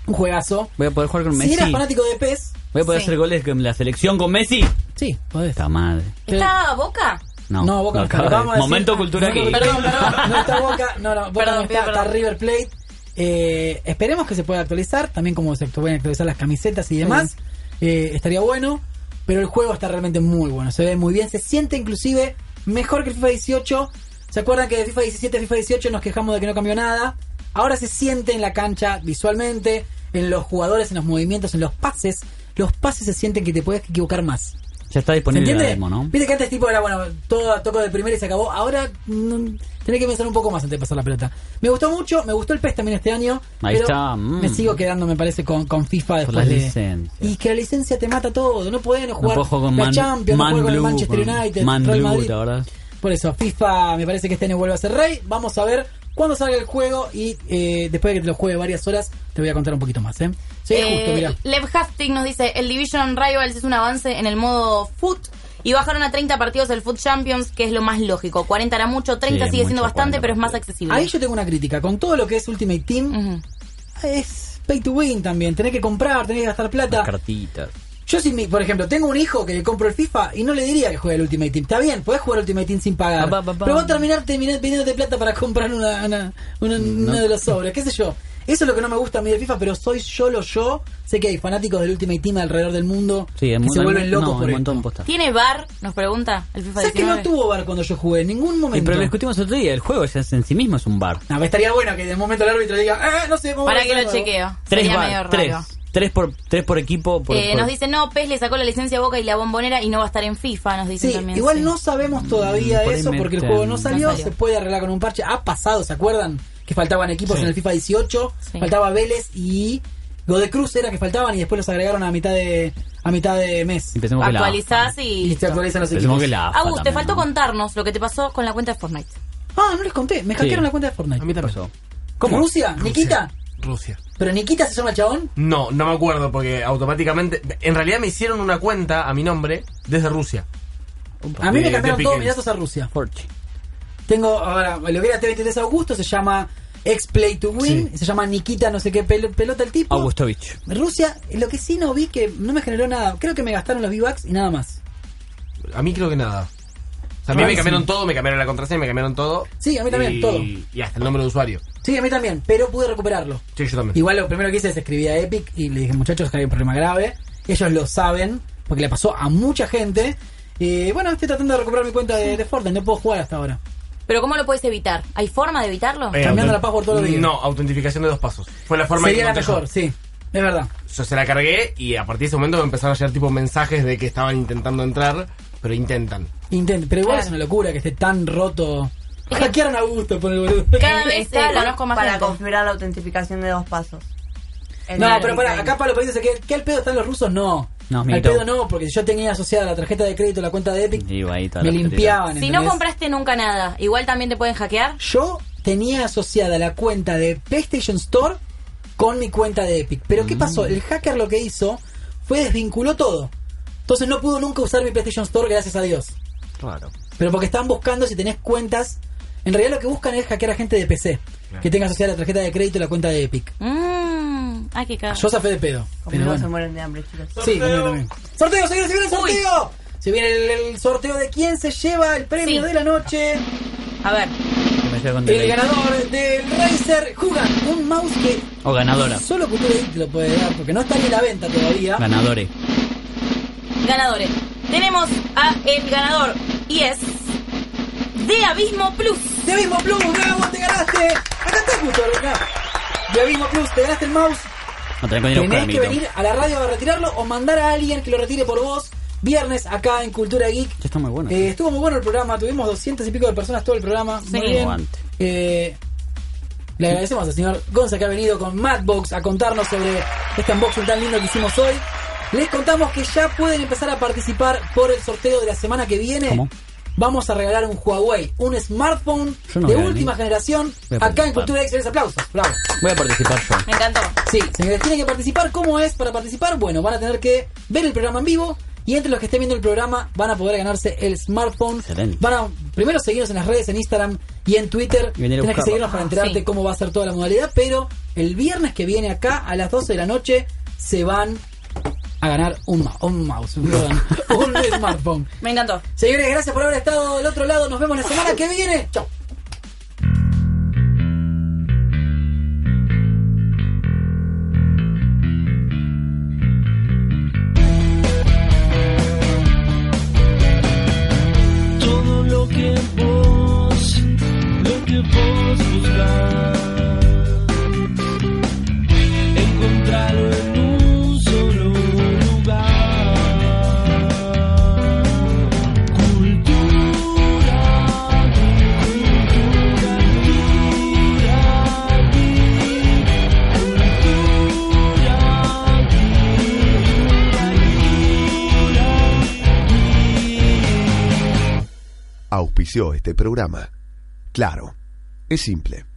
S2: un juegazo.
S4: Voy a poder jugar con
S2: Si
S4: Messi.
S2: eras fanático de E PES,
S4: Voy a poder
S11: Sí.
S4: hacer goles con la selección con Messi.
S2: sí, podés.
S4: Esta madre.
S11: ¿Está Boca?
S4: No,
S2: No, Boca no
S4: acaba
S2: está.
S4: de-
S2: Vamos a decir-
S4: Momento cultura
S2: Momento
S4: aquí.
S2: cultura aquí. No, no está Boca, no, no, Boca
S11: Perdón,
S2: no está,
S11: perdón.
S2: está River Plate. Eh, esperemos que se pueda actualizar, también como se pueden actualizar las camisetas y demás. Eh, estaría bueno, pero el juego está realmente muy bueno, se ve muy bien, se siente inclusive mejor que el FIFA 18. ¿Se acuerdan que de FIFA 17 a FIFA 18 nos quejamos de que no cambió nada? Ahora se siente en la cancha visualmente, en los jugadores, en los movimientos, en los pases. Los pases se sienten que te puedes equivocar más.
S4: Ya está
S2: ¿Se
S4: disponible la
S2: entiende?
S4: demo, ¿no?
S2: Viste que antes tipo era, bueno, todo a toco de primera y se acabó. Ahora mm, tenés que pensar un poco más antes de pasar la pelota. Me gustó mucho, me gustó el PES también este año.
S4: Ahí
S2: pero
S4: está, mm.
S2: Me sigo quedando, me parece, con, con FIFA
S4: Por
S2: después
S4: las
S2: de...
S4: licencias.
S2: Y que la licencia te mata todo. No podés no
S4: No
S2: jugar
S4: puedo jugar con
S2: la
S4: Man,
S2: Champions,
S4: Man
S2: no puedes
S4: Blue,
S2: con el Manchester
S4: con
S2: United,
S4: Man
S2: Real
S4: Blue,
S2: Madrid.
S4: la verdad.
S2: Por eso, FIFA me parece que este año vuelve a ser rey. Vamos a ver cuándo salga el juego y eh, después de que te lo juegue varias horas, te voy a contar un poquito más, ¿eh? Sí,
S11: Eh,
S2: justo, mirá.
S11: Lev Hafting nos dice, el Division Rivals es un avance en el modo foot y bajaron a 30 partidos el Foot Champions, que es lo más lógico. 40 era mucho, 30
S4: Sí,
S11: sigue
S4: mucho,
S11: siendo bastante,
S4: 40
S11: pero es más
S4: partidos.
S11: accesible.
S2: Ahí yo tengo una crítica. Con todo lo que es Ultimate Team,
S11: Ujú.
S2: es pay to win también. Tenés que comprar, tenés que gastar plata.
S4: Cartitas.
S2: Yo, si mi- por ejemplo, tengo un hijo que le compro el FIFA y no le diría que juegue el Ultimate Team. Está bien, podés jugar Ultimate Team sin pagar.
S4: Ah, va, va, va.
S2: Pero va a terminar, terminar pidiéndote plata para comprar una, una- una- uno de los sobres, qué sé yo. Eso es lo que no me gusta a mí del FIFA, pero soy yo lo yo. Sé que hay fanáticos del Ultimate Team alrededor del mundo
S4: Sí,
S2: que
S4: es muy-
S2: se vuelven
S4: no,
S2: locos
S4: un
S2: por esto.
S4: montón posta.
S11: ¿Tiene bar? Nos pregunta el FIFA
S2: ¿Sabes que no
S11: 19.
S2: tuvo bar cuando yo jugué? En ningún
S4: Y,
S2: momento.
S4: pero lo discutimos otro día, el juego ya es en sí mismo es un bar.
S2: No, pero estaría bueno que de momento el árbitro diga, eh, no sé, vamos a
S11: Para
S2: hacer
S11: que lo
S2: algo".
S11: chequeo.
S4: Tres
S11: Sería
S4: bar,
S11: medio raro.
S4: tres. Tres por, tres por equipo. Por,
S11: Eh,
S4: por-
S11: Nos dice, no, PES le sacó la licencia a Boca y la bombonera y no va a estar en FIFA, nos dice
S2: Sí,
S11: también.
S2: igual
S11: sí.
S2: no sabemos todavía
S4: Mm, por ahí
S2: eso porque el
S4: meten-
S2: juego no
S4: no
S2: salió,
S11: salió.
S2: se puede arreglar con un parche. Ha pasado, ¿se acuerdan? Que faltaban equipos
S4: Sí.
S2: en el FIFA 18,
S11: Sí.
S2: faltaba Vélez y lo de Cruz era que faltaban y después los agregaron a mitad de a mitad de mes.
S4: Empecemos que la-
S11: Actualizás y...
S2: Y se actualizan los
S4: Pensemos
S2: equipos.
S4: que la AFA
S11: Agus, te
S4: también,
S11: faltó
S4: ¿no?
S11: contarnos lo que te pasó con la cuenta de Fortnite.
S2: Ah, no les conté, me hackearon la cuenta de Fortnite.
S10: A mí también.
S2: ¿Cómo? Rusia, Nikita.
S10: Rusia.
S2: Pero Nikita se llama el chabón.
S10: No, no me acuerdo porque automáticamente. En realidad me hicieron una cuenta a mi nombre desde Rusia.
S2: A mí
S10: De-
S2: me
S10: de
S2: cambiaron todos
S10: Pickens.
S2: mis datos a Rusia.
S4: Forche.
S2: Tengo ahora, lo que era T23 Augusto se llama Ex Play to Win, se llama Nikita no sé qué pel- pelota el tipo.
S4: Augustovich.
S2: Rusia, lo que sí no vi que no me generó nada. Creo que me gastaron los V-Bucks y nada más.
S10: A mí creo que nada. O sea, a mí me
S2: Rarísimo.
S10: cambiaron todo, me cambiaron la contraseña, me cambiaron todo.
S2: Ah, Sí, a mí también,
S10: y,
S2: todo.
S10: Y hasta el nombre de usuario.
S2: Sí, a mí también, pero pude recuperarlo.
S10: Sí, yo también.
S2: Igual lo primero que hice es escribir a Epic y le dije, muchachos, que hay un problema grave. Ellos lo saben, porque le pasó a mucha gente. Y bueno, estoy tratando de recuperar mi cuenta de, de Fortnite, no puedo jugar hasta ahora.
S11: Pero ¿cómo lo puedes evitar? ¿Hay forma de evitarlo?
S10: Eh,
S2: cambiando
S10: auto-
S2: la password todos los días.
S10: No, autentificación de dos pasos. Fue la forma
S2: Sería
S10: que
S2: la
S10: encontré yo.
S2: mejor, sí. Es verdad.
S10: Yo se la cargué y a partir de ese momento me empezaron a llegar tipo mensajes de que estaban intentando entrar, pero intentan.
S2: Intento, pero igual
S11: Claro.
S2: es una locura que esté tan roto. Hackearon a gusto por el boludo.
S11: Cada vez eh,
S6: Está la-
S11: conozco más
S6: para
S11: gente.
S6: configurar la autentificación de dos pasos. En
S2: No,
S6: el
S2: pero pará,
S6: diseño.
S2: acá para los países que, que al pedo están los rusos, no.
S4: No,
S2: al
S4: mito.
S2: pedo no, porque si yo tenía asociada la tarjeta de crédito, la cuenta de Epic,
S4: Digo, ahí está
S2: me
S4: la
S2: limpiaban.
S11: Si no
S2: ¿entendés?
S11: compraste nunca nada, igual también te pueden hackear.
S2: Yo tenía asociada la cuenta de PlayStation Store con mi cuenta de Epic. Pero ¿qué pasó? El hacker lo que hizo fue desvinculó todo. Entonces no pudo nunca usar mi PlayStation Store, gracias a Dios.
S10: Claro.
S2: Pero porque están buscando si tenés cuentas. En realidad lo que buscan es hackear a gente de PC.
S10: Claro.
S2: Que tenga asociada la tarjeta de crédito y la cuenta de Epic.
S11: Mmm. Ay, qué caro.
S2: Yo zafé de pedo.
S6: Como
S2: Pero
S6: no
S2: bueno.
S6: se mueren de hambre, chicos.
S2: Sí, conmigo también. Sorteo, señores, se viene el sorteo. Se viene el, el sorteo de quién se lleva el premio
S11: Sí.
S2: de la noche.
S11: A ver,
S4: Que me lleva con
S2: El
S4: delay.
S2: ganador del Razer Jugan, un mouse que
S4: O ganadora.
S2: solo Cultura Geek lo puede dar porque no está ni en la venta todavía.
S4: Ganadores.
S11: ganadores. Tenemos a el ganador y es de Abismo Plus.
S2: De Abismo Plus, bravo, te ganaste. Acá está justo, acá. De Abismo Plus, te ganaste el mouse.
S4: No tenés que venir a
S2: Tenés
S4: buscar,
S2: que
S4: amiguito.
S2: venir a la radio a retirarlo o mandar a alguien que lo retire por vos. Viernes acá en Cultura Geek.
S4: Ya está muy bueno.
S2: Eh, estuvo muy bueno el programa, tuvimos 200 y pico de personas todo el programa. Muy
S4: Sí.
S2: bien.
S4: Aguante.
S2: Eh, le agradecemos al señor Gonza que ha venido con Madbox a contarnos sobre este unboxing tan lindo que hicimos hoy. Les contamos que ya pueden empezar a participar por el sorteo de la semana que viene.
S4: ¿Cómo?
S2: Vamos a regalar un Huawei, un smartphone
S4: Yo no
S2: de
S4: gané.
S2: última generación acá
S4: Voy a
S2: en
S4: participar.
S2: Cultura Geek. Les aplausos. Bravo.
S4: Voy a participar yo.
S11: Me encantó.
S2: Sí, señores, tienen que participar. ¿Cómo es para participar? Bueno, van a tener que ver el programa en vivo y entre los que estén viendo el programa van a poder ganarse el smartphone.
S4: Excelente.
S2: Van a primero seguirnos en las redes, en Instagram y en Twitter.
S4: Y venir
S2: Tienes
S4: a
S2: que
S4: buscarlo.
S2: seguirnos para enterarte
S11: Sí.
S2: cómo va a ser toda la modalidad, pero el viernes que viene acá a las 12 de la noche se van a ganar un, ma- un mouse, perdón, un smartphone.
S11: Me encantó.
S2: Señores, gracias por haber estado del otro lado. Nos vemos la semana que viene. Chao.
S12: todo lo que vos, lo que vos buscás. Encontrarlo en un solo lugar. Cultura, cultura, cultura,
S1: Auspició este programa. Claro, es simple.